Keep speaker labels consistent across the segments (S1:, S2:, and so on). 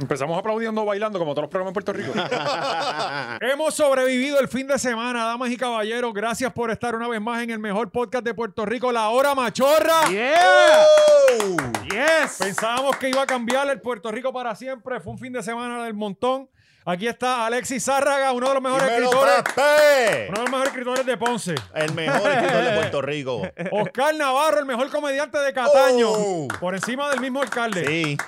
S1: Empezamos aplaudiendo, bailando, como todos los programas en Puerto Rico. Hemos sobrevivido el fin de semana, damas y caballeros. Gracias por estar una vez más en el mejor podcast de Puerto Rico, La Hora Machorra.
S2: Yeah. Yes.
S1: Pensábamos que iba a cambiar el Puerto Rico para siempre. Fue un fin de semana del montón. Aquí está Alexis Zárraga, uno de los mejores
S2: Dímelo,
S1: escritores.
S2: Pepe.
S1: Uno de los mejores escritores de Ponce.
S2: El mejor escritor de Puerto Rico.
S1: Oscar Navarro, el mejor comediante de Cataño.
S2: Oh.
S1: Por encima del mismo alcalde.
S2: Sí.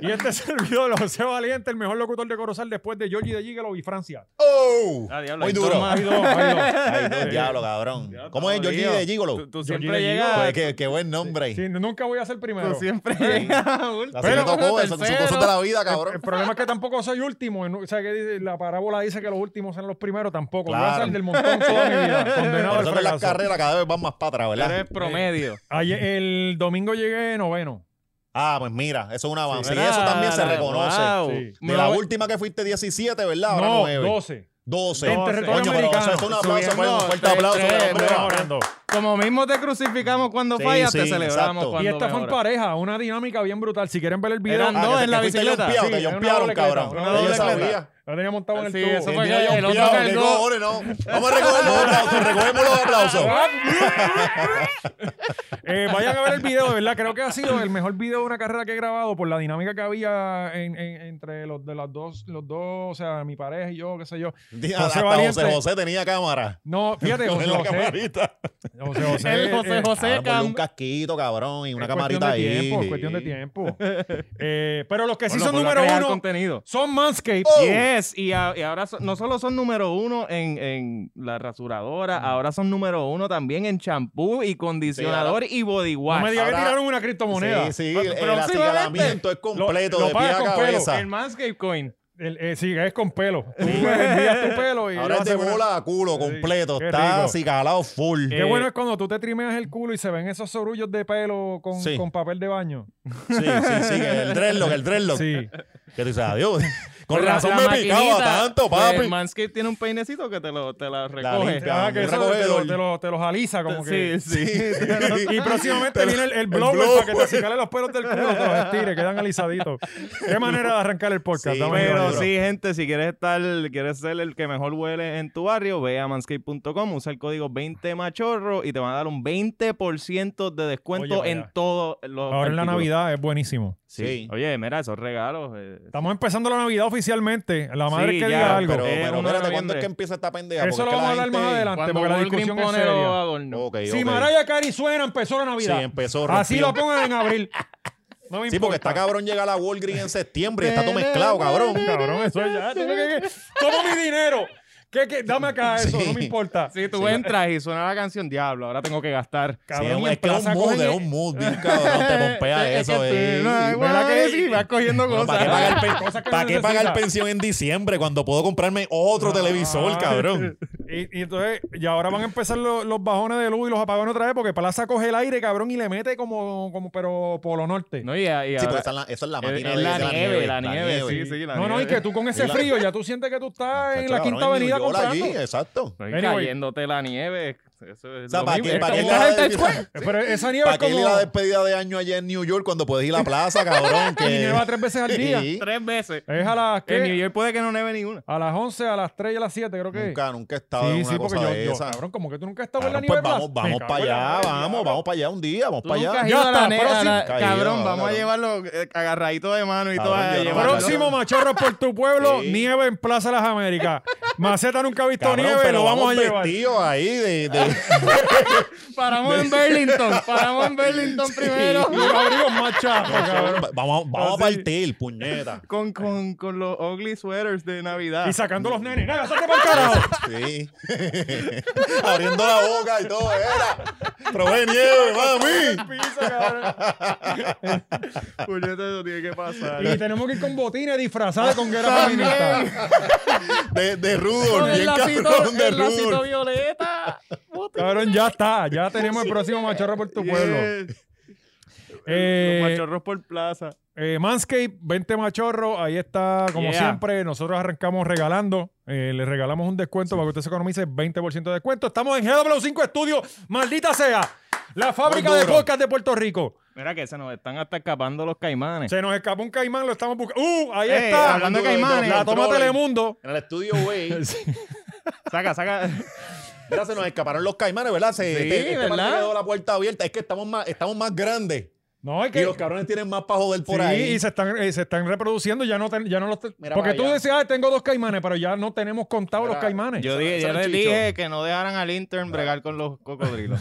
S1: Y este servidor, José Valiente, el mejor locutor de Corozal después de Georgie de Gigolo y Francia.
S2: Oh.
S3: Ah, diablo,
S2: Muy
S3: hay dos
S2: duro.
S3: más.
S1: Hay dos, hay dos.
S2: Ay, no, diablo, cabrón.
S3: Ya,
S2: ¿Cómo es
S3: estamos
S2: Georgie
S3: líos.
S2: de Gigolo?
S3: Tú, tú
S1: Yo
S3: siempre
S1: quiero
S3: llegas.
S2: Pues, qué, qué buen nombre.
S1: Sí, nunca voy a ser primero.
S3: Tú siempre llegas. último,
S2: Así me tocó, eso,
S3: tercero.
S2: son cosas de la vida,
S1: El
S2: cabrón.
S1: problema es que tampoco soy último. ¿no? O sea, que dice- la parábola dice que los últimos serán los primeros. Tampoco. Voy a
S2: Claro.
S1: ser del montón toda mi vida. Condenado
S2: Por
S1: al
S2: eso que las
S1: fracaso.
S2: carreras cada vez van más para atrás,
S3: Tú
S2: ¿verdad?
S3: eres promedio.
S1: Ayer- el domingo llegué noveno.
S2: Ah, pues mira, eso es un avance. Y
S3: Era-
S2: eso también se
S3: era-
S2: reconoce.
S3: wow.
S1: Sí.
S2: De
S3: No,
S2: la
S3: ve-
S2: última que fuiste 17, ¿verdad? Ahora
S1: No,
S2: 9.
S1: 12.
S2: 12.
S1: En territorio
S2: Coño, pero
S1: americano.
S2: eso es un aplauso. pues, Un
S3: Subiendo,
S2: fuerte aplauso.
S3: tres,
S2: para el hombre.
S3: tres,
S1: Mejorando.
S3: Como mismo te crucificamos cuando
S2: Sí,
S3: fallas, te
S2: sí,
S3: celebramos
S2: exacto.
S1: Y
S3: cuando
S1: esta fue en
S3: mejoras.
S1: pareja. Una dinámica bien brutal. Si quieren ver el video.
S3: Eran
S2: Ah,
S3: dos
S2: que
S3: en
S2: te
S3: la
S2: fuiste
S3: bicicleta.
S2: jompeado,
S1: Sí,
S2: Te
S1: era una
S2: jompearon,
S1: doble cleta,
S2: cabrón.
S1: una
S2: Ya
S3: doble
S2: Yo
S3: cleta.
S2: sabía.
S1: La teníamos montado en el
S3: Sí,
S1: tubo.
S3: eso
S2: Sí,
S3: fue
S2: mira,
S3: que
S2: yo
S3: el otro
S2: piado,
S3: cargó.
S2: qué cojones, no. Vamos a recoger los aplausos, recogemos los aplausos.
S1: Eh, vayan a ver el video, de verdad. Creo que ha sido el mejor video de una carrera que he grabado por la dinámica que había en- en- entre los de las dos, los dos, o sea, mi pareja y yo, qué sé yo.
S2: Hasta
S1: José
S2: José,
S1: Valiente.
S2: José tenía cámara.
S1: No, fíjate,
S2: Con
S1: José
S2: la
S1: José.
S2: camarita.
S1: José José.
S3: El José
S1: eh,
S3: José
S2: Ah, ponle un
S3: Cam-
S2: casquito, cabrón, y una
S1: es cuestión
S2: camarita
S1: de
S2: ahí.
S1: tiempo, es
S2: Sí.
S1: cuestión de tiempo. Eh, pero los que sí
S3: Ponlo,
S1: son
S3: ponlo a
S1: número
S3: crear
S1: uno
S3: contenido.
S1: son Manscaped.
S2: Oh.
S3: Yes, y, a- y ahora so- no solo son número uno en, en la rasuradora,
S2: Mm.
S3: ahora son número uno también en champú y condicionador y body
S1: No
S3: wash.
S1: me digas que
S2: Ahora-
S1: tiraron una criptomoneda.
S2: Sí, sí,
S3: Pero-
S2: el
S3: pero
S2: acicalamiento es completo,
S1: lo
S2: de pie
S1: pagas
S2: a
S1: con pelo.
S2: cabeza.
S3: El Manscaped Coin.
S1: El- eh, sí, es con pelo. Tú envías tu pelo y
S2: Ahora
S1: lo
S2: es de
S1: hace una-
S2: bola Eh, a culo, completo.
S1: qué
S2: Está
S1: rico.
S2: acicalado full.
S1: Qué bueno es cuando tú te trimeas el culo y se ven esos sorullos de pelo con,
S2: Sí.
S1: con papel de baño.
S2: Sí, sí, sí, que el dreadlock, el dreadlock.
S1: Sí.
S2: Que tú dices, adiós. Con
S3: La-
S2: razón
S3: la
S2: me
S3: maquinita,
S2: picaba tanto,
S3: El
S2: papi.
S3: Manscaped tiene un peinecito que te lo, te la recoge.
S2: limpia.
S1: Ah,
S2: un
S1: que eso te lo,
S2: recogedor.
S1: te, lo, te los alisa como que.
S3: Sí, sí.
S1: Y próximamente viene el, el blower, para que te cicale los pelos del culo, te los estire, quedan alisaditos. Qué manera de arrancar el podcast.
S2: Sí,
S1: damas y
S3: Pero
S1: caballeros.
S3: sí, gente, si quieres estar, quieres ser el que mejor huele en tu barrio, ve a manscape.com, usa el código 20machorro y te van a dar un 20% de descuento
S1: Oye,
S3: en
S1: vaya.
S3: todos los
S1: Ahora en la
S3: artículos.
S1: Navidad es buenísimo.
S3: Sí.
S2: Sí.
S3: Oye, mira, esos regalos. eh,
S1: Estamos empezando la Navidad oficialmente. La madre
S3: Sí,
S1: que
S3: ya,
S1: diga algo.
S2: Pero,
S3: Eh,
S2: pero
S3: uno de
S2: espérate, ¿cuándo
S3: noviembre.
S2: es que empieza esta pendeja?
S1: Eso lo
S2: Porque es que
S1: vamos a
S2: la
S1: hablar
S2: gente-
S1: más adelante
S3: Cuando
S1: porque la
S3: Walgreens
S1: discusión es
S3: pone los
S1: seria.
S3: adornos.
S2: Ok,
S1: Si
S2: ok.
S1: Mariah Carey suena, empezó la
S2: Sí,
S1: Navidad.
S2: empezó.
S1: Así
S2: rompió.
S1: lo pongan en abril. No me
S2: Sí, porque
S1: importa.
S2: está cabrón llegar a la Walgreens en septiembre y está todo mezclado, cabrón.
S1: Cabrón, eso ya. ¿tú qué- qué- Toma mi dinero. ¿Qué, qué? Dame acá eso,
S2: Sí.
S1: no me importa.
S3: Sí, tú entras y suena la canción Diablo, ahora tengo que gastar.
S2: Sí,
S1: Cabrón, y
S2: es que es un
S1: emplaza
S2: mood,
S1: cogen-
S2: es un mood, bien cabrón. Te pompea
S3: Es que
S2: eso.
S3: tú
S2: eh.
S3: no hay
S1: ¿Verdad que-
S3: guanes y vas cogiendo
S2: Bueno,
S3: cosas.
S2: ¿Para qué pagar, pe-
S1: Cosas que
S2: ¿para
S1: no
S2: qué
S1: necesita.
S2: pagar pensión en diciembre cuando puedo comprarme otro televisor,
S1: Ah.
S2: cabrón?
S1: Y, y entonces, y ahora van a empezar lo- los bajones de luz y los apagones otra vez porque Plaza coge el aire, cabrón, y le mete como, como pero polo norte. No,
S3: No, y, a- y
S2: Sí,
S3: ahora-
S2: porque esa es la, esa es la
S3: es-
S2: máquina
S3: es
S2: de
S3: la
S2: de
S3: nieve, la nieve, sí, sí, la
S1: no,
S3: nieve.
S1: y que tú con ese
S2: Y la-
S1: frío ya tú sientes que tú estás en la
S2: Pues Cabrón,
S1: quinta
S2: en
S1: avenida
S2: New York
S1: comprando.
S2: allí, exacto.
S3: No, y
S1: Anyway.
S3: cayéndote la nieve. Eso es
S2: O sea,
S3: lo
S2: ¿para
S3: mismo.
S2: qué-
S3: Es
S2: para qué
S3: como
S2: le
S3: la
S2: da
S3: gente
S2: de-
S3: al fuego.
S1: Pero esa nieve
S2: ¿Para
S1: es
S2: qué ir a
S1: como...
S2: la despedida de año allá en New York cuando puedes ir a la plaza, cabrón?
S1: Y
S2: Que...
S1: nieva tres veces al día.
S2: Sí.
S3: Tres veces.
S1: Es a las, ¿qué?
S3: En New York puede que no neve ni una.
S1: a las 11, a las 3 y a las 7, creo que.
S2: Nunca, nunca he estado en
S1: Sí,
S2: una
S1: sí, porque
S2: cosa
S1: yo,
S2: de
S1: yo,
S2: esa.
S1: cabrón, como que tú nunca has estado en la nieve.
S2: Cabrón, pues vamos, vamos para
S1: eh.
S2: allá, vamos, vamos para allá un día, vamos
S3: Tú
S2: para allá.
S3: nunca has
S1: Ya
S3: ido a
S1: está,
S3: la nieve, a la-
S2: próximo.
S3: Cabrón,
S2: Caído,
S3: vamos a
S2: cabrón.
S3: llevarlo eh, agarradito de mano y
S2: Cabrón,
S3: todo. a
S2: yo no-
S3: llevarlo.
S1: Próximo Machorros por tu pueblo,
S2: Sí.
S1: nieve en Plaza Las Américas. Maceta nunca ha visto
S2: Cabrón,
S1: nieve,
S2: pero
S1: lo vamos a llevar.
S2: vestidos ahí de, de-
S3: Paramos en Burlington. Paramos en Burlington primero.
S1: Los abrigos más chafos, cabrón.
S2: vamos, vamos a
S1: Así.
S2: partir, puñeta.
S3: Con, con, con los ugly sweaters de Navidad.
S1: Y sacando los nenes. ¡Nada, salte para el carajo!
S2: Sí. Abriendo la boca y todo, era. Probé nieve, mami.
S1: Piso, cabrón.
S3: Puñeta, eso tiene que pasar.
S1: Y tenemos que ir con botines disfrazados con guerra feminista.
S2: De, de Rudolf,
S3: Con
S2: bien
S3: el lacito,
S2: cabrón de
S3: el lacito
S2: Rudolf.
S3: violeta.
S1: Cabrón, ya está. Ya tenemos el próximo Machorro por tu pueblo.
S3: Yes.
S1: Eh,
S3: Los machorros por plaza.
S1: Eh, Manscape, 20 machorro, ahí está, como
S3: Yeah.
S1: siempre, nosotros arrancamos regalando, Eh, le regalamos un descuento para que usted se economice 20% de descuento. Estamos en GW5 Studio, maldita sea, la fábrica
S2: Muy
S1: de
S2: duro.
S1: podcast de Puerto Rico.
S3: Mira que se nos están hasta escapando los caimanes.
S1: Se nos escapó un caimán, lo estamos buscando. ¡Uh! Ahí
S3: Ey,
S1: está.
S3: hablando de
S2: Hablando de-
S3: caimanes.
S1: La toma
S2: controles.
S1: Telemundo.
S2: En el estudio, güey.
S3: Saca, saca.
S2: Mira, se nos escaparon los caimanes, ¿verdad? Se,
S3: Sí,
S2: este- este
S3: ¿verdad?
S2: parece que quedó la puerta abierta. Es que estamos más, estamos más grandes.
S1: No, es que.
S2: Y los cabrones tienen más para joder por
S1: sí,
S2: ahí.
S1: y se están, y se están reproduciendo, ya no, ten- ya no los... ten-
S2: Mira
S1: Porque
S2: para
S1: tú
S2: allá.
S1: decías, "Ah, tengo dos caimanes, pero ya no tenemos contados los
S2: Mira,
S1: caimanes.
S3: Yo,
S2: Son-
S3: dije, yo
S2: son
S3: les
S2: chichos.
S3: dije que no dejaran al intern bregar con los cocodrilos.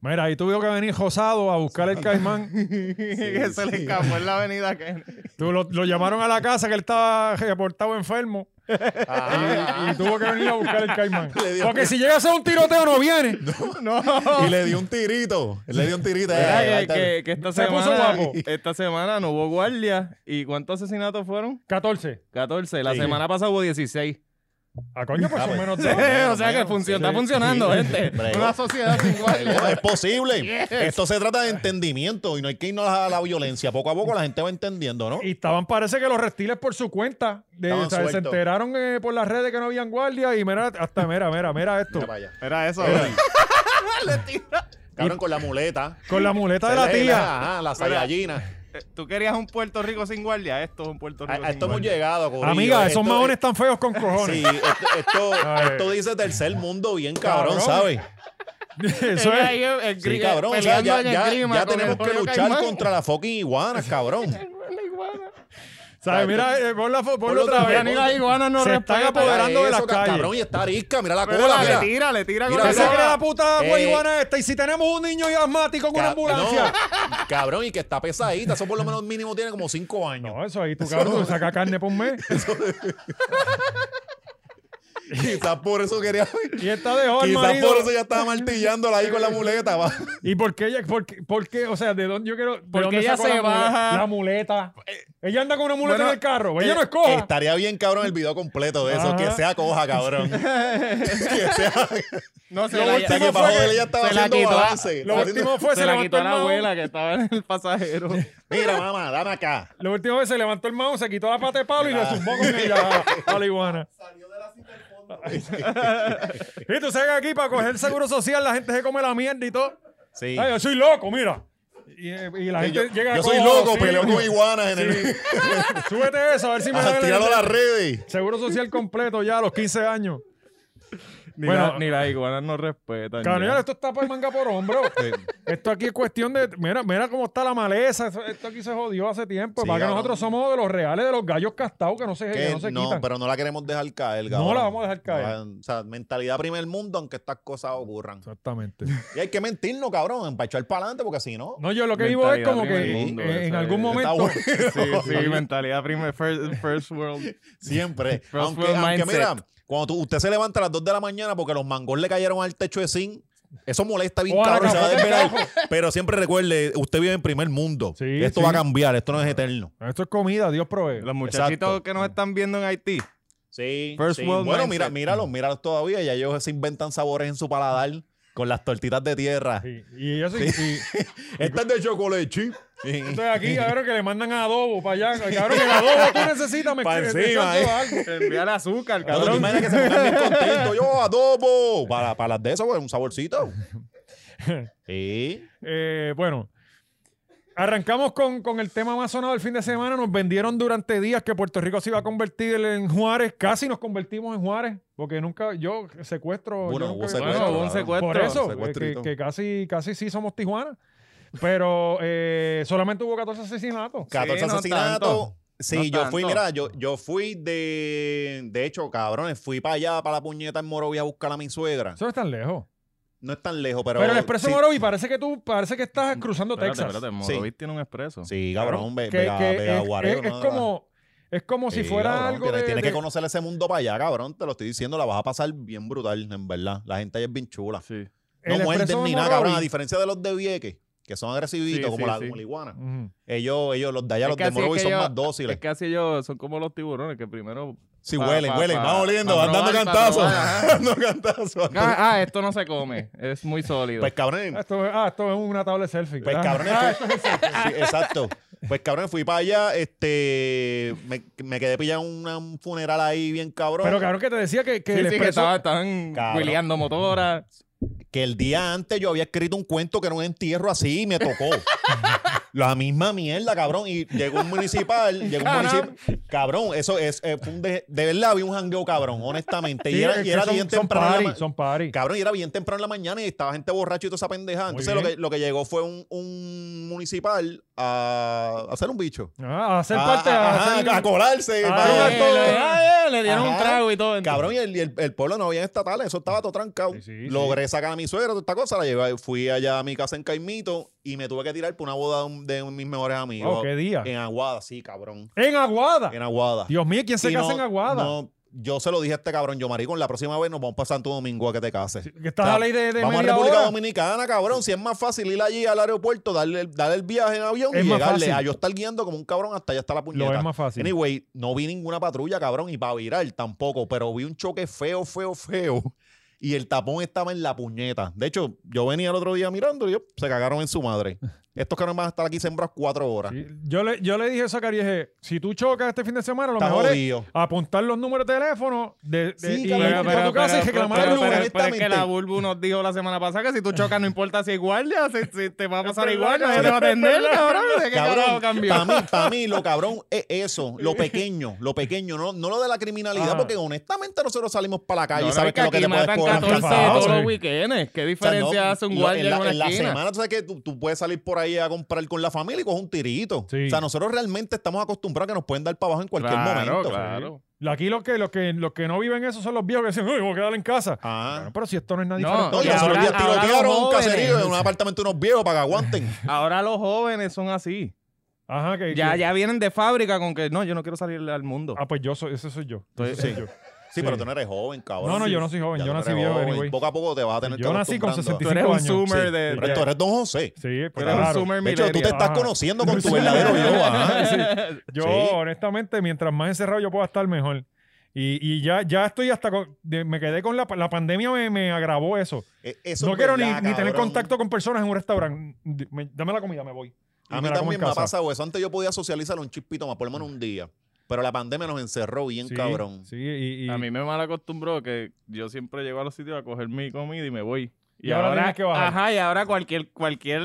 S1: Mira, ahí tuvo que venir Josado a buscar el caimán.
S3: que se le escapó en la avenida. Que...
S1: Tú lo, lo llamaron a la casa que él estaba reportado enfermo
S2: Ajá.
S1: y, y tuvo que venir a buscar el caimán.
S2: Ah. Le dio-
S1: Porque si llega a ser un tiroteo no viene.
S3: No.
S2: Y le dio un tirito. Él le dio un tirito. Ay,
S3: Mira
S2: ahí
S3: que,
S2: está.
S3: que- que esta
S1: Se puso
S3: semana,
S1: guapo.
S3: esta semana no hubo guardia. ¿Y cuántos asesinatos fueron?
S1: 14.
S3: 14. La
S2: Sí.
S3: semana pasada hubo 16.
S1: A coño, pues
S2: Ah,
S1: son
S2: pues.
S1: menos
S3: Sí,
S1: dos.
S3: o sea que funciona, está funcionando, gente.
S2: Bregó.
S3: Una sociedad sin guardia.
S2: Es posible. Esto se trata de entendimiento y no hay que irnos a la violencia. Poco a poco la gente va entendiendo, ¿no?
S1: Y estaban, parece que los reptiles por su cuenta. de-
S2: Estaban
S1: o sea, se
S2: sueltos.
S1: enteraron eh, por las redes que no habían guardia y mira, hasta mira, mira, mira esto.
S2: Mira para allá.
S3: Era eso.
S2: Cabrón con la muleta.
S1: Con la muleta de
S2: Se
S1: la
S2: le-
S1: tía.
S2: Ajá, la sayallina.
S3: Eh, Tú querías un Puerto Rico sin guardia. Esto es un Puerto Rico
S2: A, a
S3: sin
S2: Ah, esto hemos
S3: guardia.
S2: llegado, corillo.
S1: Amiga,
S2: Esto-
S1: esos maones están feos con cojones.
S2: Sí, esto, esto,
S1: Ay.
S2: esto dice tercer mundo bien cabrón,
S1: Cabrón.
S2: ¿sabes?
S1: Eso
S3: Ella
S1: es.
S3: ahí, el- el
S2: Sí,
S3: gri-
S2: cabrón. o sea,
S3: peleando
S2: ya,
S3: en el
S2: ya-
S3: clima
S2: ya
S3: con el
S2: tenemos que
S3: pollo
S2: luchar
S3: caimán.
S2: contra la fucking iguanas, cabrón.
S3: La iguana.
S1: ¿Sabes? Mira, eh, ponlo, otra
S2: Ponlo otra
S1: vez.
S2: vez,
S3: Ya ni las iguanas no
S1: Se están
S3: respetan.
S1: apoderando. Empoderando de
S2: Eso,
S1: las
S2: ca-
S1: calles.
S2: Cabrón, y está arisca. Mira la
S3: Pero
S2: cola,
S3: la-
S2: mira.
S3: le tira, le tira
S2: Mira,
S3: con
S1: ¿Qué
S2: mira.
S1: se cree
S3: la
S1: la puta
S2: Eh.
S1: guayguana esta? Y si tenemos un niño asmático con una
S2: Ca-
S1: ambulancia.
S2: no, cabrón, y que está pesadita. Eso por lo menos mínimo tiene como cinco años.
S1: No, eso ahí tú, cabrón, tú sacas carne por un mes.
S2: Quizás por eso quería.
S1: Y esta dejó al
S2: Quizás
S1: marido.
S2: por eso ya estaba martillándola ahí con la muleta. va.
S1: ¿Y por qué ella? Por qué, por qué? O sea, ¿de dónde yo quiero? de
S3: Porque
S1: dónde
S3: ella
S1: sacó
S3: se
S1: la muleta?
S3: baja. Eh,
S1: La muleta. Ella anda con una muleta
S3: Bueno,
S1: en el carro. Ella
S3: eh,
S1: no es coja.
S2: Estaría bien, cabrón, el video completo de eso.
S1: Ajá.
S2: Que sea coja, cabrón. que sea.
S3: No, se
S1: Lo
S3: la-
S1: último
S2: Hasta que para
S1: fue que
S2: joder, ella estaba
S3: se la
S2: haciendo
S3: quitó a-
S2: balance.
S1: lo,
S2: Haciendo-
S1: último fue, se,
S3: se la
S1: levantó
S3: quitó
S1: el
S3: a la
S1: maón.
S3: abuela que estaba en el pasajero.
S2: Mira, mamá, dame acá.
S1: Lo último fue, se levantó el maón, se quitó la pata de palo y le zumbó con ella a, a la iguana. Y tú sabes que aquí para coger seguro social la gente se come la mierda y todo.
S2: Sí.
S1: Ay, yo soy loco, mira. Y, y la
S2: Sí,
S1: gente
S2: yo,
S1: llega
S2: yo
S1: como
S2: soy loco,
S1: así.
S2: peleo con iguanas en el.
S1: Súbete eso, a ver si me
S2: Ajá,
S1: dan el-
S2: tíralo a las redes.
S1: Seguro social completo ya a los 15 años.
S3: Ni,
S1: Bueno.
S3: la- ni las iguanas no respetan.
S1: Cabrón,
S3: ya.
S1: esto está para el manga por hombro. Esto aquí es cuestión de. Mira, mira cómo está la maleza. Eso- Esto aquí se jodió hace tiempo.
S2: Sí,
S1: para que
S2: cabrón.
S1: nosotros somos de los reales, de los gallos castados que no se, que
S2: Que
S1: no se
S2: no,
S1: quitan.
S2: pero no la queremos dejar caer,
S1: No
S2: cabrón.
S1: la vamos a dejar caer.
S2: No, O sea, mentalidad primer mundo, aunque estas cosas ocurran.
S1: Exactamente.
S2: Y hay que mentirnos, cabrón, para echar para adelante, porque si no.
S1: No, yo lo que vivo es
S3: Mentalidad
S1: como que
S3: primer mundo,
S1: eh, en
S3: esa
S1: algún
S3: es-
S2: está
S1: momento.
S2: bueno.
S3: Sí, sí, mentalidad primer, first, first world.
S2: Siempre.
S3: First
S2: aunque,
S3: world
S2: aunque
S3: mindset.
S2: mira, cuando tú- usted se levanta a las 2 de la mañana porque los mangos le cayeron al techo de zinc, eso molesta bien,
S1: O a la
S2: cabrón, se va a
S1: cafota de
S2: desvelar. Pero siempre recuerde, usted vive en primer mundo.
S1: Sí,
S2: esto
S1: sí.
S2: va a cambiar, esto no es eterno.
S1: Esto es comida, Dios provee.
S3: Los muchachitos
S2: Exacto.
S3: que nos están viendo en Haití.
S2: Sí.
S3: First
S2: sí.
S3: world
S2: Bueno,
S3: mindset.
S2: mira, míralos, míralos todavía. Ya ellos se inventan sabores en su paladar con las tortitas de tierra.
S1: Sí, Y yo sí. y-
S2: Esta es de chocolate chip.
S1: entonces aquí, cabrón, que le mandan adobo para allá. Cabrón, el adobo tú necesitas
S2: Pa'
S1: mezclar. echando
S2: encima, eh.
S1: algo.
S3: Enviar azúcar,
S2: Cabrón, ¿te
S3: cabrón.
S2: imaginas que se pongan bien contentos. Yo, adobo. Para, para las de eso, pues, un saborcito. Sí.
S1: Eh, bueno, arrancamos con, con el tema más sonado del fin de semana. Nos vendieron durante días que Puerto Rico se iba a convertir en Juárez. Casi nos convertimos en Juárez, porque nunca yo secuestro.
S2: Bueno,
S1: yo nunca-
S2: hubo secuestro,
S3: Bueno, hubo un
S2: cabrón.
S3: secuestro.
S1: por eso, eh,
S2: secuestro y
S1: que,
S2: todo.
S1: que casi, casi sí somos Tijuana. Pero eh, solamente hubo 14 asesinatos.
S2: 14
S3: Sí, no
S2: asesinatos.
S3: tanto.
S2: Sí,
S3: No
S2: yo fui,
S3: tanto.
S2: mira, yo, yo fui de. De hecho, cabrones, fui para allá, para la puñeta en Morovia a buscar a mi suegra.
S1: Eso no es tan lejos.
S2: No es tan lejos, pero.
S1: Pero, el Expreso
S2: sí,
S1: Morovi parece que tú parece que estás cruzando
S3: Espérate,
S1: Texas.
S3: espérate, Morovis tiene un expreso.
S2: Sí, cabrón, ve-
S1: Que-
S2: vega-
S1: que
S2: vega
S1: es-
S2: guareo,
S1: es, es
S2: ¿no?
S1: como, es como si
S2: Sí,
S1: fuera
S2: cabrón,
S1: algo
S2: tienes,
S1: de-
S2: tienes
S1: de,
S2: que conocer ese mundo para allá, cabrón. Te lo estoy diciendo, la vas a pasar bien brutal, en verdad. La gente allá es bien chula.
S3: Sí.
S2: No
S1: el Expreso
S2: muerden ni nada,
S1: Morovi.
S2: cabrón. A diferencia de los de Vieques, que son agresivitos,
S3: Sí,
S2: como
S3: sí,
S2: la
S3: sí.
S2: como la iguana.
S1: Ujú.
S2: Ellos, ellos, los de allá,
S3: Es
S2: los
S3: que
S2: de
S3: así es
S2: Morovis,
S3: que
S2: son
S3: ellos-
S2: más dóciles.
S3: Es que así ellos son como los tiburones que primero.
S2: Sí,
S3: pa-
S2: huelen,
S3: pa-
S2: huelen.
S3: pa-
S2: Van oliendo,
S3: pa
S2: van dando
S3: probar, pa
S2: cantazos.
S3: probar, ajá.
S2: dando cantazos.
S3: Ah, ah, esto no se come. Es muy sólido.
S2: Pues cabrón,
S1: Ah, Esto, es- ah, esto es una tabla de selfie.
S2: pues
S1: Ah.
S2: cabrón. fui- Sí, exacto. Pues cabrón, fui para allá, este, me, me quedé pillado en una- un funeral ahí bien cabrón.
S1: Pero cabrón que te decía que, que
S3: sí,
S1: el
S3: sí, que
S1: expreso...
S3: estaba- estaban
S2: Cabrón.
S3: huileando motoras.
S2: que el día antes yo había escrito un cuento que era un entierro así y me tocó. La misma mierda, cabrón. Y llegó un municipal, llegó un
S1: Caramba.
S2: municipal. Cabrón, eso es. eh, fue un de, de verdad, había un jangueo, cabrón, honestamente. Y
S1: Sí,
S2: era,
S1: es
S2: y
S1: que
S2: era
S1: son,
S2: bien
S1: son
S2: temprano. en la
S1: party,
S2: ma-
S1: son party.
S2: Cabrón, y era bien temprano en la mañana y estaba gente borracha y toda esa
S1: Muy
S2: pendeja. Entonces lo que,
S1: bien.
S2: lo que llegó fue un, un municipal a, a hacer un bicho.
S1: Ah, a hacer
S2: A-
S1: parte.
S2: a,
S1: a
S2: ajá,
S1: hacer-
S2: a colarse.
S1: Ah,
S2: para un
S1: eh,
S2: acto de-
S1: eh,
S3: le dieron un
S2: Ajá.
S3: trago y todo.
S2: Cabrón, y el, y el- el pueblo no había estatales, eso estaba todo trancado.
S1: Sí, sí,
S2: Logré sacar a mi suegra, toda esta cosa, la llevé, fui allá a mi casa en Caimito y me tuve que tirar por una boda de, un- de mis mejores amigos.
S1: Oh, qué día.
S2: En Aguada, sí, cabrón.
S1: En Aguada.
S2: En Aguada.
S1: Ah. Dios mío, ¿quién se
S2: Y
S1: casa
S2: no-
S1: en Aguada?
S2: no, yo se lo dije a este cabrón, yo maricón, la próxima vez nos vamos para Santo Domingo a que te cases.
S1: que estás
S2: O sea,
S1: a ley de, de
S2: Vamos a
S1: media
S2: República
S1: hora.
S2: Dominicana, cabrón. Si es más fácil ir allí al aeropuerto, darle, el- darle el viaje en avión
S1: Es
S2: y
S1: más
S2: llegarle
S1: fácil.
S2: a yo estar guiando como un cabrón hasta allá está la puñeta.
S1: Lo es más fácil.
S2: Anyway, no vi ninguna patrulla, cabrón, y para virar tampoco, pero vi un choque feo, feo, feo. Y el tapón estaba en la puñeta. De hecho, yo venía el otro día mirando y yo, se cagaron en su madre. Estos cabrones van a estar aquí sembrados cuatro horas.
S1: Sí, Yo le, yo le dije eso a Carieje, si tú chocas este fin de semana, lo
S2: Está
S1: mejor
S2: jodido.
S1: es apuntar los números de teléfono de, de-
S2: Sí,
S1: y
S2: cabrón,
S1: ir
S3: Pero,
S1: a
S2: pero-
S1: tu casa y
S3: pero-
S1: reclamar
S3: pero-
S1: el lugar.
S3: pero- pero es que
S2: honestamente.
S3: la Bulbu nos dijo la semana pasada que si tú chocas, no importa si es guardia, si, si te va a pasar
S1: verdad,
S3: igual, no te
S1: cabrón,
S3: va a atender,
S1: es verdad.
S3: cabrón. ¿De qué carajo cambió?
S2: para mí, para mí, lo cabrón es eso, lo pequeño, lo pequeño, no, no lo de la criminalidad,
S1: Ajá.
S2: porque honestamente nosotros salimos para la calle y
S3: Ah. No, no,
S2: sabes
S3: es
S2: que lo que
S3: aquí
S2: te puedes
S3: matan
S2: cobrar
S3: 14
S1: café.
S3: todos
S1: Sí.
S3: los weekends. ¿Qué
S2: O sea,
S3: diferencia
S2: no,
S3: hace un
S2: lo-
S3: guardia
S2: en la,
S3: en una
S2: en la
S3: esquina?
S2: semana, tú sabes que tú, tú puedes salir por ahí a comprar con la familia y coger un tirito.
S1: Sí.
S2: O sea, nosotros realmente estamos acostumbrados a que nos pueden dar para abajo en cualquier
S3: Claro,
S2: momento.
S3: claro.
S1: Aquí los que, los, que, los que no viven eso son los viejos que dicen, uy, voy a quedar en casa.
S2: Ah.
S1: Bueno, pero si esto no es nada
S3: No,
S1: diferente.
S2: No,
S3: Y
S2: yo se lo
S3: ahora-
S2: vi a
S3: ahora los
S2: tirotear en un
S3: jóvenes.
S2: caserío en un apartamento de unos viejos para que aguanten.
S3: Ahora los jóvenes son así.
S1: Ajá, que,
S3: Ya,
S1: que-
S3: ya vienen de fábrica con que no, yo no quiero salir al mundo.
S1: Ah, pues yo soy, ese soy yo. Ese
S2: Sí.
S1: soy yo.
S2: Sí, pero tú no eres joven, cabrón.
S1: No, no,
S2: Sí.
S1: yo no soy joven,
S2: Ya
S1: yo
S2: tú no
S1: nací
S2: eres
S1: viejo,
S2: joven.
S1: anyway.
S2: Poco a poco te vas a tener
S1: Yo
S2: que
S1: nací con
S2: acostumbrando.
S1: 65
S3: Tú eres un
S1: años.
S3: zoomer
S1: sí.
S3: de-
S1: Sí,
S2: Pero tú eres Don José.
S1: Sí, pues
S3: Tú eres un
S1: claro.
S3: zoomer
S2: De hecho, tú te
S3: millennial.
S2: estás
S1: Ajá.
S2: conociendo con tu
S1: Sí.
S2: verdadero yo. ajá.
S1: Sí. Yo,
S2: Sí.
S1: honestamente, mientras más encerrado yo pueda estar, mejor. Y, y ya, ya estoy hasta con- de- me quedé con la, la pandemia me, me agravó eso.
S2: Eh, eso
S1: no
S2: es
S1: quiero ni,
S2: verdad,
S1: ni tener
S2: cabrón.
S1: contacto con personas en un restaurante. D- me- dame la comida, me voy. Y
S2: A mí
S1: la como en
S2: también me ha
S1: casa.
S2: pasado eso. Antes yo podía socializar un chispito más, por lo menos un día. Pero la pandemia nos encerró bien,
S1: Sí,
S2: cabrón.
S1: Sí, y, y-
S3: A mí me mal acostumbró que yo siempre llego a los sitios a coger mi comida y me voy.
S1: Y ahora tienes que bajar.
S3: Ajá, y ahora cualquier, cualquier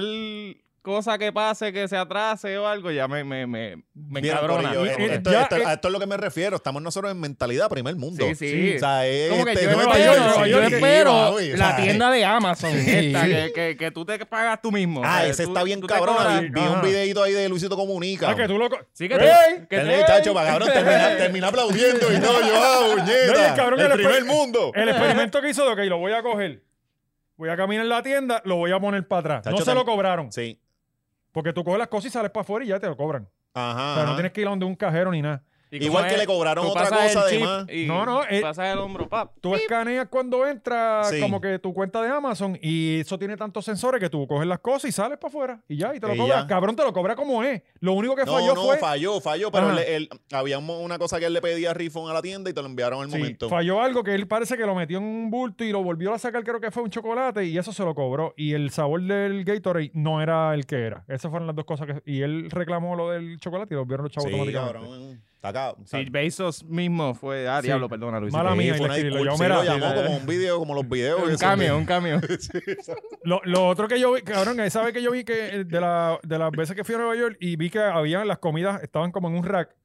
S3: cosa que pase, que se atrase o algo, ya me, me, me, me
S2: Vieron,
S3: encabrona.
S2: corillo,
S1: Eh,
S2: esto-
S1: eh,
S2: esto-
S1: ya,
S2: esto-
S1: eh.
S2: a esto es lo que me refiero. Estamos nosotros en mentalidad primer mundo.
S3: Sí, sí.
S2: O sea, es
S3: Como que
S2: eh, este,
S3: yo
S2: Nueva
S3: espero,
S2: York,
S3: yo
S2: sí, sí,
S3: espero
S2: baby, o
S3: la
S2: sea, eh,
S3: tienda de Amazon, esta,
S2: sí.
S3: que, que, que tú te pagas tú mismo.
S2: Ah,
S3: O sea,
S2: ese
S3: tú-
S2: está bien
S3: tú te
S2: cabrón.
S3: cobras-
S2: Vi, vi un
S1: Ajá.
S2: videito ahí de Luisito Comunica.
S1: Ah, que tú loco.
S3: Sí, que
S1: ¡Ey!
S3: te- que
S2: Termina-
S3: te-
S2: chacho, va, cabrón, termina, termina aplaudiendo y todo. Yo, ah,
S1: No, y
S2: puñeta,
S1: el cabrón
S2: el
S1: era-
S2: primer mundo.
S1: El experimento que hizo de, ok, lo voy a coger. Voy a caminar en la tienda, lo voy a poner para atrás.
S2: Tacho,
S1: no se lo
S2: tam-
S1: cobraron.
S2: Sí.
S1: Porque tú coges las cosas y sales para afuera y ya te lo cobran.
S2: Ajá.
S1: Pero no tienes que ir a donde un cajero ni nada.
S3: Y
S2: Igual
S3: como
S2: que
S3: es,
S2: le cobraron
S3: tú
S2: otra
S3: pasas el
S2: cosa,
S3: chip
S2: además.
S3: y
S1: No, no, eh,
S3: pasas el hombro, pap.
S1: Tú escaneas cuando entras
S2: Sí.
S1: como que tu cuenta de Amazon y eso tiene tantos sensores que tú coges las cosas y sales para afuera y ya, y te lo
S2: Y
S1: cobras.
S2: ya.
S1: Cabrón, te lo cobra como es. Lo único que
S2: No,
S1: falló
S2: no,
S1: fue...
S2: falló, falló, pero
S1: Ajá.
S2: le- él- había un- una cosa que él le pedía a Rifón a la tienda y te lo enviaron al
S1: Sí,
S2: momento.
S1: falló algo que él parece que lo metió en un bulto y lo volvió a sacar, creo que fue un chocolate y eso se lo cobró. Y el sabor del Gatorade no era el que era. Esas fueron las dos cosas que... Y él reclamó lo del chocolate y lo vieron los chavos
S2: Sí,
S1: automáticamente.
S2: cabrón. Está acá. o sea,
S3: Si Bezos mismo fue. Ah,
S1: Sí.
S3: diablo, perdona, Luis.
S1: Mala
S2: sí,
S1: mía, y
S2: fue
S1: le
S2: una
S1: escribí, lo
S2: disculpa,
S1: llamó,
S2: sí, lo
S1: mira,
S2: llamó
S1: sí,
S2: como un video, como los videos.
S3: Un
S2: esos
S3: cambio,
S2: de-
S3: un cambio.
S1: Lo, lo otro que yo vi, cabrón, esa vez que yo vi que eh, de, la- de las veces que fui a Nueva York y vi que habían las comidas, estaban como en un rack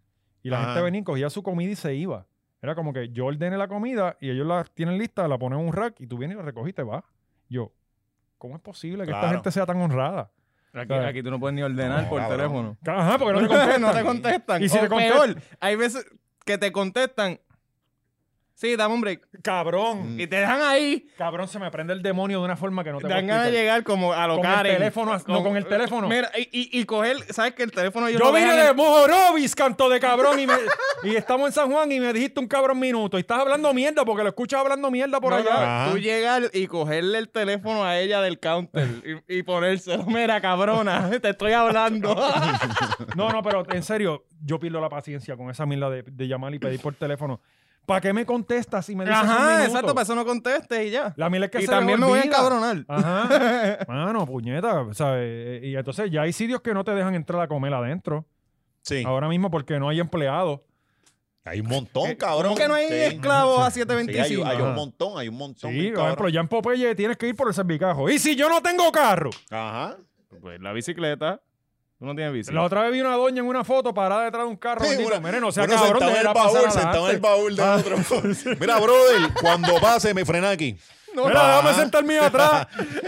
S1: y la
S2: Ajá.
S1: gente venía, y cogía su comida y se iba. Era como que yo ordené la comida y ellos la tienen lista, la ponen en un rack y tú vienes y la recogiste, va. Yo, ¿cómo es posible que
S2: Claro.
S1: esta gente sea tan honrada?
S3: Aquí, aquí tú no puedes ni ordenar
S2: No,
S3: por
S2: cabrón.
S3: teléfono.
S1: Ajá, porque no te contestan.
S3: no te contestan.
S1: Y si
S3: O
S1: te contestan-
S3: peor, hay veces que te contestan. Sí, dame un break.
S1: Cabrón,
S3: Y te dejan ahí.
S1: cabrón, se me prende el demonio de una forma que no te
S3: Mm.
S1: voy
S3: Te
S1: a
S3: dan ganas de
S1: explicar.
S3: llegar como a lo
S1: Con el
S3: Karen.
S1: teléfono, no, con el teléfono.
S3: Mira, y, y, y coger, ¿sabes que el teléfono ellos
S1: Yo
S3: lo
S1: vine
S3: dejan
S1: de
S3: en-
S1: Mojorovis, canto de cabrón, y, me- y estamos en San Juan y me dijiste un cabrón minuto. Y estás hablando mierda porque lo escuchas hablando mierda por
S3: No,
S1: allá.
S3: no, Tú llegar y cogerle el teléfono a ella del counter y, y ponérselo. Mira, cabrona, te estoy hablando.
S1: No, no, pero en serio, yo pierdo la paciencia con esa mierda de, de llamar y pedir por teléfono. ¿Para qué me contestas si me dices un
S3: Ajá,
S1: minuto?
S3: exacto, para eso no contestes y ya.
S1: La mierda es que
S3: y
S1: se les
S3: también me voy a
S1: olvida.
S3: encabronar.
S1: Ajá. Mano, puñeta, ¿sabes? eh, Y entonces ya hay sitios que no te dejan entrar a comer adentro.
S2: Sí.
S1: Ahora mismo porque no hay empleados.
S2: Hay un montón,
S4: Eh,
S2: cabrón.
S4: ¿Por qué no hay
S2: Sí.
S4: esclavos a
S2: Sí, hay,
S4: 725?
S2: hay
S1: Ajá.
S2: un montón, hay un montón.
S1: Sí,
S2: bien
S1: por ejemplo,
S2: cabrón.
S1: ya en Popeye tienes que ir por el cervicajo. ¿Y si yo no tengo carro?
S2: Ajá.
S4: Pues la bicicleta. Tú no tienes bici.
S1: La otra vez vi una doña en una foto parada detrás de un carro.
S2: Sí,
S1: bendito.
S2: una-
S1: Mire, no sea
S2: Bueno,
S1: cabrón,
S2: sentado en el
S1: deberá pasar
S2: baúl,
S1: adelante.
S2: sentado en el baúl de otro. Mira, brother, cuando pase me frena aquí.
S1: Mira,
S2: Ah.
S1: déjame sentarme ahí atrás.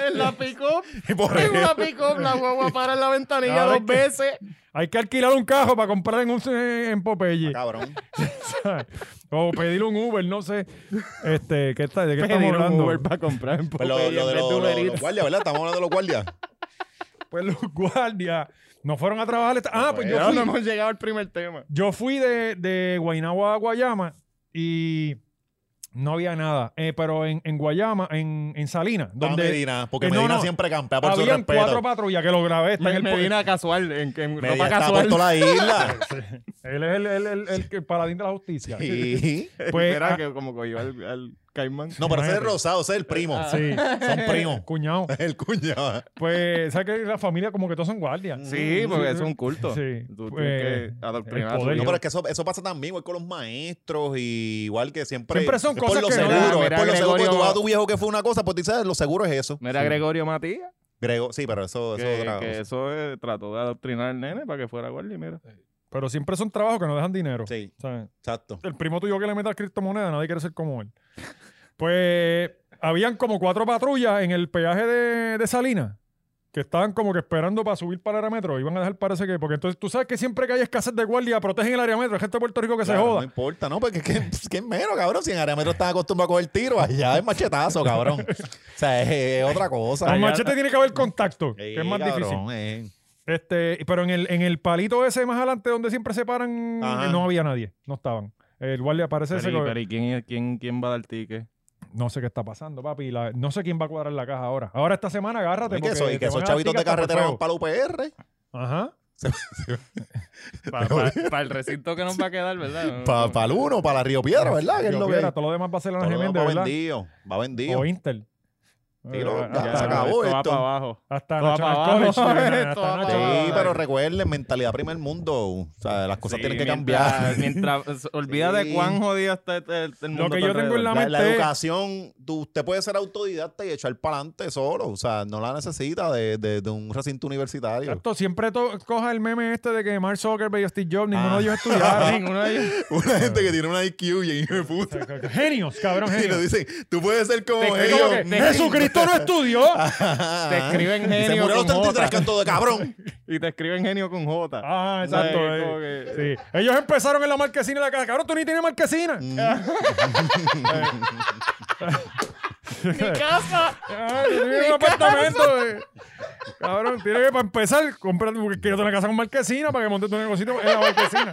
S4: en la pick-up.
S2: Y por
S4: En una pick-up la guagua para en la ventanilla
S1: Cada
S4: dos veces.
S1: Hay que alquilar un carro para comprar en, un, en Popeye.
S2: Cabrón.
S1: o pedir un Uber, no sé. Este, ¿qué está, ¿De qué estamos
S4: Pedir un
S1: hablando?
S4: Uber para comprar en
S2: Pues lo,
S4: Popeye
S2: lo
S4: en
S2: de
S4: vez de
S2: los- los-
S4: Uber
S2: los
S4: Eats.
S2: guardias, ¿verdad? Estamos hablando de los guardias.
S1: Pues los guardias no fueron a trabajar. esta- Ah, pues yo
S4: Ya
S1: fui,
S4: no hemos llegado al primer tema.
S1: yo fui de, de Guaynabo a Guayama y no había nada. Eh, pero en, en Guayama, en, en Salinas,
S2: Donde
S1: donde
S2: Ah, Medina, porque
S1: Eh, no,
S2: Medina
S1: no.
S2: siempre campea por su
S1: habían
S2: respeto.
S1: cuatro patrullas que lo grabé. Está en el po-
S4: Medina casual, en, en
S2: Medina
S4: ropa
S2: está por
S4: casual.
S2: toda la isla.
S1: Él es el, el, el, el que- el paladín de la justicia.
S2: Sí.
S1: Pues,
S4: Espera
S1: ah,
S4: que como cogió al, al caimán.
S2: No, pero ese es
S1: Imagínate.
S2: rosado, ese es el primo.
S1: Ah. sí,
S2: Son primos.
S1: cuñado.
S2: El cuñado.
S1: Pues, ¿sabes que La familia como que todos son guardias.
S4: Sí, porque es un culto.
S1: Sí,
S4: Tú
S1: pues,
S4: tienes que adoctrinar. a
S1: el
S4: tu
S1: poder.
S2: No,
S4: hijo.
S2: pero es que eso, eso pasa también, igual con los maestros, y igual que siempre.
S1: Siempre son
S2: es
S1: cosas
S2: por
S1: que
S2: lo
S1: no-
S2: seguro.
S4: Mira,
S2: es
S4: mira,
S2: por lo seguro.
S4: Gregorio-
S2: Tú vas a tu viejo que fue una cosa, pues tú dices, lo seguro es eso.
S4: Mira
S2: Sí.
S4: Gregorio Matías,
S2: Grego, sí, pero eso, eso es
S4: que,
S2: otra
S4: que
S2: cosa.
S4: eso eh, trató de adoctrinar al nene para que fuera guardia, mira.
S1: Pero siempre son trabajos que no dejan dinero.
S2: Sí,
S1: ¿sabes?
S2: exacto.
S1: El primo tuyo que le meta criptomonedas, nadie quiere ser como él. Pues habían como cuatro patrullas en el peaje de, de Salinas que estaban como que esperando para subir para el área metro. Iban a dejar, parece que. Porque entonces tú sabes que siempre que hay escasez de guardia, protegen el área metro. Hay gente de Puerto Rico que
S2: Claro,
S1: se
S2: No
S1: joda.
S2: importa, ¿no? Porque es que, es que es mero, cabrón. Si en área metro estás acostumbrado a coger tiro, allá es machetazo, cabrón. o sea, es, es otra cosa.
S1: Con
S2: Allá-
S1: machete tiene que haber contacto,
S2: Sí,
S1: que es más
S2: cabrón,
S1: difícil.
S2: eh.
S1: Este, pero en el, en el palito ese más adelante donde siempre se paran,
S2: Ajá.
S1: no había nadie, no estaban. El guardia parece ese
S4: Pero,
S1: que-
S4: pero, ¿y quién, es- quién, quién va a dar ticket?
S1: no sé qué está pasando, papi. la- no sé quién va a cuadrar la caja ahora. Ahora esta semana agárrate.
S2: Y que,
S1: porque
S2: eso- y
S1: te
S2: que esos
S1: van a dar
S2: chavitos de
S1: ticket hasta
S2: carretera van
S1: por
S2: para la UPR,
S1: fuego. Ajá.
S4: Para el recinto que nos va a quedar, ¿verdad?
S2: para el uno, para la Río Piedra, ¿verdad? Que es
S1: Yo
S2: lo que-
S1: viera, todo lo demás va a ser la
S2: Todo lo
S1: Geméndez,
S2: va
S1: ¿verdad?
S2: vendido, va vendido.
S1: O Intel.
S2: Sí, lo-
S1: Eh,
S2: ya
S1: hasta-
S2: se acabó
S4: va
S2: esto.
S4: para abajo.
S1: Hasta
S4: Todo
S1: National
S4: para abajo,
S1: College,
S4: eh,
S1: hasta
S4: todo para
S1: National-
S4: abajo.
S2: Sí, pero recuerden, mentalidad primer mundo. O sea, las cosas
S4: Sí,
S2: tienen que
S4: mientras-
S2: cambiar.
S4: Mientras, olvida
S2: Sí.
S4: de cuán jodido está este- el, el mundo.
S1: que
S4: a tu
S1: yo tengo en la-
S4: alrededor.
S2: La,
S1: Exactamente.
S2: la educación, tú, usted puede ser autodidacta y echar para adelante solo. O sea, no la necesita de, de- de un recinto universitario.
S1: Exacto, siempre to- coja el meme este de que Mark Zuckerberg y Steve Jobs, ninguno
S2: Ah.
S1: de ellos estudiaron.
S4: Ninguno de ellos.
S2: Una gente que tiene una IQ y me puta.
S1: genios, cabrón,
S2: Y le
S1: genios.
S2: dicen, tú puedes ser como
S4: Te- te-
S2: ellos.
S4: como que- te-
S1: Jesucristo no estudió.
S2: Ajá.
S4: Te escriben
S2: Y Se
S4: genio
S2: murieron los
S4: con
S2: 33
S4: J.
S2: cantos de cabrón.
S4: Y te escriben genio con J.
S1: Ah,
S4: ¿Sabes?
S1: exacto. eh.
S4: Como que- Mm.
S1: Sí. Ellos empezaron en la marquesina de la casa. Cabrón, tú ni tienes marquesina.
S3: Mi casa.
S1: Ay, yo tenía un apartamento. eh. Cabrón, tiene que para empezar comprar porque quiero tener una casa con marquesina para que monte tu negocito en la marquesina.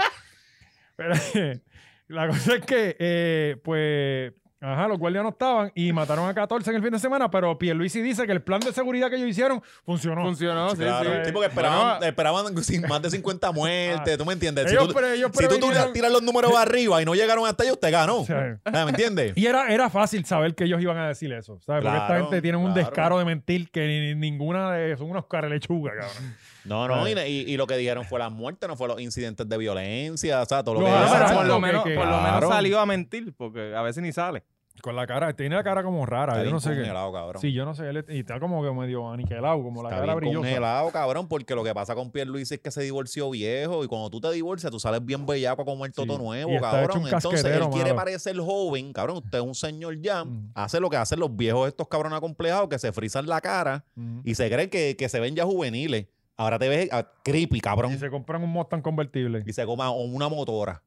S1: Pero, eh, la cosa es que, eh, pues, ajá, los guardias no estaban y mataron a 14 en el fin de semana, pero Pierluisi dice que el plan de seguridad que ellos hicieron funcionó.
S4: Funcionó, sí,
S2: Claro,
S4: sí.
S2: tipo que esperaban,
S4: Bueno, ah,
S2: esperaban sin- más de 50 muertes, ¿tú me entiendes?
S1: Ah. Ellos
S2: si tú,
S1: pre- ellos
S2: si tú
S1: previnieron-
S2: tiras los números arriba y no llegaron hasta ellos, te ganó.
S1: Sí.
S2: Ah, ¿Me entiendes?
S1: Y era, era fácil saber que ellos iban a decir eso, ¿sabes? Porque esta
S2: Claro,
S1: gente tiene un
S2: claro.
S1: descaro de mentir que ni, ni ninguna de... Son unos carrelechuga, cabrón.
S2: No, no, y, y- y lo que dijeron fue las muertes, no fue los incidentes de violencia, o sea, todo lo
S1: Los
S2: que...
S1: Ah,
S4: pero por
S1: pero bueno,
S4: lo,
S1: que-
S4: menos,
S1: que-
S4: por lo menos
S2: Claro.
S4: salió a mentir, porque a veces ni sale.
S1: Con la cara, tiene la cara como rara,
S2: Está
S1: yo
S2: bien
S1: no sé qué.
S2: congelado, cabrón.
S1: Sí, yo no sé, él- y está como que medio aniquilado, como la
S2: Está
S1: cara
S2: bien
S1: brillosa.
S2: congelado, cabrón, porque lo que pasa con Pierluis es que se divorció viejo y cuando tú te divorcias, tú sales bien bellaco a comer todo
S1: Sí.
S2: nuevo,
S1: Y está hecho
S2: cabrón.
S1: un
S2: Entonces, él
S1: casquetero,
S2: quiere
S1: mano.
S2: parecer joven, cabrón. Usted es un señor ya,
S1: Mm.
S2: hace lo que hacen los viejos estos cabrón acomplejados que se frisan la cara
S1: Ujú.
S2: y se creen que, que se ven ya juveniles. Ahora te ves ah, creepy,
S1: Y
S2: cabrón.
S1: se compran un Mustang convertible.
S2: Y se coma o una motora.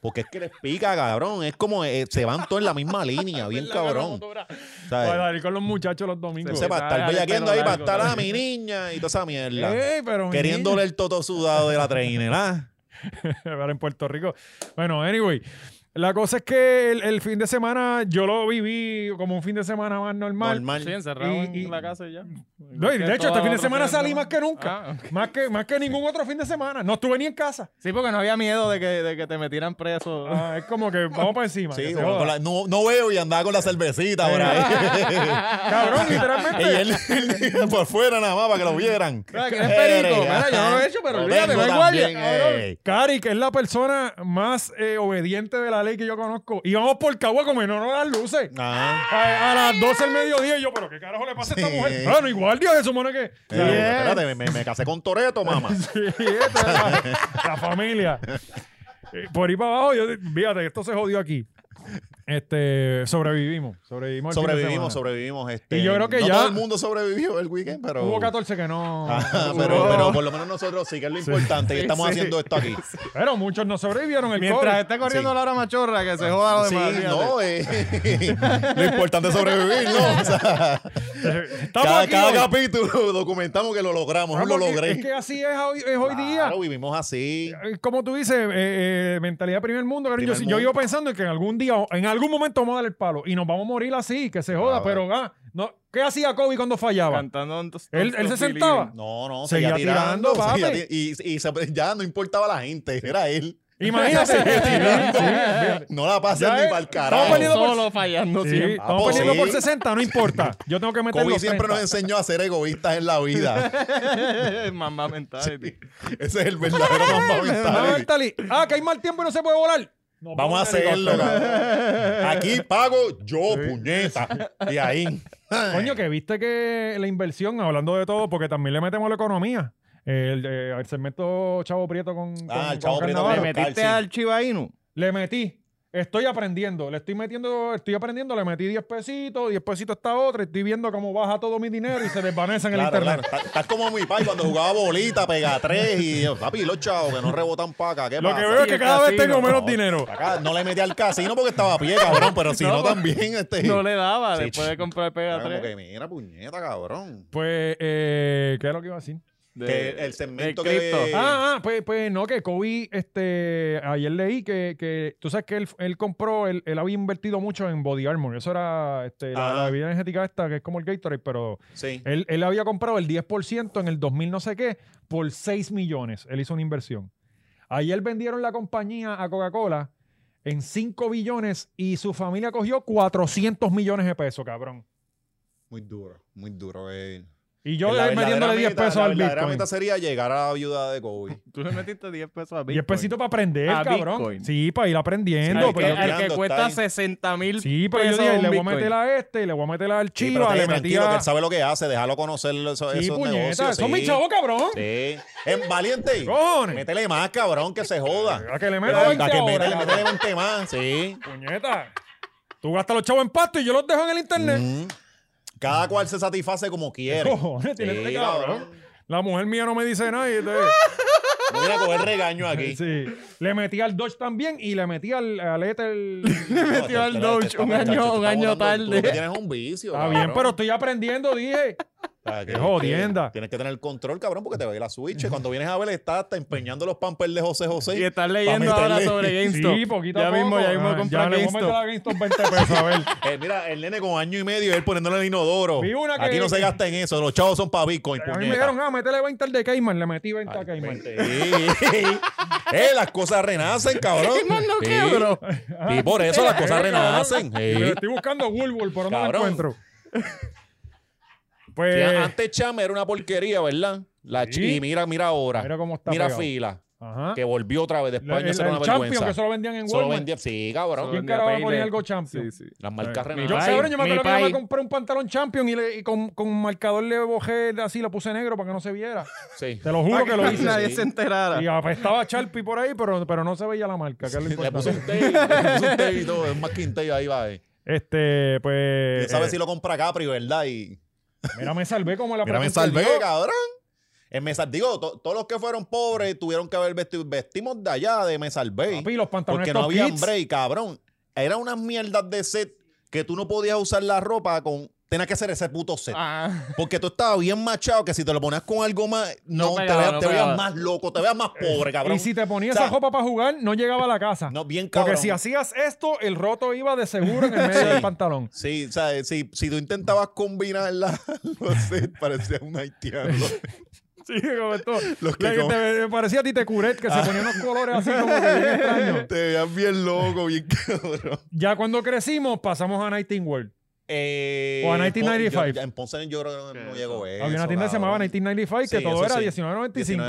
S2: Porque es que les pica, cabrón. Es como eh, se van todos en Pues la misma línea, bien cabrón. ¿Sabes?
S1: Para salir con los muchachos los domingos.
S2: Entonces, para estar
S4: Dale, dale,
S2: bellaqueando ahí,
S4: pelo
S2: para
S4: largo,
S2: estar a
S4: dale.
S2: mi niña y toda esa mierda.
S3: Eh,
S1: Ey, eh, pero mi
S2: Queriéndole el toto sudado de la trainer, ¿ah?
S1: niña. Pero en Puerto Rico. Bueno, anyway. La cosa es que el, el fin de semana yo lo viví como un fin de semana más normal.
S2: Normal.
S3: Sí, encerrado
S1: Y-
S3: en
S1: y-
S3: la casa y ya.
S1: No, y de hecho, este fin de semana salí más que nunca.
S3: Ah, ok.
S1: Más, que, más que ningún otro fin de semana. No estuve ni en casa.
S3: Sí, porque no había miedo de que, de que te metieran preso.
S1: Ah, es como que vamos para encima.
S2: Sí,
S1: que se
S2: uno
S1: joda.
S2: con la- no, no veo y andaba con la cervecita por ahí.
S1: Cabrón,
S2: y
S1: literalmente.
S2: él, él por fuera nada más para que lo vieran.
S3: Ah, que eres perico. Mira, yo no lo he hecho, pero
S2: Lo
S3: olvídate,
S2: tengo
S3: no hay guardia,
S2: también, eh.
S3: cabrón.
S2: ey.
S1: Cari, que es la persona más eh, obediente de la ley que yo conozco. Y vamos por Cagua como no nos las luces.
S2: Ah.
S1: A, a las 12 del mediodía, y yo, pero qué carajo le pasa a esta
S2: Sí.
S1: mujer. Claro, igual Dios se supone que.
S2: Eh, Espérate, me- me, me casé con Toreto, mamá.
S1: Sí, esta es la, la familia. Eh, Por ahí para abajo, yo, fíjate, esto se jodió aquí. Este, sobrevivimos. Sobrevivimos. el fin de
S2: Sobrevivimos,
S1: semana.
S2: sobrevivimos. Este,
S1: Y yo creo que
S2: no
S1: ya-
S2: todo el mundo sobrevivió el weekend, pero...
S1: Hubo 14 que no.
S2: Ah,
S1: no
S2: pero,
S1: hubo-
S2: pero por lo menos nosotros sí que es lo importante que estamos haciendo esto aquí.
S1: pero muchos no sobrevivieron el
S4: Mientras
S1: COVID.
S4: esté corriendo
S2: Sí.
S4: la hora machorra, que se joda lo
S2: Sí,
S4: demás. fíjate.
S2: no, eh, lo importante es sobrevivir, ¿no? O sea,
S1: Eh, Estamos
S2: cada,
S1: aquí
S2: cada
S1: hoy.
S2: capítulo documentamos que lo logramos,
S1: Estamos
S2: lo
S1: aquí.
S2: logré.
S1: Es que así es hoy, es hoy día.
S2: Claro, vivimos así.
S1: Eh, Como tú dices, eh, eh, mentalidad de primer mundo. cariño. yo,
S2: Primer
S1: yo
S2: mundo.
S1: iba pensando en que en algún día, o- en algún momento vamos a dar el palo y nos vamos a morir así, que se joda.
S2: Claro.
S1: pero, ah, no, ¿qué hacía Kobe cuando fallaba?
S4: Cantando en tus-
S1: Él- él se
S4: tus
S1: sentaba.
S4: believing.
S2: No, no,
S1: Seguía
S2: seguía,
S1: tirando,
S2: tirando,
S1: papi.
S2: seguía ti- y, y se- ya no importaba la gente, era él.
S1: Imagínate. Sí, fíjate.
S2: No la pasen
S1: Ya
S2: ni
S1: es-
S2: para el
S1: estamos
S2: carajo.
S1: perdiendo por-
S3: Solo fallando
S1: Sí,
S3: siempre.
S1: estamos
S2: Ah, pues
S1: perdiendo por
S2: sí.
S1: 60, no importa. Yo tengo que meter
S2: Kobe
S1: los
S2: siempre
S1: 30.
S2: nos enseñó a ser egoístas en la vida.
S4: Mamá mentality.
S2: Ese es el verdadero mamá
S1: Ah,
S2: mentality.
S1: Bertali, Ah, que hay mal tiempo y no se puede volar. Nos
S2: Vamos a
S1: en
S2: hacerlo,
S1: helicóptero.
S2: cabrón. Aquí pago yo, puñeta. Y ahí.
S1: Coño, que viste que la inversión, hablando de todo, porque también le metemos la economía. El, eh, el segmento Chavo Prieto con.
S2: Ah,
S1: con-
S2: el Chavo
S1: con
S2: Prieto
S1: Carnaval.
S4: ¿Le
S2: Claro,
S4: metiste
S2: Carl, sí.
S4: al Chiva Inu?
S1: Le metí. Estoy aprendiendo. Le estoy metiendo, estoy aprendiendo. Le metí 10 pesitos, 10 pesitos esta otra. Estoy viendo cómo baja todo mi dinero y se desvanece en el
S2: Claro,
S1: internet.
S2: claro. Estás- Estás como mi pai cuando jugaba bolita, pega tres y yo, papi, los chavos que no rebotan para acá. ¿Qué
S1: Lo
S2: pasa?
S1: que veo es
S4: Sí,
S1: que
S4: el
S1: cada vez tengo
S4: casino.
S1: menos dinero.
S2: Acá no le metí al casino porque estaba a pie, cabrón, pero si no,
S4: pues,
S2: también. Este,
S4: No le daba
S2: Sí,
S4: después de comprar
S2: Era
S4: Pega
S2: como
S4: 3.
S2: que mira, puñeta, cabrón.
S1: Pues, eh, ¿qué es lo que iba a decir?
S2: Que el segmento que- Eh,
S1: Ah, ah, pues, pues no, que Kobe, este, ayer leí que, que tú sabes que él, él compró, él, él había invertido mucho en Body Armor. Eso era este, la,
S2: Ah.
S1: la bebida energética esta, que es como el Gatorade, pero
S2: Sí.
S1: él, él había comprado el 10% en el 2000 no sé qué por 6 millones. Él hizo una inversión. Ayer vendieron la compañía a Coca-Cola en 5 billones y su familia cogió 400 millones de pesos, cabrón.
S2: Muy duro, muy duro. eh.
S1: Y yo
S2: La
S1: le- metiéndole
S2: verdadera
S1: 10
S2: meta-
S1: pesos
S2: la
S1: al
S2: verdadera
S1: Bitcoin.
S2: meta sería llegar a la viuda de Kobe.
S4: Tú le metiste 10 pesos a Bitcoin.
S1: 10 pesitos para aprender,
S4: A
S1: cabrón.
S4: Bitcoin.
S1: Sí, para ir aprendiendo.
S4: Al que,
S1: pero yo-
S4: al que
S2: tirando, está
S4: cuesta
S2: ahí.
S4: 60 mil
S1: Sí, pero yo
S4: pesos
S1: dije,
S4: un
S1: le voy a
S4: Bitcoin.
S1: meter a este, le voy a meter al
S2: Sí,
S1: chiva,
S2: pero
S1: le
S2: ten tranquilo,
S1: metía...
S2: que él sabe lo que hace, déjalo conocer eso-
S1: Sí,
S2: esos
S1: puñeta,
S2: negocios.
S1: son
S2: sí.
S1: mis chavos, cabrón.
S2: Sí. Es valiente.
S1: Cojones.
S2: Métele más, cabrón, que se joda.
S1: A que le
S2: Pero
S1: meta 20
S2: a que
S1: ahora.
S2: métele, métele 20 más, sí.
S1: Puñeta. Tú gastas los chavos en pasto y yo los dejo en el internet.
S2: Mm. Cada cual se satisface como quiere.
S1: Cojones, tiene
S2: Sí,
S1: este cabrón. La mujer mía no me dice nada y entonces-
S2: No voy a coger regaño aquí.
S1: Sí. Le metí al Dodge también y le metí al, al Ethel.
S2: Le
S4: metió al Doge un año- un año tarde.
S2: tienes un vicio.
S1: Está bien,
S2: cabrón.
S1: pero estoy aprendiendo, dije.
S2: O sea, que-
S1: Qué jodienda.
S2: que Tienes que tener control, cabrón, porque te va a ir la Switch. Cuando vienes a ver, estás hasta empeñando los pampers de José José.
S4: Y estás leyendo
S2: Pa'
S4: ahora
S2: meterle-
S4: sobre GameStop.
S1: Sí, poquito
S4: ya
S1: a poco.
S4: mismo, ya mismo
S1: Ah,
S4: comprar
S1: le voy a meter
S4: GameStop.
S1: a GameStop 20 pesos, a ver.
S2: Eh, mira, el nene con año y medio, él poniéndole el inodoro.
S1: Vi una que-
S2: Aquí no se gasta en eso. Los chavos son para Bitcoin,
S1: A
S2: puñeta.
S1: mí me dijeron, ah, métele 20 al de Cayman. Le metí 20 a Cayman.
S2: Sí. eh, las cosas renacen, cabrón.
S4: no
S2: Sí.
S4: quebro.
S2: Y por eso las
S1: Eh,
S2: cosas
S1: cabrón.
S2: renacen.
S1: Pero
S2: Sí.
S1: Estoy buscando Woolworth, por donde lo
S2: Cabrón.
S1: encuentro.
S2: Sí,
S1: Pues.
S2: Antes Chama era una porquería, ¿verdad? La ch-
S1: Sí.
S2: Y mira, mira ahora.
S1: Mira
S2: Mira,
S1: cómo está. pegado.
S2: fila.
S1: Ajá.
S2: Que volvió otra vez de
S1: La-
S2: España.
S1: el,
S2: eso era
S1: el
S2: una
S1: Champion, que
S2: vergüenza.
S1: solo vendían en
S2: Solo
S1: Walmart.
S2: vendía- Sí, cabrón.
S1: ¿Quién carajo va a
S4: Payday.
S1: poner algo Champion?
S4: Sí, sí.
S2: Las
S1: Eh,
S2: marcas
S1: Yo,
S2: renacen.
S4: Pay,
S1: cabrón, yo me
S4: mi
S1: acuerdo que yo me
S4: pay.
S1: compré un pantalón Champion y, le- y con, con marcador le bojé así, lo puse negro para que no se viera.
S2: Sí.
S1: Te lo juro que lo hice.
S4: Nadie
S2: sí.
S4: se enterara.
S1: Y apestaba Sharpie por ahí, pero, pero no se veía la marca, que es lo
S2: Le
S1: importante.
S2: puso un tape, le puso un tape y todo, es más quintay ahí va. eh.
S1: Este, pues.
S2: Quién sabe
S1: eh,
S2: si lo compra Capri, ¿verdad? Y
S1: Mira, me salvé como la
S2: mira, me
S1: pregunta
S2: salvé,
S1: del-
S2: cabrón. En me sal- digo, to- todos los que fueron pobres tuvieron que haber vestido, vestimos de allá de me salvé.
S1: Papi, los pantalones
S2: Porque no
S1: estos
S2: había
S1: Kids.
S2: break, cabrón. Era unas mierdas de set que tú no podías usar la ropa con Tenías que hacer ese puto set.
S3: Ah,
S2: Porque tú estabas bien machado que si te lo ponías con algo más, no,
S3: No
S2: te,
S3: pegaba,
S2: veas,
S3: no
S2: te veas
S3: pegaba.
S2: más loco, te veas más pobre, cabrón.
S1: Eh, Y si te ponías
S2: O sea,
S1: esa ropa para jugar, no llegaba a la casa.
S2: No, bien cabrón.
S1: Porque si hacías esto, el roto iba de seguro en el medio
S2: Sí.
S1: del pantalón.
S2: Sí, o sea, si, si tú intentabas combinarla, no sé, parecía un haitiano.
S1: Sí, como esto.
S2: Los que Ah.
S1: La que
S2: con-
S1: te- "Eh, parecía a ti te curet, que se ponía unos colores así como que bien extraños.
S2: Te veías bien loco, bien cabrón.
S1: Ya cuando crecimos, pasamos a Nighting World.
S2: Eh,
S1: O a
S2: en Pon-
S1: 1995.
S2: yo- en Ponce yo creo que no llegó eso.
S1: Había una tienda que se llamaba 1995 que
S2: Sí,
S1: todo
S2: eso
S1: era
S2: sí.
S1: 1995.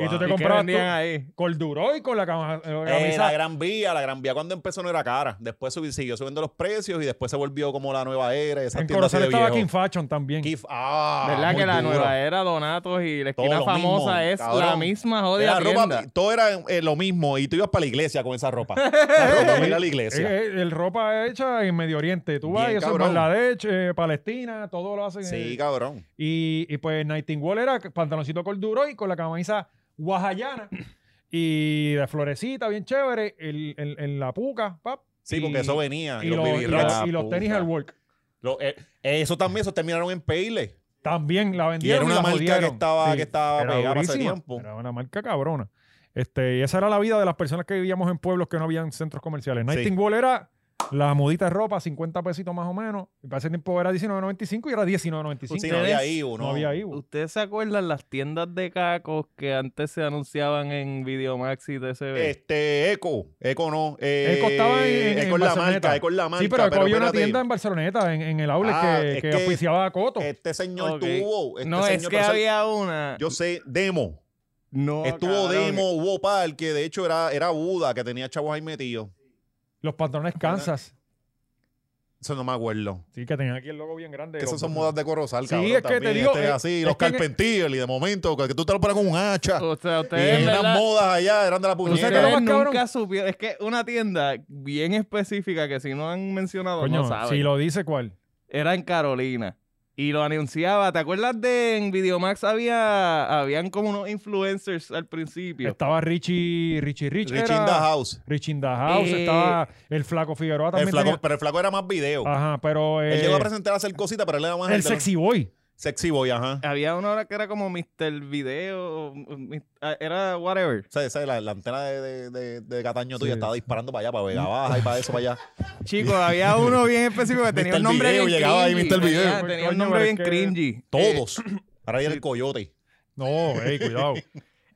S2: 1995.
S1: Y tú
S2: ah.
S1: te
S3: ¿Y qué
S1: comprabas
S3: vendían
S1: tú?
S3: ahí?
S1: Corduro y con la cama- la
S2: Eh,
S1: camisa.
S2: la Gran Vía, la Gran Vía cuando empezó no era cara. Después subi- siguió subiendo los precios y después se volvió como la nueva era. Esas
S1: en
S2: tiendas
S1: Corozal
S2: así de
S1: estaba King
S2: viejo.
S1: Fashion también.
S2: Kif- ah,
S3: ¿Verdad
S2: muy
S3: que la
S2: duro.
S3: nueva era Donatos y la
S2: Todo
S3: esquina
S2: lo
S3: famosa
S2: mismo,
S3: es la
S2: cabrón.
S3: misma jodida
S2: Era ropa-
S3: tienda?
S2: todo era eh, lo mismo y tú ibas para la iglesia con esa ropa. La ropa para ir a la
S1: Eh,
S2: iglesia.
S1: eh, el ropa hecha en Medio Oriente. Tú vas
S2: Bien,
S1: y eso es
S2: cabrón.
S1: Bangladesh, eh, Palestina, todo lo hacen. eh,
S2: Sí, cabrón.
S1: Y, y pues Nightingale era pantaloncito corduro y con la camisa guajayana y de florecita, bien chévere, el- el- en la puca, pap.
S2: Sí,
S1: y-
S2: porque eso venía.
S1: Y,
S2: Y, los,
S1: los, y
S2: bibirrots.
S1: los- y los
S2: Ah, La
S1: tenis
S2: puta.
S1: al work.
S2: Lo- eh, eso también, esos terminaron en Payle.
S1: También la
S2: Y era
S1: vendieron.
S2: una
S1: la
S2: marca que
S1: jodieron.
S2: estaba,
S1: Sí,
S2: que estaba
S1: era
S2: pegada para ese
S1: durísima,
S2: tiempo.
S1: Era una marca cabrona. Este, y esa era la vida de las personas que vivíamos en pueblos que no habían centros comerciales. Nightingale era la mudita de ropa, 50 pesitos más o menos. Y para ese tiempo era 19.95 y era 19.95.
S2: Sí, no había
S3: ustedes-
S2: Ivo,
S1: no,
S2: ¿no?
S1: había Ibu.
S3: ¿Ustedes se acuerdan las tiendas de cacos que antes se anunciaban en Videomax y TCB?
S2: Este, Eco. Eco no. eh,
S1: Eco estaba en- en-
S2: Eco
S1: en
S2: es la
S1: Barceloneta.
S2: marca, Eco es la marca.
S1: Sí, pero, había una
S2: espérate,
S1: tienda en Barceloneta, en, en el outlet,
S2: Ah,
S1: que,
S2: es
S1: que
S2: que-
S1: auspiciaba a Coto.
S2: Este señor
S3: Ok.
S2: tuvo. Este
S3: no,
S2: señor,
S3: es que
S2: pero ese-
S3: había una.
S2: Yo sé, Demo.
S1: Oh,
S3: no,
S2: Estuvo
S3: cabrón.
S2: Demo, hubo Pal, que de hecho era, era Buda, que tenía chavos ahí metidos.
S1: Los patrones Kansas.
S2: Eso no me acuerdo.
S1: Sí, que tenían aquí el logo bien grande.
S2: Que esas
S1: Los-
S2: son modas de Corozal,
S1: Sí,
S2: cabrón.
S1: es que te
S2: también.
S1: digo,
S2: Este,
S1: eh,
S2: así,
S1: es
S2: los
S1: que en-
S2: Carpentier, y de momento, que tú te lo paras con un hacha.
S3: O sea,
S2: Y
S3: ustedes,
S2: unas
S3: ¿verdad?
S2: modas allá, eran de la
S1: sabes
S2: puñeta.
S1: que lo
S3: Ustedes
S1: más
S3: nunca
S1: cabrón?
S3: supieron. Es que una tienda bien específica que si no han mencionado,
S1: Coño,
S3: no saben.
S1: si lo dice, ¿cuál?
S3: Era en Carolina. Y lo anunciaba. ¿Te acuerdas de en Videomax había habían como unos influencers al principio?
S1: Estaba Richie, Richie Rich.
S2: Rich in
S1: era-
S2: the house.
S1: Richie in the House.
S3: Eh,
S1: estaba el Flaco Figueroa
S2: El
S1: también.
S2: flaco-
S1: tenía-
S2: pero el flaco era más video.
S1: Ajá, pero.
S2: Él
S1: eh,
S2: llegó a presentar a hacer cositas, pero él era más
S1: el
S2: de los-
S1: Sexy Boy.
S2: Sexy boy, ajá.
S3: Había una hora que era como Mr. Video. o Mr. ah, Era whatever.
S2: O sea, esa es la, la antena de, de- de- de Cataño tuya
S1: Sí.
S2: estaba disparando para allá, para
S3: Mm.
S2: Vega Baja y para eso, para allá.
S3: Chicos, había uno bien específico que tenía
S2: Mr.
S3: un nombre
S2: Video,
S3: bien
S2: llegaba ahí
S3: cringy.
S2: Mr. Video.
S3: Tenía,
S1: Pues,
S3: tenía
S1: coño,
S3: un nombre
S1: pero
S3: bien
S1: es que-
S3: cringy. Eh,
S2: Todos. Ahora viene el coyote.
S1: No, ey, cuidado.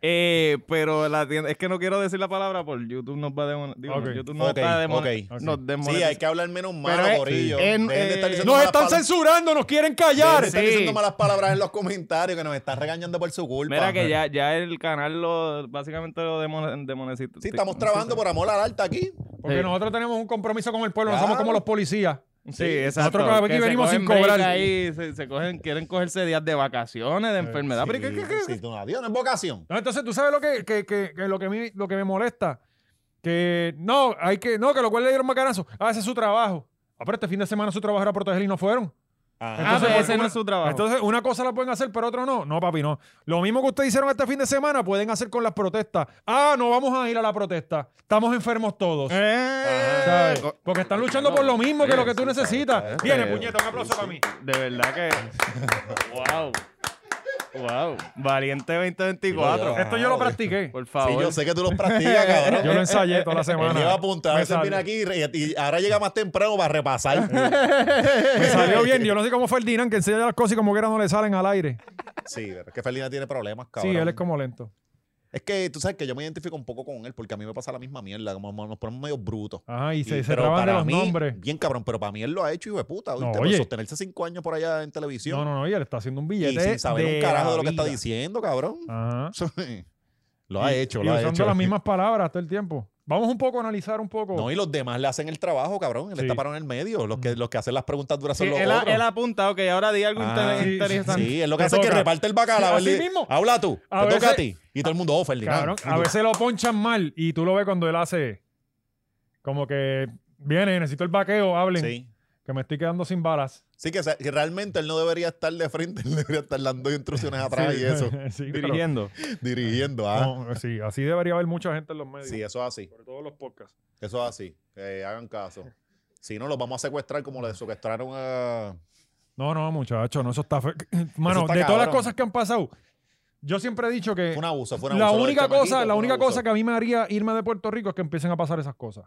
S3: Eh, pero la tienda, es que no quiero decir la palabra por YouTube nos va a demon- digo,
S1: Ok,
S3: YouTube nos
S2: ok,
S3: está demon-
S2: ok.
S3: nos
S2: Sí,
S3: demonetiza.
S2: hay que hablar menos malo,
S3: Pero es-
S2: Corillo.
S3: en-
S2: Dejen de estar
S3: eh,
S2: diciendo
S1: ¡Nos
S2: malas
S1: están
S2: palabras.
S1: censurando! ¡Nos quieren
S2: Dejen
S1: callar!
S2: de estar
S3: Sí.
S2: diciendo malas palabras en los comentarios, que nos están regañando por su culpa.
S3: Mira que ya, ya el canal lo básicamente lo demon- demonetiza.
S2: Sí, estamos trabajando por amor al arte aquí.
S1: Porque
S3: Sí.
S1: nosotros tenemos un compromiso con el pueblo, no
S2: Claro.
S1: somos como los policías.
S3: Sí, exacto.
S1: Nosotros aquí
S3: Que se
S1: venimos sin
S3: cogen break
S1: cobrar.
S3: Ahí, se, se cogen, quieren cogerse días de vacaciones,
S1: Eh,
S3: de enfermedad. Ah, Pero ¿qué- qué- qué-
S2: Sí, sí, tú, adiós, no es vocación.
S1: No, entonces, ¿tú sabes lo que, que- que- que lo que, a mí- lo que me molesta? Que no, hay que, no, que los cuales le dieron macanazo. Ah, ese es su trabajo. Ah, pero este fin de semana su trabajo era proteger y no fueron.
S3: Ah,
S1: Entonces,
S3: pero
S1: ¿por
S3: ese
S1: qué
S3: no
S1: no-
S3: es su trabajo.
S1: Entonces, una cosa la pueden hacer, pero otra no. No, papi, no. Lo mismo que ustedes hicieron este fin de semana, pueden hacer con las protestas. Ah, no vamos a ir a la protesta. Estamos enfermos todos.
S3: Eh,
S1: ¿Sabes?
S3: co-
S1: Porque están luchando por lo mismo que lo que tú
S2: Eh,
S1: necesitas.
S3: está,
S1: Viene,
S3: está.
S1: puñeto, un aplauso para mí.
S3: De verdad que. ¡Wow! ¡Wow! Valiente
S2: Ah,
S3: 2024.
S1: Esto
S2: eh.
S1: yo lo practiqué.
S3: Por
S2: Sí,
S3: favor.
S2: yo sé que tú los practicas, cabrón.
S1: Yo lo ensayé toda la semana.
S2: Él eh, lleva apuntado, a
S1: Me
S2: veces
S1: salió.
S2: viene aquí y re- y ahora llega más temprano para repasar.
S1: Me salió bien. Yo no sé cómo Ferdinand, que enseña las cosas y como quiera no le salen al aire.
S2: Sí, pero es que Felina tiene problemas,
S1: Sí,
S2: cabrón.
S1: él es como lento.
S2: Es que tú sabes que yo me identifico un poco con él porque a mí me pasa la misma mierda, como nos ponemos medio brutos.
S1: Ajá, y se,
S2: Y-
S1: se
S2: pero
S1: traban de
S2: para
S1: los
S2: mí,
S1: nombres.
S2: Bien cabrón, pero para mí él lo ha hecho, hijo de puta.
S1: No,
S2: ¿oíste?
S1: oye.
S2: Sostenerse cinco años por allá en televisión
S1: No, no, no, y él está haciendo un
S2: y
S1: billete.
S2: sin saber un
S1: de
S2: carajo
S1: la
S2: de lo que está
S1: vida.
S2: diciendo, cabrón.
S1: Ajá.
S2: Eso, lo ha
S1: Y-
S2: hecho,
S1: y
S2: lo ha
S1: usando
S2: hecho.
S1: las mismas palabras todo el tiempo. Vamos un poco a analizar un poco.
S2: No, y los demás le hacen el trabajo, cabrón. Él
S1: Sí. Mm.
S2: está parado en el medio. Los que, los que hacen las preguntas duras
S3: Sí,
S2: son los
S3: él, ha,
S2: otros.
S3: él ha apuntado que ahora di algo
S2: Ah,
S3: inter-
S1: sí,
S3: interesante.
S2: Sí, es lo que
S1: Te
S2: hace es que
S1: toca.
S2: reparte el bacalao.
S1: Sí, así
S2: él dice,
S1: mismo.
S2: Habla tú,
S1: A
S2: te toca a
S1: veces-
S2: ti. Y todo el mundo, oh, Ferdinand.
S1: Cabrón, a veces lo ponchan mal y tú lo ves cuando él hace como que viene, necesito el vaqueo, hablen,
S2: Sí.
S1: que me estoy quedando sin balas.
S2: Sí, que, se- que realmente él no debería estar de frente, él debería estar dando instrucciones atrás
S1: Sí,
S2: y eso,
S1: sí, pero-
S3: Dirigiendo.
S2: dirigiendo. ah.
S1: no, sí, así debería haber mucha gente en los medios,
S2: Sí, eso es así.
S1: sobre todo en los podcasts.
S2: Eso es así. Eh, hagan caso. Si no, los vamos a secuestrar como le secuestraron a,
S1: No, no, muchacho, no, eso está. fe- Mano,
S2: está
S1: de todas las
S2: cabrón.
S1: cosas que han pasado, yo siempre he dicho que
S2: Fue un abuso, fue un
S1: la
S2: abuso. Lo del
S1: única
S2: chamaquito
S1: cosa,
S2: fue
S1: la
S2: un
S1: única
S2: abuso.
S1: cosa que a mí me haría irme de Puerto Rico es que empiecen a pasar esas cosas.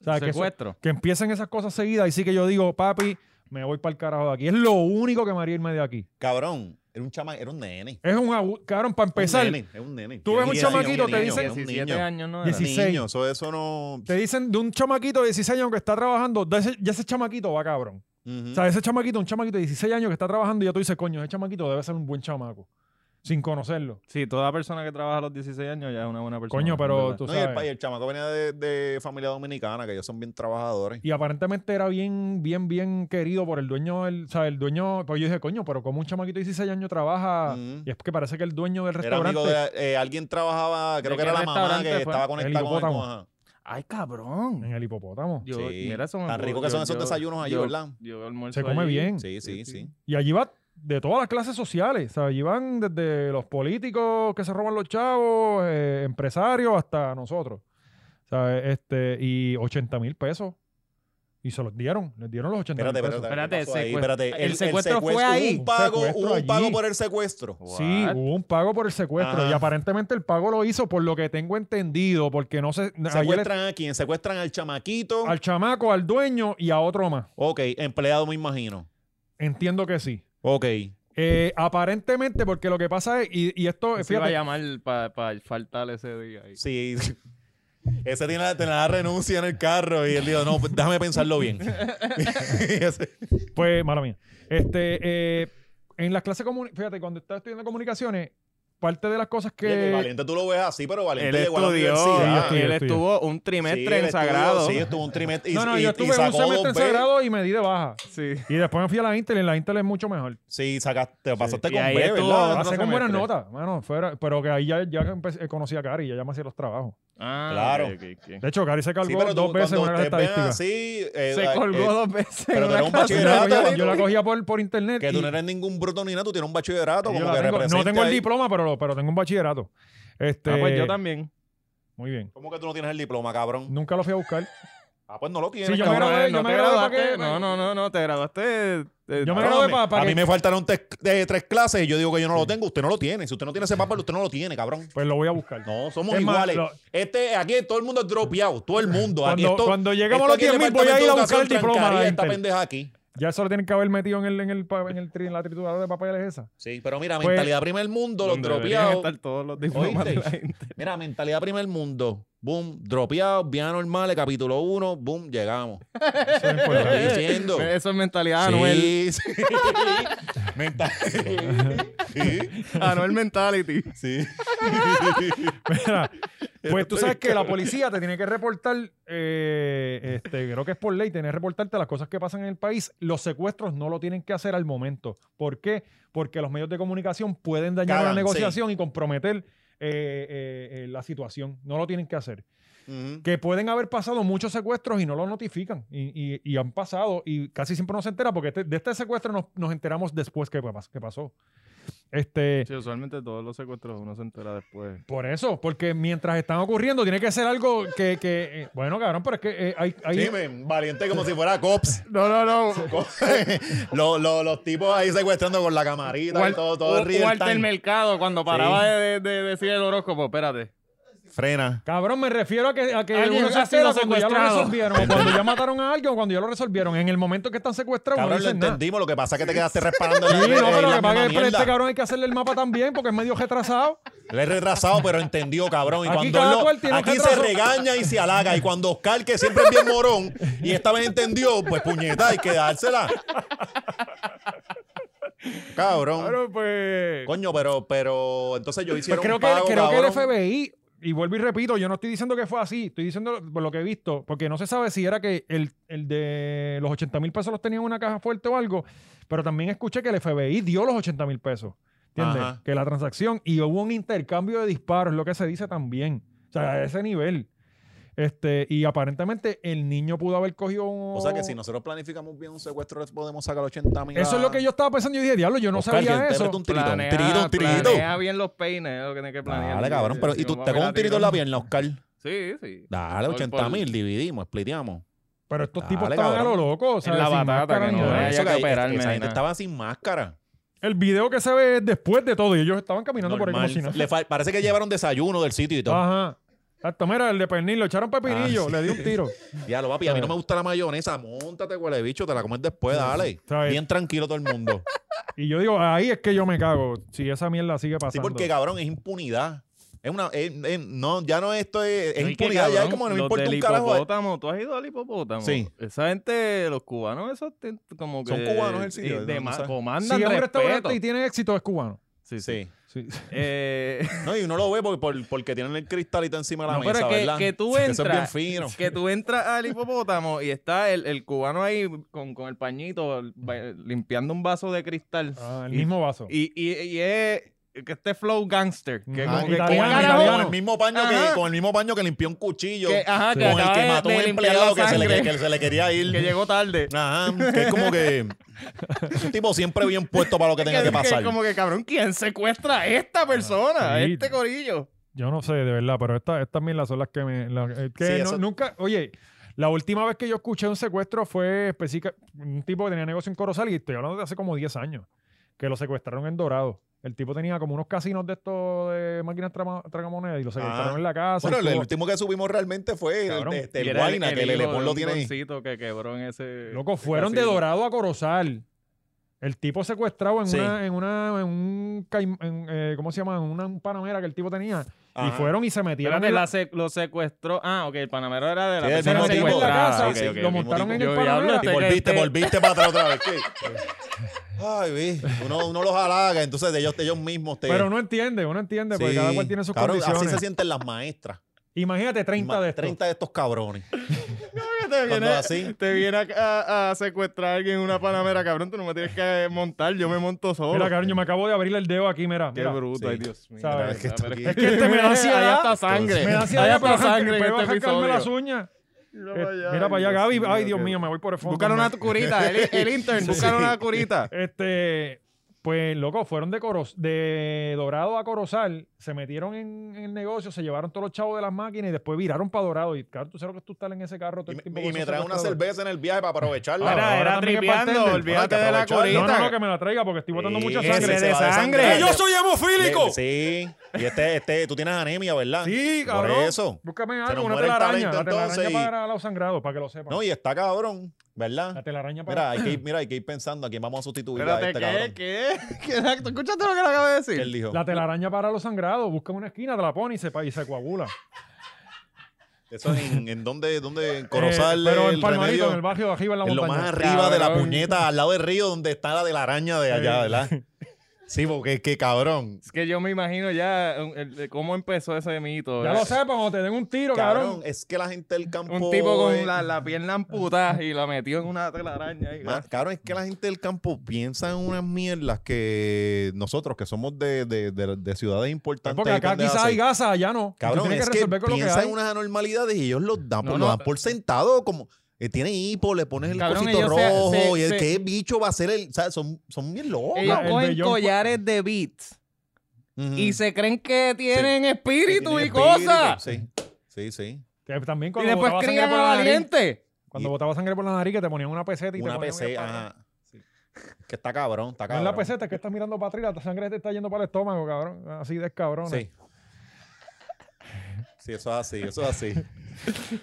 S1: O sea, que, eso-
S3: Secuestro.
S1: que empiecen esas cosas seguidas y sí que yo digo, papi, me voy para el carajo de aquí. Es lo único que me haría irme de aquí.
S2: Cabrón, era un chama, era un nene.
S1: Es un abu- cabrón, para
S2: Un
S1: empezar,
S2: nene, es un nene.
S1: Tú ves un
S2: Era
S1: chamaquito, te
S2: niño,
S1: dicen-
S2: era un
S3: 17
S2: niño.
S3: años, ¿no?
S2: Era
S1: 16.
S2: niño, eso, eso no.
S1: te dicen de un chamaquito de 16 años que está trabajando, de ese- ya ese chamaquito va cabrón.
S2: Ujú.
S1: O sea, ese chamaquito, un chamaquito de 16 años que está trabajando y ya tú dices, coño, ese chamaquito debe ser un buen chamaco, sin conocerlo.
S3: Sí, toda persona que trabaja a los 16 años ya es una buena persona.
S1: Coño, pero
S3: ¿verdad?
S1: tú
S2: No, y, el, pa- y
S1: sabes.
S2: el chamaco venía de, de familia dominicana, que ellos son bien trabajadores.
S1: Y aparentemente era bien, bien, bien querido por el dueño, del- o sea, el dueño, pues yo dije, coño, pero como un chamaquito de 16 años trabaja,
S2: Ujú.
S1: y es que parece que el dueño del
S2: Mm. Era amigo
S1: restaurante,
S2: de. eh, alguien trabajaba, creo
S3: ¿De
S2: que
S3: qué
S2: era la mamá
S3: restaurante
S2: que
S3: fue?
S2: estaba conectada con él.
S1: hipopótamo.
S2: ajá.
S3: Ay, cabrón.
S1: en el hipopótamo.
S3: Yo,
S2: Sí.
S3: mira, eso me-
S2: Tan rico que
S3: yo-
S2: son esos
S3: yo-
S2: desayunos allí,
S3: yo-
S2: ¿verdad?
S3: yo almuerzo
S1: Se come
S3: allí.
S1: bien.
S2: Sí, sí,
S3: Sí,
S2: sí.
S3: sí.
S1: Y allí va de todas las clases sociales. O sea, allí van desde los políticos que se roban los chavos, eh, empresarios, hasta nosotros. O sea, este, y 80 mil pesos. Y se los dieron, les dieron los 80 mil
S2: Espérate,
S1: pesos.
S2: espérate. ¿qué pasó
S3: Espérate,
S2: ahí?
S3: secuest-
S2: Espérate,
S3: el secuestro fue
S2: hubo
S3: ahí.
S2: Un pago,
S1: Secuestro
S2: hubo un pago
S1: allí.
S2: por el secuestro.
S1: Sí,
S3: What?
S1: hubo un pago por el secuestro.
S2: Ajá.
S1: Y aparentemente el pago lo hizo por lo que tengo entendido, porque no sé. ayer
S2: Secuestran a quién? Secuestran al chamaquito.
S1: al chamaco, al dueño y a otro más.
S2: Ok, empleado, me imagino.
S1: Entiendo que sí.
S2: Ok.
S1: Eh, aparentemente, porque lo que pasa es, y, y esto,
S3: Se iba a
S1: fíjate,
S3: llamar para faltar ese día. ahí.
S2: Sí. Ese tiene la, tiene la renuncia en el carro y él dijo, no, pues, déjame pensarlo bien. Y ese-
S1: Pues, mala mía. Este, eh, en las clases comuni- fíjate, cuando estaba estudiando comunicaciones, parte de las cosas
S2: Oye, que
S1: que.
S2: Valiente tú lo ves así, pero
S4: Él
S2: Valiente llegó a la
S4: estudió,
S1: Sí, yo
S2: universidad.
S1: estudié,
S4: él
S1: estudié.
S4: estuvo un
S2: Sí,
S4: trimestre
S2: él
S4: en
S2: estudió,
S4: sagrado.
S2: Sí, estuvo un trimestre. y-
S1: no, no,
S2: y-
S1: yo
S2: y
S1: estuve un
S2: sacó
S1: semestre
S2: dos
S1: en
S2: B.
S1: sagrado y me di de baja.
S3: Sí.
S1: Y después me fui a la Intel y en la Intel es mucho mejor.
S2: Sí, saca- te pasaste
S4: y
S2: con
S4: ahí
S2: B,
S4: estuvo
S2: ¿verdad?
S4: otro
S1: Pasé con buenas
S4: semestre.
S1: notas, mano, fuera- pero que ahí ya, ya empecé- conocí a Cari, ya, ya me hacía los trabajos.
S3: Ah,
S2: Claro.
S3: ok, ok, ok.
S1: De hecho, Cari se
S2: Sí,
S1: cargó
S2: pero
S1: dos
S2: tú,
S1: veces
S2: cuando
S1: una de las
S2: ustedes vean
S1: estadísticas.
S2: así... eh,
S3: Se
S2: eh,
S3: colgó
S2: eh,
S3: dos veces.
S2: pero
S3: en
S2: tú
S3: una
S2: eres un
S3: clase.
S1: Yo la
S2: bachillerato,
S1: cogía- Yo la cogía por, por internet.
S2: Que tú
S1: y-
S2: no eres ningún bruto ni nada, tú tienes un bachillerato.
S1: y yo la
S2: Como que
S1: tengo- no
S2: representa
S1: tengo el
S2: ahí.
S1: diploma, pero, pero tengo un bachillerato. Este,
S3: Ah, pues yo también.
S1: Muy bien.
S2: ¿Cómo que tú no tienes el diploma, cabrón?
S1: Nunca lo fui a buscar.
S2: Ah, pues no lo tienes.
S1: Sí, yo me
S2: cabrón.
S1: gradué,
S3: Cabrón,
S1: yo
S3: eh, no
S1: me
S3: te
S1: gradué
S3: graduaste.
S1: porque-
S3: No, no, no, no, te graduaste. eh,
S1: Yo me
S2: Cabrón,
S1: gradué
S2: me-
S1: pa- pa
S2: a
S1: que-
S2: mí me faltaron tres, eh, tres clases y yo digo que yo no lo tengo. Usted no lo tiene. Si usted no tiene ese papel, usted no lo tiene, cabrón.
S1: Pues lo voy a buscar.
S2: No, somos
S1: Es más,
S2: iguales.
S1: lo-
S2: Este, aquí todo el mundo es dropeado. Todo el mundo. Aquí
S1: Cuando-
S2: esto-
S1: cuando llegamos a los
S2: aquí el
S1: 10.000 voy a ir a
S2: Departamento de
S1: buscar el
S2: Educación
S1: diploma a la
S2: trancaría esta
S1: Intel.
S2: pendeja aquí.
S1: Ya eso lo tienen que haber metido en el, en el, pa- en el tri- en la trituradora de papeles esa.
S2: Sí, pero mira,
S1: Pues-
S2: mentalidad primer mundo, los
S3: donde deberían
S2: dropeados.
S3: estar todos los diplomas de la
S2: ¿Oíste?
S3: gente.
S2: Mira, mentalidad primer mundo. Boom, dropeados, vía normales, capítulo 1, boom, llegamos.
S1: Eso es
S2: Te estoy
S1: importante.
S2: diciendo.
S3: Eso es mentalidad
S2: Sí,
S3: Anuel.
S2: sí. Mental- Sí,
S3: Anuel Mentality.
S2: sí.
S1: Mira, pues tú
S2: Estoy
S1: sabes que la policía te tiene que reportar, eh, este, creo que es por ley, tiene que reportarte las cosas que pasan en el país. Los secuestros no lo tienen que hacer al momento. ¿Por qué? Porque los medios de comunicación pueden dañar la
S2: Cagan,
S1: negociación y comprometer eh, eh, eh, la situación. No lo tienen que hacer.
S2: Ujú.
S1: que pueden haber pasado muchos secuestros y no lo notifican. Y, y- y han pasado y casi siempre no se entera porque este- de este secuestro nos, nos enteramos después que, pas- que pasó. Este,
S3: Sí, usualmente todos los secuestros uno se entera después.
S1: Por eso, porque mientras están ocurriendo tiene que ser algo que... que, eh, bueno, cabrón, pero es que eh, hay... hay-
S2: Sí, men, valiente como si fuera cops.
S3: No, no, no.
S2: los, los- los tipos ahí secuestrando con la camarita y todo, todo el real
S3: Walter
S2: time.
S3: Mercado cuando paraba de, de- de decir el horóscopo. Espérate.
S2: Frena.
S1: Cabrón, me refiero a que, a que
S3: Alguien
S1: uno se
S3: ha sido
S1: entera cuando ya lo
S3: secuestrado.
S1: resolvieron, o cuando ya mataron a alguien, o cuando ya lo resolvieron. En el momento que están secuestrados, no
S2: Cabrón, lo Eh,
S1: dicen nada.
S2: entendimos. Lo que pasa es que te quedaste respaldando.
S1: Sí, no, pero lo que pasa es que este cabrón hay que hacerle el mapa también porque es medio retrasado.
S2: Le he retrasado, pero entendió, cabrón. Y
S1: Aquí
S2: cuando
S1: cada
S2: él lo-
S1: cual tiene un
S2: aquí se
S1: retraso.
S2: regaña y se halaga. Y cuando Oscar, que siempre es bien morón, y esta vez entendió, pues puñeta, hay que dársela. Cabrón.
S1: Claro, pues...
S2: Coño, pero, pero entonces yo
S1: Pues
S2: hicieron
S1: creo
S2: un
S1: que,
S2: pago,
S1: creo que el
S2: cabrón.
S1: FBI, y vuelvo y repito, yo no estoy diciendo que fue así, estoy diciendo por lo que he visto, porque no se sabe si era que el, el de los 80 mil pesos los tenía en una caja fuerte o algo, pero también escuché que el FBI dio los 80 mil pesos, ¿entiendes?
S2: Ajá.
S1: Que la transacción, y hubo un intercambio de disparos, lo que se dice también, o sea, a ese nivel. Este, y aparentemente el niño pudo haber cogido un...
S2: O sea que si nosotros planificamos bien un secuestro, podemos sacar 80 mil.
S1: Eso es lo que yo estaba pensando, yo dije, diablo, yo no
S2: Oscar, que
S1: sabía
S2: te
S1: eso.
S2: mete un tirito, un
S3: Planea,
S2: tirito, un tirito.
S3: planea bien los peines, es lo que tienes que planear.
S2: Dale, cabrón, pero.
S3: Si
S2: ¿Y tú
S3: no,
S2: te
S3: papi,
S2: con un
S3: la
S2: tirito en la
S3: tiró.
S2: pierna, Oscar?
S3: Sí, sí.
S2: Dale,
S3: Por-
S2: 80 mil,
S3: por-
S2: dividimos, spliteamos.
S1: Pero estos tipos
S2: Dale,
S1: estaban a lo
S2: cabrón.
S1: loco. O sea,
S3: En la
S1: sin
S3: batata,
S1: máscara
S3: que
S1: ni
S3: no
S1: nada.
S3: es.
S2: Eso
S3: haya
S2: que
S3: que
S2: hay-
S3: operarme
S2: esa
S3: ni
S2: gente
S3: nada.
S2: estaba sin máscara.
S1: El video que se ve es después de todo y ellos estaban caminando por Ah, ahí
S2: Normal.
S1: como si nada.
S2: Le fa- parece que llevaron desayuno del sitio y todo.
S1: Ajá. Hasta mira, el de pernil, lo echaron pepinillo,
S2: Ah, sí.
S1: le di un tiro.
S2: Ya lo papi, a mí no me gusta la mayonesa. Móntate, huele bicho, te la comes después, dale.
S1: Está bien.
S2: Bien tranquilo todo el mundo.
S1: Y yo digo, ahí es que yo me cago. Si esa mierda sigue
S2: Sí,
S1: pasando.
S2: porque cabrón, es impunidad. Es una, es- es- no, ya no esto es, es
S3: No, y que,
S2: impunidad, ya es
S3: cabrón,
S2: como no me
S3: los
S2: importa
S3: del
S2: un carajo.
S3: hipopótamo, ¿Tú has ido al hipopótamo?
S2: Sí.
S3: Esa gente, los cubanos, esos te- como que...
S2: Son cubanos el sitio,
S3: y de
S2: ¿no?
S3: ma-
S2: O sea,
S1: si es
S3: comandan
S1: un
S3: respeto.
S1: restaurante y tiene éxito, es cubano.
S3: Sí, sí.
S2: Sí.
S1: Sí.
S3: Eh,
S2: No, y uno lo ve porque, por- porque tienen el cristalito encima de la
S3: No,
S2: mesa,
S3: pero que-
S2: ¿verdad?
S3: que tú
S2: Eso es bien
S3: entras-
S2: fino.
S3: que tú entras al hipopótamo y está el, el cubano ahí con, con el pañito ba- limpiando un vaso de cristal.
S1: Ah, el
S3: Y-
S1: mismo vaso.
S3: Y, y, y es que este flow gangster. Que
S1: Ajá,
S3: como que,
S2: Con
S1: Ah, italiano,
S2: el- con el,
S3: ¿cómo carajo?
S1: italiano.
S2: mismo paño
S3: Ajá.
S2: que, con el mismo paño que limpió un cuchillo.
S3: Que- ajá, que
S2: con el
S3: acaba
S2: que
S3: de-
S2: mató
S3: de
S2: un
S3: limpiar
S2: empleado
S3: la
S2: que se, le, que,
S3: sangre.
S2: se le quería ir.
S3: que llegó tarde.
S2: Ajá, que es como que un tipo siempre bien puesto para lo que tenga que pasar.
S3: como que, Ah, cabrón, ¿quién secuestra a esta persona? a
S1: sí.
S3: este corillo.
S1: Yo no sé, de verdad, pero estas estas mierdas son las que me. la- eh, que
S2: Sí,
S1: no-
S2: eso-
S1: Nunca. Oye, la última vez que yo escuché un secuestro fue específica- un tipo que tenía negocio en Corozal y estoy hablando de hace como 10 años, que lo secuestraron en Dorado. El tipo tenía como unos casinos de estos de máquinas trama- tragamonedas y lo secuestraron en la casa.
S2: Ah. Bueno,
S1: y
S2: el, el
S1: estuvo-
S2: último que subimos realmente fue el
S1: Cabrón.
S2: de, este, el
S3: Y era
S2: Guayna, que
S3: el
S2: el
S3: hijo de
S2: Elepón lo
S3: un
S2: tiene ahí.
S3: doncito que quebró en
S2: eh,
S3: ese...
S1: Loco, fueron de
S3: casino.
S1: Dorado a Corozal. El tipo secuestrado en
S2: Sí.
S1: una, en una, en un, caim- en, eh, ¿cómo se llama? En una un panamera que el tipo tenía. Y
S2: Ajá.
S1: fueron y se metieron
S3: Espérate,
S1: en la,
S3: la sec- lo secuestró. Ah, ok, el Ah, panamero era de la
S2: Sí, el
S3: persona
S2: mismo tipo.
S3: secuestrada.
S1: En la casa,
S3: Ok,
S1: sí,
S3: ok,
S1: lo
S3: ok.
S1: montaron en
S3: Yo
S1: el
S3: diablo,
S1: panamera.
S3: este
S2: Y
S3: que-
S2: volviste,
S3: este-
S2: volviste para atrás otra vez. ¿qué? Ay, vi, uno, uno los halaga, entonces ellos, ellos mismos te...
S1: Pero no entiende, uno entiende, porque cada
S2: Sí.
S1: cual tiene sus
S2: Cabrón, Así se
S1: condiciones.
S2: sienten las maestras.
S1: Imagínate 30
S2: Ma-
S1: de estos.
S2: 30 de estos cabrones.
S3: te
S2: Cuando
S3: viene,
S2: así.
S3: te viene a, a- a secuestrar a alguien en una panamera, cabrón. Tú no me tienes que montar, yo me monto solo.
S1: Mira, cabrón, yo me acabo de abrir el dedo aquí, mira.
S3: Qué
S1: mira.
S3: bruto,
S2: Sí.
S3: ay Dios mío.
S1: Sabes,
S3: Mira,
S2: que esto
S3: pero
S2: aquí-
S3: es que este me da ansiedad. Ahí hasta sangre.
S1: Me da
S3: Ahí
S1: ansiedad,
S3: hasta
S1: pero arranca-
S3: sangre en
S1: pero
S3: este
S1: arrancarme
S3: episodio.
S1: las uñas.
S3: Mira
S1: Eh,
S3: para allá,
S1: mira para allá, Gaby. Ay, Dios
S3: qué-
S1: mío, me voy por el fondo.
S3: Buscar una curita, el, el intern, buscar una curita.
S1: Este, pues, loco, fueron de, Coroz- de Dorado a Corozal, se metieron en, en el negocio, se llevaron todos los chavos de las máquinas y después viraron para Dorado. Y claro, tú sabes que tú estás en ese carro todo el
S2: Y, me-
S1: tiempo.
S2: y
S1: con
S2: me
S1: esos
S2: trae una
S1: secuestradores.
S2: cerveza en el viaje para aprovecharla.
S1: Ahora,
S3: Era, era
S1: también es
S3: tripeando,
S1: bartender.
S3: olvídate
S2: Bueno, hay
S3: de
S2: que
S3: la
S2: aprovechar.
S1: No, no, no,
S3: curita.
S1: que me la traiga porque estoy botando
S2: Sí,
S1: mucha
S2: ese
S1: sangre.
S2: se
S3: de
S2: va
S3: sangre.
S2: desangrando.
S3: ¡Eh, yo
S1: hemofílico!
S2: Le- Sí. Y este, este, tú tienes anemia, ¿verdad?
S1: Sí,
S2: Por
S1: cabrón.
S2: eso.
S1: Búscame
S2: nos
S1: algo, una
S2: muere el
S1: telaraña.
S2: talento,
S1: La telaraña
S2: entonces, y-
S1: para los sangrados, para que lo sepan.
S2: No, y está cabrón,
S1: La
S2: ¿verdad?
S1: telaraña para.
S2: Mira, hay que ir, mira, hay que ir pensando a quién vamos a sustituir a
S3: Espérate,
S2: este
S3: ¿qué?
S2: cabrón.
S3: ¿Qué? ¿Qué? Exacto, Escúchate lo que le acabo de
S2: ¿Qué
S3: decir.
S2: él dijo?
S1: La telaraña para los sangrados. Busca una esquina, te la pone y se, pa- y se coagula.
S2: Eso es en, en donde, donde en Corozal,
S1: Eh, pero
S2: el
S1: en Palmarito,
S2: remedio,
S1: en el barrio de arriba, en la
S2: en lo
S1: montaña.
S2: más arriba de la
S3: Cabrón.
S2: puñeta, al lado del río donde está la de la araña de allá, ¿verdad? Sí, porque es que cabrón.
S3: Es que yo me imagino ya eh, el- el- cómo empezó ese mito.
S1: Ya
S3: eh.
S1: lo sepan, cuando te den un tiro,
S2: Cabrón,
S1: cabrón.
S2: es que la gente del campo.
S3: Un tipo
S2: es-
S3: con la, la pierna amputada y la metió en una telaraña. ahí,
S2: Ma- Cabrón, es que la gente del campo piensa en unas mierdas que nosotros, que somos de, de- de- de ciudades importantes.
S1: Porque
S2: y
S1: acá
S2: pendejas
S1: quizás hay
S2: así.
S1: gasa, allá no.
S2: Cabrón,
S1: Tú tienes
S2: es
S1: que
S2: que,
S1: resolver con lo que
S2: piensan
S1: hay.
S2: en unas anormalidades y ellos los dan, por-
S3: No,
S2: los
S3: no.
S2: dan por sentado como... eh, tiene hipo, le pones el
S3: Cabrón,
S2: cosito
S3: ellos se-
S2: rojo
S3: se-
S2: y el
S3: se-
S2: qué bicho va a ser el... O sea, son, son bien locos.
S3: Ellos
S1: No, el
S3: cogen
S1: vellón-
S3: collares de beats
S2: Ujú.
S3: y se creen que tienen espíritu
S2: Mm. Tienen
S3: y
S2: espíritu,
S3: cosas.
S2: Sí, sí, sí.
S1: Que también
S3: Y
S1: cuando
S3: después
S1: botaba sangre
S3: crían
S1: por
S3: a
S1: la nariz.
S3: valiente.
S1: Cuando botaba sangre por la nariz, que te ponían una peseta y te
S2: Una
S1: ponían
S2: PC,
S1: una-
S2: ajá. Que está cabrón,
S1: No
S2: está
S1: es
S2: cabrón.
S1: la peseta, es que estás mirando para atrás, la sangre te está yendo para el estómago, cabrón. Así de cabrón.
S2: Sí. Sí, eso es así, eso es así.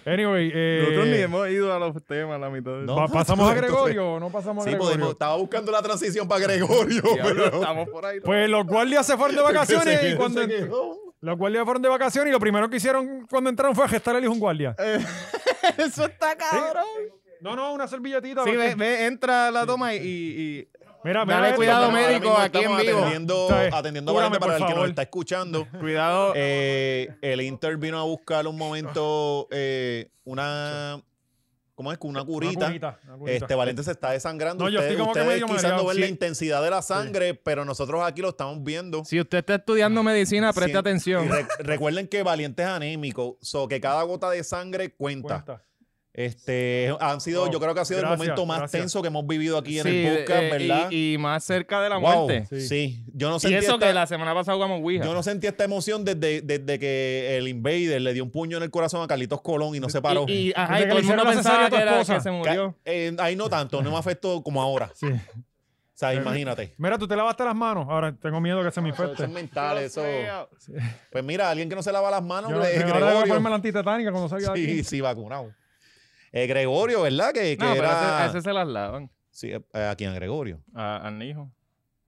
S1: Anyway, eh,
S3: Nosotros ni hemos ido a los temas la mitad de
S2: No,
S1: pa- ¿pasamos a
S2: entonces-
S1: Gregorio o no pasamos a
S2: Sí,
S1: Gregorio?
S2: podemos, estaba buscando la transición para Gregorio,
S3: Diablo,
S2: pero...
S3: Estamos por ahí.
S1: Pues los guardias se fueron de vacaciones y cuando
S2: Se
S1: ent-
S2: quedó.
S1: los guardias fueron de vacaciones y lo primero que hicieron cuando entraron fue gestar el hijo a un guardia.
S2: Eh,
S3: Eso está cabrón.
S1: No, no, una servilletita.
S3: Sí,
S1: porque-
S3: ve, ve, entra a la toma y, y- y-
S1: mira, mira,
S3: dale
S1: esto,
S3: cuidado,
S1: mira.
S2: Ahora
S3: médico,
S2: mismo
S3: aquí en
S2: estamos
S3: vivo.
S2: Atendiendo,
S1: ¿Sabes?
S2: atendiendo
S1: Cúrame,
S2: variante
S1: por
S2: para el que
S1: favor.
S2: nos está escuchando.
S3: cuidado.
S2: Eh, el Inter vino a buscar un momento eh, una. ¿Cómo es? Una
S1: Una
S2: curita.
S1: curita, una curita.
S2: Este Valente se está desangrando.
S1: No, yo
S2: ustedes
S1: estoy como que
S2: ustedes
S1: medio
S2: quizás
S1: mareado,
S2: no ven la
S1: sí.
S2: intensidad de la sangre, pero nosotros aquí lo estamos viendo.
S3: Si usted está estudiando medicina, preste
S2: Sien-
S3: atención.
S2: y re- recuerden que Valiente es anémico, so que cada gota de sangre cuenta.
S1: Cuenta.
S2: Este, han sido,
S1: Wow,
S2: yo creo que ha sido
S1: gracias,
S2: el momento más
S1: gracias.
S2: tenso que hemos vivido aquí en
S3: Sí,
S2: el podcast,
S3: eh, y-
S2: ¿verdad?
S3: Y, más cerca de la
S2: wow,
S3: muerte.
S2: sí.
S1: Sí.
S2: Yo no
S3: Y
S2: sentí
S3: eso
S2: esta,
S3: que la semana pasada jugamos Ouija.
S2: yo no sentí esta emoción desde, desde que el Invader le dio un puño en el corazón a Carlitos Colón y no se paró.
S3: Y, y, ajá,
S1: Desde que
S3: y todo
S1: le
S3: el mundo
S1: hicieron la cesárea
S3: pensaba
S1: a tu
S3: que, era,
S1: esposa.
S3: que se
S2: Ca-
S3: murió.
S2: eh, ahí no tanto, no me afectó como ahora.
S1: Sí.
S2: O sea, imagínate.
S1: Mira, tú te lavaste las manos. Ahora tengo miedo que se me infecte.
S2: es mental, Ah, eso. Pues mira, alguien que no se lava las manos,
S1: Yo,
S2: eh,
S1: me ahora debo ponerme
S2: Gregorio.
S1: la antitetánica cuando salga de
S2: Sí,
S1: aquí.
S2: sí, vacunado. Eh, Gregorio, ¿verdad? Que, que
S3: No, pero
S2: era.
S3: a ese se las lavan.
S2: Sí, eh, ¿A quién, Gregorio?
S3: a- al hijo.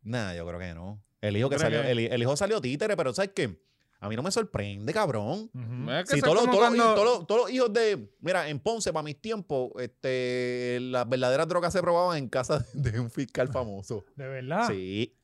S2: Nah, yo creo que no. El hijo que
S3: ¿Crees
S2: salió,
S3: que-
S2: el, el hijo salió títere, pero ¿sabes qué? A mí no me sorprende, cabrón.
S1: Ujú.
S3: Es que
S2: Si
S3: eso
S2: todos los, todos
S3: es como
S2: los
S3: cuando-
S2: hijos- todos los- todos los hijos de. Mira, en Ponce, para mis tiempos, este, las verdaderas drogas se probaban en casa de un fiscal famoso.
S1: De verdad.
S3: Ah.
S2: Sí.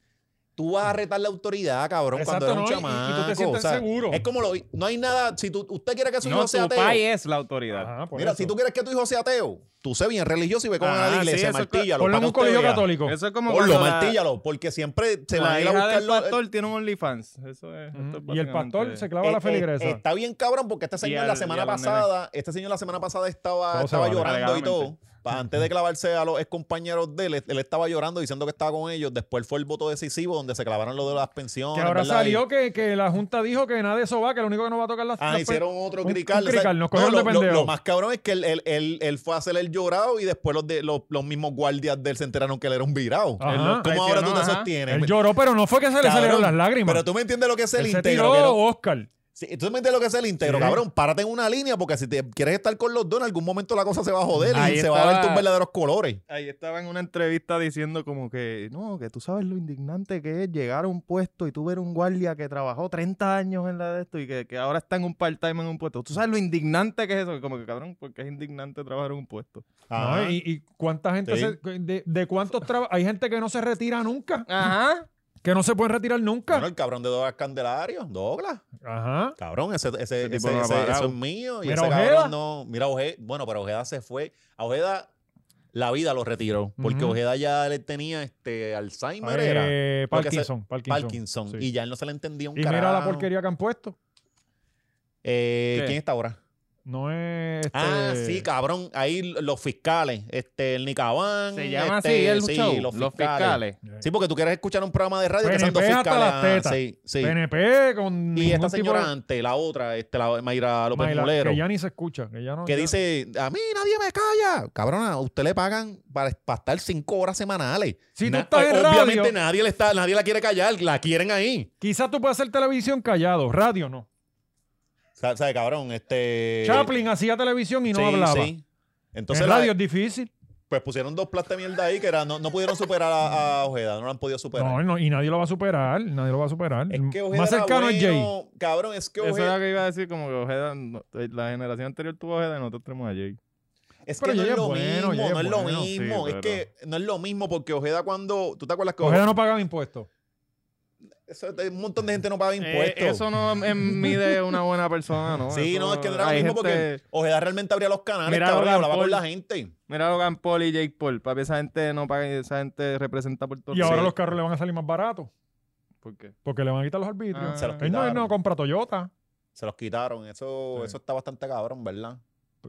S2: Tú vas a retar la autoridad, cabrón,
S1: Exacto,
S2: cuando eres un
S1: ¿no? Y- y- y
S2: chamaco.
S1: tú te sientes seguro.
S2: Es como lo. No hay nada. Si tú, usted quiere que su
S3: No,
S2: hijo sea
S3: tu
S2: ateo.
S3: pai es la autoridad.
S1: Ajá, por
S2: Mira,
S1: eso.
S2: si tú quieres que tu hijo sea ateo, tú sé bien religioso y ve con
S3: Ah,
S2: a la
S3: sí,
S2: iglesia,
S3: eso es cla-
S2: martíllalo.
S1: Ponlo en
S2: para
S1: un
S2: que usted
S1: colegio
S2: vea.
S1: católico.
S3: Eso es como
S2: Ponlo,
S3: cuando la-
S2: martíllalo, porque siempre se van
S3: la
S2: a ir a
S3: hija
S2: buscar
S3: del
S2: los-
S3: pastor tiene un OnlyFans. Eso
S1: eh.
S3: es,
S1: Ujú.
S3: esto es
S1: Y el pastor
S3: básicamente-
S1: se clava la
S2: Eh, eh,
S1: feligresa.
S2: está bien cabrón porque este señor
S3: al-
S2: la
S3: y
S2: semana
S3: a los
S2: pasada, este señor la semana pasada estaba,
S1: Todo se
S2: estaba
S1: vale.
S2: llorando y todo.
S3: Alegadamente.
S2: Pa- Antes de clavarse a los compañeros de él, él estaba llorando diciendo que estaba con ellos. Después fue el voto decisivo donde se clavaron lo de las pensiones.
S1: que ahora
S2: ¿verdad?
S1: salió que, que la Junta dijo que nada de eso va, que lo único que nos va a tocar las
S2: Ah,
S1: las-
S2: hicieron otro
S1: un-
S2: crical.
S1: un
S2: o sea,
S1: crical, nos cogieron
S2: lo,
S1: de
S2: lo-
S1: pendejo.
S2: lo más cabrón es que él, él- él- él fue a hacer el llorado y después los, de, los, los mismos guardias de él se enteraron que él era un virado.
S1: Ajá.
S2: ¿Cómo ahora tú te
S3: Ajá.
S2: sostienes?
S1: Él lloró, pero no fue que se le
S2: Cabrón,
S1: salieron las lágrimas.
S2: Pero tú me entiendes lo que es el
S1: Él se
S2: íntegro.
S1: tiró
S2: que no-
S1: Oscar.
S2: Sí, tú me entiendes lo que es el íntegro,
S1: Sí.
S2: cabrón. Párate en una línea porque si te quieres estar con los dos, en algún momento la cosa se va a joder y
S3: Ahí
S2: se va a ver
S3: estaba-
S2: tus verdaderos colores.
S3: Ahí estaba en una entrevista diciendo como que, no, que tú sabes lo indignante que es llegar a un puesto y tú ver un guardia que trabajó 30 años en la de esto y que, que ahora está en un part-time en un puesto. Tú sabes lo indignante que es eso. Como que, cabrón, porque es indignante trabajar en un puesto.
S1: No, y, y cuánta gente
S2: Sí.
S1: se- de, de cuántos trabajos hay gente que no se retira nunca,
S3: Ajá.
S1: que no se pueden retirar nunca.
S2: Bueno, el cabrón de Douglas Candelario, Douglas.
S1: Ajá.
S2: Cabrón, ese, ese,
S3: tipo
S2: ese-
S3: no ha
S2: ese-
S3: parado.
S2: eso es mío. Y
S1: Mira,
S2: ese
S1: Ojeda.
S2: cabrón no. Mira, Ojeda. Bueno, pero Ojeda se fue. A Ojeda la vida lo retiró. Porque
S1: Ujú.
S2: Ojeda ya le tenía este Alzheimer, era
S1: Eh,
S2: Porque se-
S1: Parkinson, Parkinson.
S2: Parkinson.
S1: sí.
S2: Y ya él no se le entendía un
S1: Y
S2: carajo.
S1: mira la porquería que han puesto.
S2: Eh,
S3: ¿Qué?
S2: ¿Quién está ahora?
S1: No es. este-
S2: Ah, sí, cabrón. Ahí los fiscales. Este, el Nicabán.
S3: Se llama
S2: este,
S3: así el
S2: sí,
S3: show,
S2: los
S3: los,
S2: fiscales.
S3: fiscales.
S2: Sí, porque tú quieres escuchar un programa de radio que
S1: PNP
S2: son dos
S1: hasta
S2: fiscales.
S1: las
S2: Ah,
S1: tetas.
S2: sí, sí.
S1: PNP con
S2: Y esta
S1: ningún tipo de-
S2: señora antes, la otra, este, la Mayra López
S1: Mayla,
S2: Mulero,
S1: que ya ni se escucha, que ya no.
S2: que
S1: ya-
S2: dice, a mí nadie me calla. Cabrona, a usted le pagan para, para estar cinco horas semanales.
S1: Si tú
S2: Na-
S1: estás en
S2: Obviamente
S1: radio-
S2: nadie le está, nadie la quiere callar, la quieren ahí.
S1: Quizás tú puedes hacer televisión callado, radio no.
S2: O sea, ¿Sabes, cabrón? Este...
S1: Chaplin hacía televisión y no
S2: sí,
S1: hablaba.
S2: sí. Entonces,
S1: en
S2: la-
S1: radio es difícil.
S2: pues pusieron dos plas de mierda ahí que era, no, no pudieron superar a, a Ojeda, no lo han podido superar.
S1: No, no, y nadie lo va a superar, nadie lo va a superar.
S2: Es que Ojeda
S1: Más
S2: era
S1: cercano es Jay.
S2: bueno, Cabrón, es que
S3: Eso era
S2: Ojeda...
S3: lo que iba a decir, como que Ojeda, no- eh, la generación anterior tuvo Ojeda y nosotros tenemos a Jay.
S2: Es que
S1: Pero
S2: no
S1: ya
S2: es
S1: es
S2: lo
S1: bueno,
S2: mismo,
S1: ya es
S2: no es lo
S1: bueno,
S3: sí,
S2: mismo. es
S3: pero-
S2: que no es lo mismo porque Ojeda cuando... ¿Tú te acuerdas que
S1: Ojeda no pagaba impuestos.
S2: Eso, un montón de gente no paga impuestos?
S3: Eh, eso no eh, mide una buena persona, ¿no?
S2: sí,
S3: Eso-
S2: no, es que no era lo
S3: hay
S2: mismo porque
S3: gente-
S2: Ojeda realmente abría los canales,
S3: Mira,
S2: cabrón, y
S3: Logan
S2: hablaba con
S3: Paul.
S2: la gente.
S3: Mira Logan Paul y Jake Paul. Papi, esa gente no paga, esa gente representa por todo
S1: Y ahora los carros le van a salir más baratos
S3: ¿Por qué?
S1: porque le van a quitar los arbitrios.
S3: Ah.
S2: Se los
S1: él, no, él
S2: quitaron.
S1: no compra Toyota.
S2: Se los quitaron. Eso,
S1: Sí.
S2: eso está bastante cabrón, ¿verdad?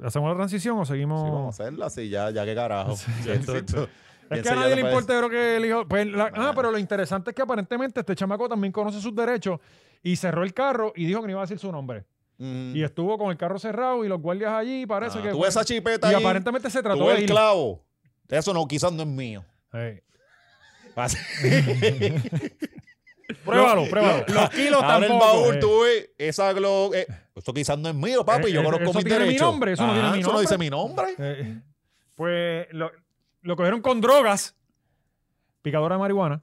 S1: ¿Hacemos la transición o seguimos?
S2: Sí, vamos a hacerla así, ya, ya que carajo. Ya esto- esto-
S1: Es
S2: bien
S1: que a
S2: serio,
S1: nadie le
S2: no
S1: importa, yo creo que el hijo. pues, la-
S2: Bueno.
S1: Ah, pero lo interesante es que aparentemente este chamaco también conoce sus derechos y cerró el carro y dijo que no iba a decir su nombre.
S2: puede- Mm.
S1: Y estuvo con el carro cerrado y los guardias allí y parece
S2: Ah,
S1: que.
S2: Tú
S1: fue-
S2: ves esa chipeta
S1: y
S2: ahí,
S1: aparentemente se
S2: tú
S1: trató
S2: ves
S1: de.
S2: el
S1: ir.
S2: clavo. Eso no, quizás no es mío.
S1: Sí.
S2: Así.
S1: Pruébalo, pruébalo. Los kilos
S2: Abre el
S1: tampoco.
S2: baúl,
S1: Eh,
S2: tú ves esa Glock. eh, Esto quizás no es mío, papi.
S1: Eh,
S2: yo
S1: eh,
S2: conozco
S1: eso
S2: mis
S1: tiene mi
S2: derechos.
S1: nombre, eso no tiene mi
S2: Eso no
S1: nombre.
S2: dice mi nombre.
S1: eh, pues lo, lo cogieron con drogas, picadora de marihuana.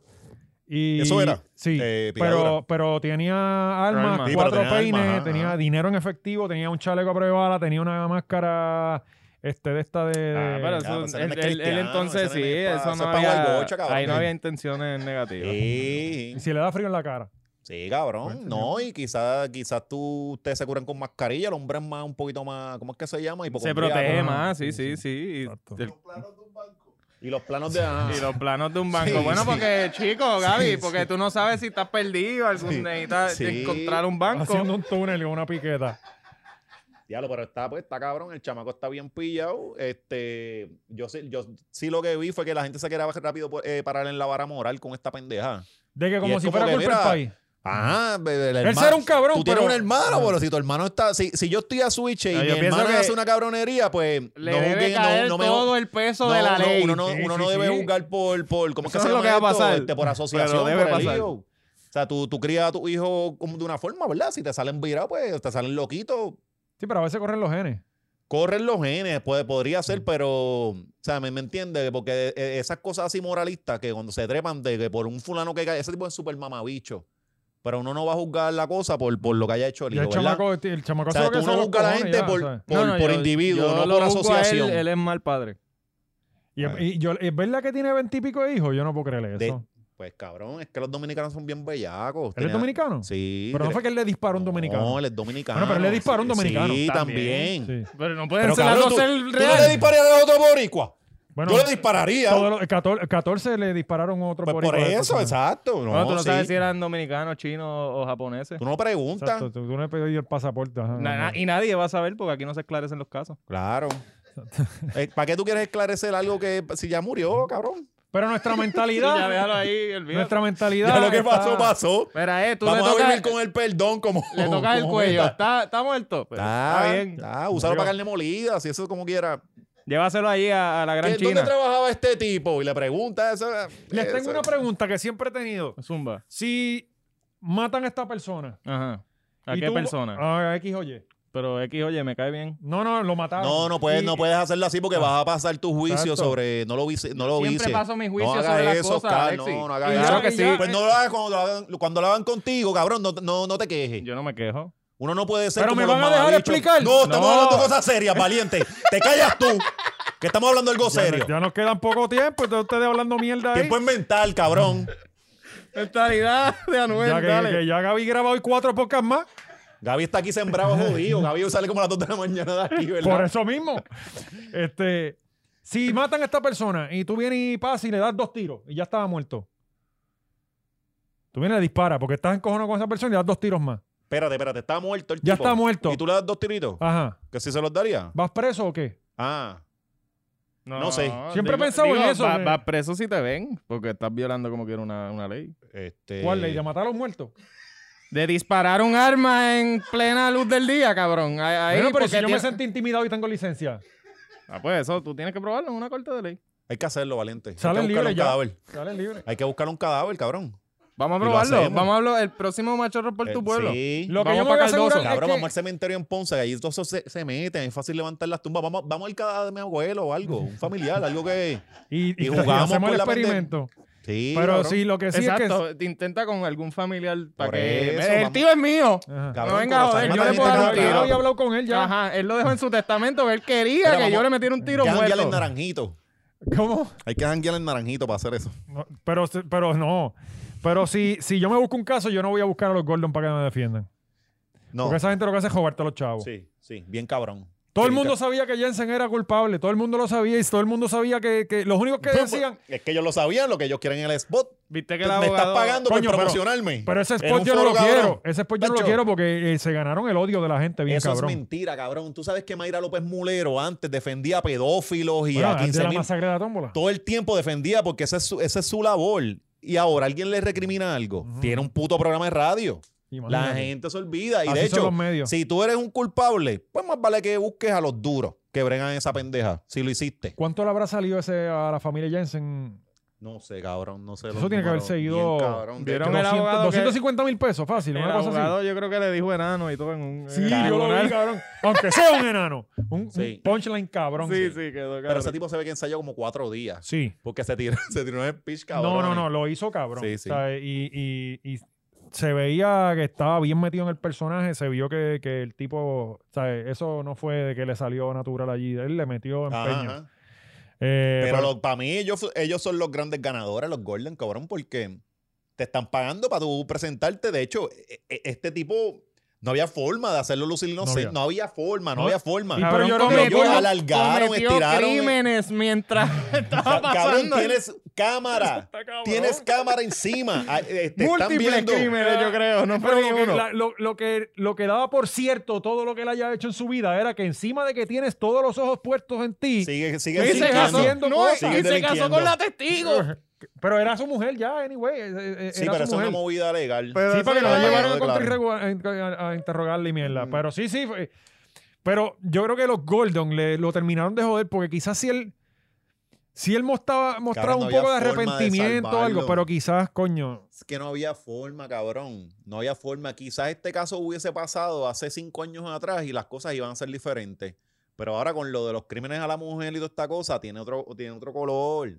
S1: Y,
S2: Eso era,
S1: Sí.
S2: eh, picadura.
S1: pero, pero tenía armas,
S3: Armas.
S2: Sí, pero
S1: cuatro
S2: tenía
S1: peines,
S2: armas, ajá,
S1: tenía
S2: ajá.
S1: dinero en efectivo, tenía un chaleco a prueba de bala, tenía una máscara este, de esta de.
S3: Ah, pero
S2: Ah, pues,
S3: eso,
S2: él
S3: él,
S2: no es
S3: él- él
S2: cristiano,
S3: entonces
S2: ese
S3: sí,
S2: nene es pa-
S3: eso
S2: eso
S3: no
S2: es pa'
S3: había,
S2: guargocha, cabrón.
S3: ahí no había intenciones negativas.
S2: Sí.
S1: Y si le da frío en la cara.
S2: Sí, cabrón.
S1: Fuerte,
S2: No, y quizás quizás tú ustedes se curan con mascarilla, el hombre es más un poquito más, ¿cómo es que se llama?
S3: Se
S2: Hipocondriaco.
S3: protege
S1: ajá,
S3: más, sí,
S1: sí,
S3: sí, sí.
S1: Exacto.
S3: Y, el-
S2: Y los planos de ah,
S3: y los planos de un banco.
S2: Sí,
S3: bueno,
S2: sí.
S3: porque, chico, Gaby, porque tú no sabes si estás perdido, algún necesitas
S2: sí.
S3: encontrar un banco.
S1: Haciendo un túnel con una piqueta.
S2: Diablo, pero está, pues, está cabrón, el chamaco está bien pillado. Este, yo sí, yo sí lo que vi fue que la gente se quería rápido por- eh, parar en la vara moral con esta pendeja.
S1: De que como
S2: es
S1: si
S2: como
S1: fuera
S2: que,
S1: culpa del
S2: mira,
S1: país.
S2: Ajá, bebé, Ah, el
S1: Él
S2: hermano.
S1: será un cabrón,
S2: Tú
S1: pero...
S2: tienes un hermano,
S1: Ah.
S2: pero si tu hermano está. Si, si yo estoy a Switch y
S4: No,
S2: mi
S4: yo pienso
S2: hermano
S4: que
S2: hace una cabronería, pues.
S3: Le
S2: no
S3: debe
S2: juzguen, no-
S3: caer
S2: no me-
S3: todo el peso
S2: no,
S3: de la
S2: no,
S3: ley.
S2: Uno no,
S1: Sí,
S2: uno
S1: sí,
S2: no debe
S1: sí.
S2: juzgar por, por ¿cómo es que
S4: Eso
S2: se
S4: es lo
S2: llama
S4: que va a
S2: esto?
S4: pasar.
S2: Este, por asociación,
S4: Pero debe
S2: por el
S4: pasar.
S2: lío. O sea, tú, tú crías a tu hijo como de una forma, ¿verdad? Si te salen virados, pues te salen loquitos.
S1: Sí, pero a veces corren los genes.
S2: Corren los genes, puede, podría
S1: Mm.
S2: ser, pero, o sea, ¿me, me entiendes? Porque eh, esas cosas así moralistas que cuando se trepan de que por un fulano que cae, ese tipo es súper mamabicho. Pero uno no va a juzgar la cosa por, por lo que haya hecho el
S1: Y
S2: hijo,
S1: el
S2: ¿verdad?
S1: chamaco, el chamaco
S2: O sea,
S1: sabe que
S2: tú no
S1: son los
S2: buscas a la
S1: cojones
S2: gente
S1: ya,
S2: por,
S1: ¿sabes?
S2: por, por individuo,
S3: yo
S2: no
S3: lo
S2: por
S3: juzgo a él,
S2: asociación.
S3: Él, es mal padre.
S1: Y,
S2: Bueno.
S1: y yo, ¿Es verdad que tiene veintipico de hijos? Yo no puedo creerle
S2: De-
S1: eso.
S2: Pues cabrón, es que los dominicanos son bien bellacos.
S1: ¿Él es
S2: Tenía-
S1: dominicano?
S2: Sí.
S1: Pero no fue que él le disparó a un
S2: No,
S1: dominicano.
S2: él es dominicano.
S1: Bueno, pero él le disparó a un
S2: Sí,
S1: dominicano.
S2: Sí, también.
S1: Sí.
S3: Pero no
S2: Pero
S3: pueden ser las
S2: cabrón,
S3: dos
S2: tú,
S3: ser
S2: tú no le
S3: real.
S2: dispararías a otro boricua.
S1: Bueno,
S2: Yo le dispararía.
S1: todos los- 14, 14 le dispararon a otro
S2: Pues por
S1: boricua.
S2: eso, exacto. No,
S3: No, tú no
S2: sí.
S3: sabes si eran dominicanos, chinos o japoneses.
S2: Tú no preguntas.
S1: Exacto, tú, tú no le pedí el pasaporte. ajá,
S3: Na-
S1: ajá.
S3: na- y nadie va a saber porque aquí no se esclarecen los casos.
S2: Claro. Eh, ¿Para qué tú quieres esclarecer algo que si ya murió, cabrón?
S1: Pero nuestra
S3: Ya
S1: mentalidad.
S3: déjalo ahí, olvídate.
S1: nuestra mentalidad.
S2: Ya lo que
S1: está-
S2: pasó, pasó.
S3: Mira, eh, tú le
S2: Vamos a
S3: tocas,
S2: vivir con el perdón como.
S3: le tocas el
S2: como
S3: cuello.
S2: meta.
S3: Está, está muerto. Pero
S2: Está,
S3: está bien.
S2: está, usarlo para carne molida, si eso como quiera.
S3: Llévaselo allí a, a la gran
S2: ¿Qué- ¿Dónde
S3: China.
S2: trabajaba este tipo? Y le pregunta eso.
S1: Les
S2: eso-
S1: tengo una pregunta que siempre he tenido.
S3: Zumba.
S1: Si matan a esta persona.
S3: Ajá. ¿A
S1: y
S3: qué
S1: tú- Ah,
S3: persona?
S2: Ah.
S1: A X, oye.
S3: Pero X, oye, me cae bien.
S1: No, no, lo mataron.
S2: No, no puedes,
S1: Y-
S2: no puedes hacerlo así porque
S1: Ah.
S2: vas a pasar tu juicio
S1: Exacto.
S2: sobre. No lo vices. No lo
S3: Siempre
S2: vices.
S3: paso mis juicios
S2: no hagas
S3: sobre las
S2: eso,
S3: cosas,
S2: Oscar,
S3: Alexis.
S2: No, no
S1: Y
S2: hagas
S1: ya,
S3: Claro
S2: eso.
S3: que
S1: y
S3: sí.
S1: ya,
S2: Pues no lo hagas cuando lo hagan, cuando lo hagan contigo, cabrón. No, no, no te quejes.
S3: Yo no me quejo.
S2: Uno no puede ser.
S1: Pero
S2: como
S1: me
S2: los
S1: van a dejar
S2: mamabichos.
S1: explicar.
S2: No, estamos
S1: No.
S2: hablando de cosas serias, valiente. Te callas tú. Que estamos hablando de algo
S1: Ya,
S2: serio.
S1: Ya nos quedan poco tiempo, entonces ustedes hablando mierda ahí.
S2: Tiempo es mental, cabrón.
S3: Mentalidad de Anuel,
S1: Ya
S3: dale.
S1: que, que ya Gaby graba hoy cuatro podcasts más.
S2: Gaby está aquí sembrado jodido. Gaby sale como a las 2 de la mañana de aquí, ¿verdad?
S1: Por eso mismo. este, si matan a esta persona y tú vienes y pasas y le das dos tiros y ya estaba muerto. Tú vienes y le disparas porque estás encojonado con esa persona y le das dos tiros más.
S2: Espérate, espérate. Está muerto el
S1: Ya
S2: tipo.
S1: está muerto. Ah.
S2: ¿Y tú le das dos tiritos?
S1: Ajá.
S2: ¿Que si se los daría?
S1: ¿Vas preso o qué?
S2: Ah. No sé.
S1: Siempre he pensado en eso,
S3: Vas
S1: me-
S3: vas preso si te ven, porque estás violando como quiera una, una ley.
S2: Este...
S1: ¿Cuál ley? ¿De matar a los muertos?
S3: De disparar un arma en plena luz del día, cabrón. Ahí, ahí,
S1: Bueno, pero
S3: porque
S1: si yo me
S3: tiene-
S1: sentí intimidado y tengo licencia.
S3: Ah, pues eso, tú tienes que probarlo en una corte de ley.
S2: Hay que hacerlo, Valiente.
S1: Salen
S2: Hay que buscar
S1: libres
S2: un
S1: ya.
S2: cadáver.
S1: Salen libre.
S2: Hay que buscar un cadáver, cabrón.
S3: Vamos a
S2: Y lo
S3: probarlo.
S2: hacemos.
S3: Vamos a hablar el próximo machorro por
S2: Eh,
S3: tu pueblo.
S2: Sí.
S1: Lo que
S3: Vamos
S1: yo me
S3: pa'
S1: voy a
S3: Cardoso.
S1: asegurar
S2: Cabrón,
S1: es
S2: vamos
S1: que...
S2: al cementerio en Ponce, que allí todos se, se meten, es fácil levantar las tumbas. Vamos, vamos al cadáver de mi abuelo o algo, un familiar, algo que.
S1: Y, y,
S2: y jugamos
S1: hacemos
S2: con
S1: el
S2: la pende-
S1: experimento.
S2: Sí.
S1: Pero
S2: cabrón.
S1: sí, lo que sí
S3: Exacto.
S1: es
S3: te Intenta con algún familiar para
S2: Por
S3: que.
S2: eso,
S3: el
S2: vamos.
S3: tío es mío.
S1: que... Ajá.
S2: Cabrón,
S3: No venga a
S2: como
S3: joder,
S2: saben,
S3: yo le
S2: la
S3: puedo
S2: gente no
S3: dar un
S2: está-
S1: Ya
S3: tiro.
S1: había hablado con él ya.
S3: Ajá. Él lo dejó en su testamento que él quería
S2: Mira,
S3: que
S2: vamos-
S3: yo le metiera un tiro
S2: Hay que janguear
S3: muerto.
S2: el naranjito.
S1: ¿Cómo?
S2: Hay que janguear el naranjito para hacer eso.
S1: No, Pero, se- pero no. Pero si, si yo me busco un caso, yo no voy a buscar a los Gordon para que me defiendan.
S2: No.
S1: Porque esa gente lo que hace es joderte a los chavos.
S2: Sí, sí, bien cabrón.
S1: Todo el
S2: Sí,
S1: mundo
S2: ca-
S1: sabía que Jensen era culpable. Todo el mundo lo sabía y todo el mundo sabía que, que los únicos que
S2: pues,
S1: decían...
S2: Es que ellos lo sabían, lo que ellos quieren en el spot.
S3: Viste que
S2: Me
S3: el
S2: estás
S3: abogado.
S2: pagando
S1: Coño,
S2: por
S1: pero-
S2: promocionarme.
S1: Pero ese
S2: En
S1: spot
S2: un
S1: yo no lo
S2: foro, cabrón.
S1: quiero. Ese spot yo no lo
S2: Tacho.
S1: quiero porque eh, se ganaron el odio de la gente bien
S2: Eso es
S1: cabrón.
S2: mentira, cabrón. Tú sabes que Mayra López Mulero antes defendía a pedófilos y
S1: Bueno,
S2: a
S1: antes de
S2: 15
S1: la
S2: mil
S1: masacre de la tómbola.
S2: todo el tiempo defendía porque esa es su, esa es su labor. Y ahora alguien le recrimina algo.
S1: Ujú.
S2: Tiene un puto programa de radio.
S1: Imagínate.
S2: La gente se olvida. Y
S1: Así
S2: de
S1: son los
S2: hecho,
S1: medios.
S2: si tú eres un culpable, pues más vale que busques a los duros que bregan esa pendeja. Si lo hiciste.
S1: ¿Cuánto le habrá salido ese a la familia Jensen?
S2: No sé, cabrón. No sé.
S1: Eso
S2: los
S1: tiene que haber
S2: números.
S1: seguido-
S2: Bien, cabrón. De
S3: Vieron
S2: hecho,
S3: el abogado que-
S1: 250 mil pesos, fácil.
S3: El
S1: Una cosa así.
S3: abogado yo creo que le dijo enano y todo en un.
S1: Sí,
S3: en el
S1: yo lo vi,
S3: tribunal.
S1: cabrón. Aunque sea un enano. Un, un
S2: Sí.
S1: punchline cabrón.
S3: Sí, sí, quedó
S2: Pero
S3: cabrón.
S2: ese tipo se ve que ensayó como cuatro días.
S1: Sí.
S2: Porque se tiró, se tiró el pitch, cabrón.
S1: No, no, no, lo hizo cabrón.
S2: Sí, sí.
S1: O sea, y, y- y se veía que estaba bien metido en el personaje, se vio que, que el tipo, o sea, eso no fue de que le salió natural allí, él le metió
S2: Ajá,
S1: empeño.
S2: ajá.
S1: Eh,
S2: Pero,
S1: pero-
S2: para mí, ellos, ellos son los grandes ganadores, los Golden, cabrón, porque te están pagando para tú presentarte. De hecho, e- e- este tipo No había forma de hacerlo lucir inocente.
S1: había.
S2: No había forma, no
S1: No.
S2: había forma.
S1: Y- Pero yo no-
S2: Pero ellos alargaron,
S3: cometió
S2: estiraron. eh.
S3: crímenes mientras
S2: O sea,
S3: estaba
S2: cabrón,
S3: pasando.
S2: tienes cámara. Tienes cámara encima. Ah, eh, Te están
S3: múltiples
S2: viendo.
S3: crímenes, yo creo, no fue
S1: Pero
S3: ni
S1: lo que,
S3: uno.
S1: la- lo, lo que, lo que daba por cierto todo lo que él haya hecho en su vida era que encima de que tienes todos los ojos puestos en ti,
S2: Sigue,
S1: Sí,
S2: sigue
S1: se casó.
S2: haciendo.
S1: haciendo cosas.
S2: Sigue delinquiendo.
S3: testigo.
S1: pero era su mujer ya, anyway. eh, eh,
S2: Sí,
S1: era
S2: pero
S1: su
S2: eso es
S1: mujer.
S2: una movida legal.
S3: Pero
S1: Sí,
S3: eso
S1: porque
S3: ya
S1: la
S3: es-
S1: llevaron a,
S2: claro. Mm.
S1: contrarregu- a- a- a interrogarle y mierda. Pero sí, sí. fue- Pero yo creo que los Gordon le, lo terminaron de joder porque quizás si él. Si él mostraba, mostraba
S2: Cabrón,
S1: un
S2: no había
S1: poco de
S2: forma de
S1: arrepentimiento o algo,
S2: salvarlo.
S1: pero quizás, coño.
S2: Es que no había forma, cabrón. No había forma. Quizás este caso hubiese pasado hace cinco años atrás y las cosas iban a ser diferentes. Pero ahora con lo de los crímenes a la mujer y toda esta cosa, tiene otro, tiene otro color.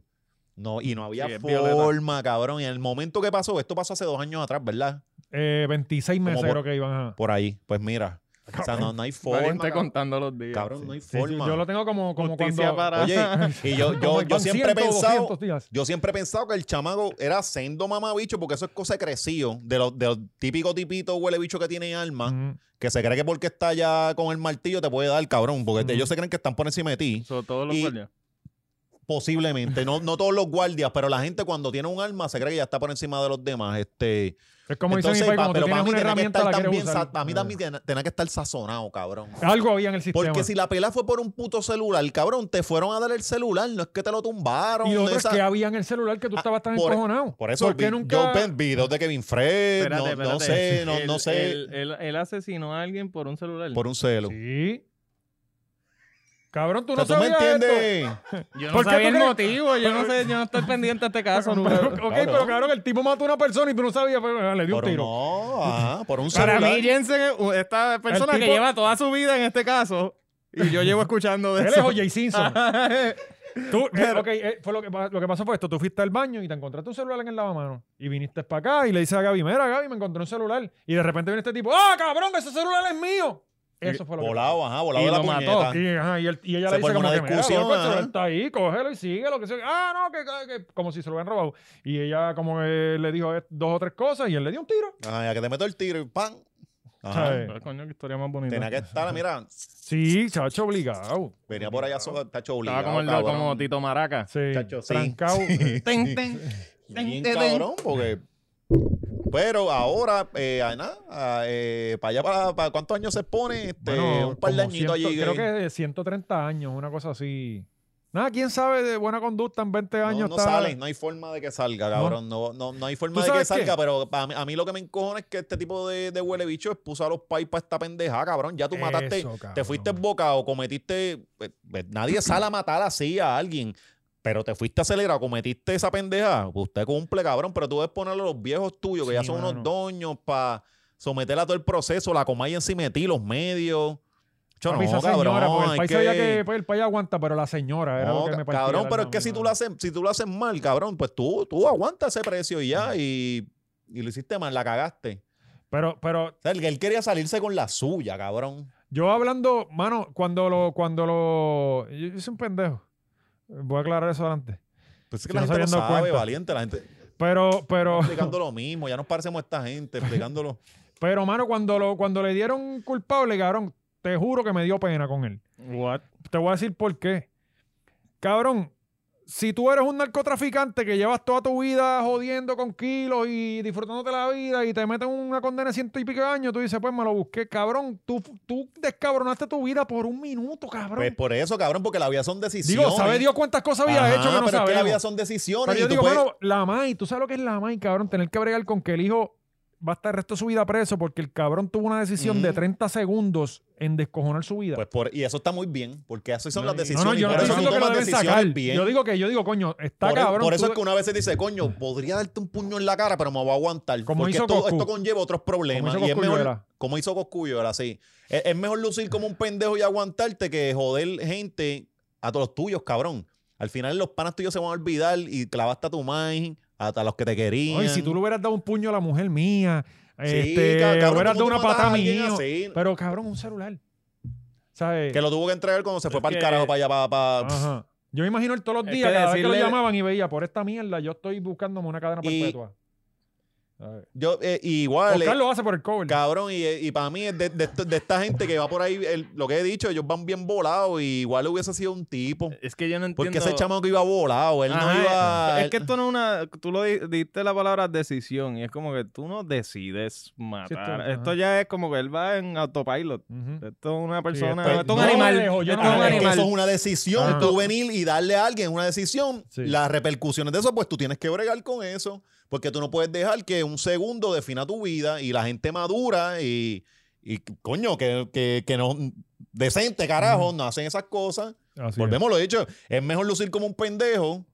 S2: No, y no había
S3: Sí, es violeta.
S2: forma, cabrón. Y en el momento que pasó, esto pasó hace dos años atrás, ¿verdad?
S1: eh, 26
S2: Como
S1: meses
S2: por-
S1: creo que iban a.
S2: Por ahí. Pues mira. O sea, no, no hay forma.
S3: Valiente
S2: Cabrón,
S3: contando los días.
S2: Cabrón,
S3: sí.
S2: no hay
S1: Sí, sí,
S2: forma.
S1: yo lo tengo como, como
S3: Justicia
S1: cuando.
S3: para-
S2: Oye, y yo,
S1: como
S2: yo, yo
S1: van
S2: siempre
S1: 100,
S2: he pensado.
S1: 200 días.
S2: Yo siempre he pensado que el chamaco era sendo mamabicho porque eso es cosa de crecido, de los, de los típicos tipitos huele bicho que tienen alma,
S1: Mm.
S2: que se cree que porque está ya con el martillo te puede dar, cabrón, porque
S1: Ujú.
S2: ellos se creen que están por encima de ti.
S3: So, todos los
S2: Y- eh,
S3: guardias.
S2: Posiblemente, no, no todos los guardias, pero la gente cuando tiene un alma se cree que ya está por encima de los demás. Este,
S1: Es como dice mi
S2: entonces,
S1: país,
S2: pa-
S1: como tú
S2: pero
S1: tienes
S2: para
S1: una
S2: mí tenía que
S1: herramienta,
S2: estar
S1: la quieres
S2: también,
S1: usar.
S2: sa- para mí también tiene- tenía que estar sazonado, cabrón.
S1: Algo había en el sistema.
S2: Porque si la pela fue por un puto celular, cabrón, te fueron a dar el celular, no es que te lo tumbaron.
S1: y
S2: no
S1: otro es
S2: esa-
S1: que había en el celular que tú
S2: Ah,
S1: estabas tan
S2: por-
S1: encojonado.
S2: Por eso,
S1: ¿Por qué
S2: vi-
S1: nunca-
S2: yo ven videos de Kevin Fred, no,
S3: Espérate,
S2: no
S3: espérate.
S2: sé, no, no
S3: Él-
S2: sé,
S3: Él, él- él asesinó a alguien por un celular.
S2: por un celo.
S1: Sí. Cabrón, tú
S2: O
S1: no
S2: sea, ¿Tú me
S1: sabías esto.
S2: entiendes?
S3: Yo no
S1: ¿Por qué
S3: sabía
S1: tú
S3: el
S1: crees-
S3: motivo. Yo no sé, yo no estoy pendiente de este caso.
S1: Pero-
S3: número-
S1: ok,
S2: Claro.
S1: pero cabrón, el tipo mató a una persona y tú no sabías, pues, ah, le dio un
S2: Por un-
S1: tiro.
S2: no, ajá, por un
S3: Para
S2: celular.
S3: mí, Jensen es u- esta persona que
S1: tipo-
S3: lleva toda su vida en este caso. Y yo llevo escuchando de
S1: Él
S3: eso.
S1: es O.J. Simpson. Tú, eh,
S3: Pero-
S1: ok, eh, fue lo, que, pa- lo que pasó fue esto. Tú fuiste al baño y te encontraste un celular en el lavamanos. Y viniste para acá y le dices a Gaby, mira, Gaby, me encontré un celular. Y de repente viene este tipo, ¡ah, cabrón, ese celular es mío! Eso fue lo que pasó.
S2: Volado, ajá, volado
S3: Y
S2: de la
S3: lo mató.
S2: puñeta.
S1: Y, ajá, y, él- y ella
S2: Se
S1: le dice
S2: forma
S1: como
S2: una
S1: que, mira,
S2: discusión,
S1: loco, el celular
S2: ajá.
S1: está ahí, cógelo y sigue, lo que sea. Ah, no, que, que- que- como si se lo hubieran robado. Y ella como que le dijo eh, dos o tres cosas y él le dio un tiro.
S2: Ay, a que te meto el tiro y ¡pam! Ajá.
S1: ¿Sabes?
S3: Ah, Coño, qué historia más bonita.
S2: Tenía que estar, mira,
S1: Sí, chacho, obligado.
S2: venía por allá solo, tacho obligado,
S3: Estaba como, el,
S2: cabrón.
S3: como Tito Maraca.
S1: Sí,
S2: Chacho, sí. Este,
S1: trancado.
S3: Ten, ten.
S2: Bien
S3: Ten, ten, ten.
S2: cabrón, porque... Pero ahora, eh, ah, nada, ah, eh, para allá, para, para cuántos años se pone, este,
S1: Bueno,
S2: un par de
S1: como
S2: añitos
S1: 100,
S2: allí.
S1: Creo que de 130 años, una cosa así. Nada, quién sabe de buena conducta en 20
S2: No,
S1: años.
S2: no
S1: está-
S2: sale, no hay forma de que salga, cabrón. No, no, no hay
S1: ¿Tú
S2: forma de que
S1: sabes qué?
S2: salga, pero a mí, a mí lo que me encojona es que este tipo de, de huele bicho expuso a los pais para esta pendejada, cabrón. Ya tú
S1: Eso,
S2: mataste, te
S1: cabrón.
S2: fuiste bocado, cometiste. eh, eh, nadie sale a matar así a alguien. Pero te fuiste acelerado, cometiste esa pendeja. pues, Usted cumple, cabrón, pero tú debes ponerle a los viejos tuyos, que
S1: Sí,
S2: ya son
S1: mano.
S2: unos doños, para someter a todo el proceso, la comaya encima de ti, los medios. Yo
S1: Papi, esa
S2: no,
S1: señora,
S2: cabrón.
S1: porque el
S2: hay
S1: país
S2: que-
S1: sabía que pues, el país aguanta, pero la señora era
S2: no,
S1: lo que me
S2: ca-
S1: partía
S2: cabrón,
S1: el
S2: pero es
S1: alma,
S2: que si tú,
S1: mira.
S2: lo haces, si tú lo haces mal, cabrón, pues tú, tú aguantas ese precio y ya y, y lo hiciste mal, la cagaste.
S1: Pero, pero
S2: O sea, él, él quería salirse con la suya, cabrón.
S1: yo hablando, mano, cuando lo, cuando lo. Yo, yo soy un pendejo. Voy a aclarar eso adelante.
S2: Pues es que
S1: Si
S2: la
S1: no se
S2: gente no
S1: habían
S2: sabe,
S1: dado cuenta.
S2: valiente, la gente
S1: Pero, pero,
S2: explicando lo mismo, ya nos parecemos a esta gente
S1: Pues,
S2: explicándolo.
S1: pero, mano, cuando lo, cuando le dieron culpable, cabrón, te juro que me dio pena con él.
S3: What?
S1: Te voy a decir por qué. Cabrón, si tú eres un narcotraficante que llevas toda tu vida jodiendo con kilos y disfrutándote la vida y te meten una condena de ciento y pico de años, tú dices, pues me lo busqué. Cabrón, tú, tú descabronaste tu vida por un minuto, cabrón.
S2: Pues por eso, cabrón, porque la vida son decisiones.
S1: Digo, ¿sabe Dios cuántas cosas había
S2: Pues, Ajá,
S1: hecho que no
S2: pero es que la
S1: sabemos?
S2: vida son decisiones.
S1: Pero
S2: y
S1: yo
S2: tú
S1: digo,
S2: puedes-
S1: mano, la MAI, tú sabes lo que es la MAI, cabrón, tener que bregar con que el hijo va a estar el resto de su vida preso porque el cabrón tuvo una decisión
S2: Ujú.
S1: de 30 segundos en descojonar su vida.
S2: Mm. pues por- y eso está muy bien, porque así son
S3: No,
S2: las
S3: y- no,
S2: decisiones.
S1: no, no,
S2: y
S1: yo no
S2: por
S1: estoy
S2: eso tú
S1: diciendo que lo
S2: tomas
S1: deben
S2: decisiones
S1: sacar.
S2: bien.
S1: Yo digo que, yo digo, coño, está
S2: Por, el-
S1: cabrón.
S2: por eso
S1: tú-
S2: es que una vez se dice, coño, podría darte un puño en la cara, pero me voy a aguantar.
S1: Como
S2: porque
S1: hizo
S2: esto,
S1: Goku.
S2: esto conlleva otros problemas.
S1: Como hizo
S2: y es
S1: Goku,
S2: mejor-
S1: era.
S2: como hizo Coscuyo, era así. Es, es mejor lucir como un pendejo y aguantarte que joder gente a todos los tuyos, cabrón. Al final los panas tuyos se van a olvidar y clavaste a tu main, hasta los que te querían.
S1: Ay, si tú le hubieras dado un puño a la mujer mía,
S2: Sí,
S1: este,
S2: ca-
S1: le
S2: cabrón,
S1: hubieras dado
S2: ¿cómo tú
S1: una
S2: matas
S1: pata
S2: a
S1: a mi
S2: alguien
S1: hijo.
S2: así?
S1: Pero cabrón, un celular. ¿Sabes?
S2: Que lo tuvo que entregar cuando se fue
S3: Es
S2: para el
S3: que-
S2: carajo, para allá, para...
S1: Ajá. Yo me imagino él todos los
S3: Es
S1: días,
S3: que
S1: cada vez que lo
S3: decirle-
S1: llamaban y veía, por esta mierda, yo estoy buscándome una cadena
S2: Y-
S1: perpetua. ¿sabes?
S2: Yo, eh, igual. eh,
S1: Oscar lo hace por el cover.
S2: Cabrón, y, y para mí, es de, de esto- de esta gente que va por ahí, el- lo que he dicho, ellos van bien volados y igual hubiese sido un tipo.
S3: Es que yo no entiendo.
S2: Porque ese chamo que iba volado, él no
S3: Ajá,
S2: iba.
S3: Es que esto no es una. Tú lo di- diste la palabra decisión y es como que tú no decides matar.
S1: ajá.
S3: esto ya es como que él va en autopilot.
S1: Ujú.
S3: Esto es una persona.
S2: pues,
S3: esto es
S1: no
S3: un animal.
S1: me dejo, yo
S3: esto
S1: no
S3: es un
S1: me
S2: Ah, es que
S3: animal.
S2: eso es una decisión.
S1: Ajá.
S2: Tú venir y darle a alguien una decisión,
S1: Sí.
S2: las repercusiones de eso, pues tú tienes que bregar con eso. Porque tú no puedes dejar que un segundo defina tu vida y la gente madura y, y coño, que, que, que no. Decente, carajo, no hacen esas cosas.
S1: Así es.
S2: Volvemos a lo dicho. Es mejor lucir como un pendejo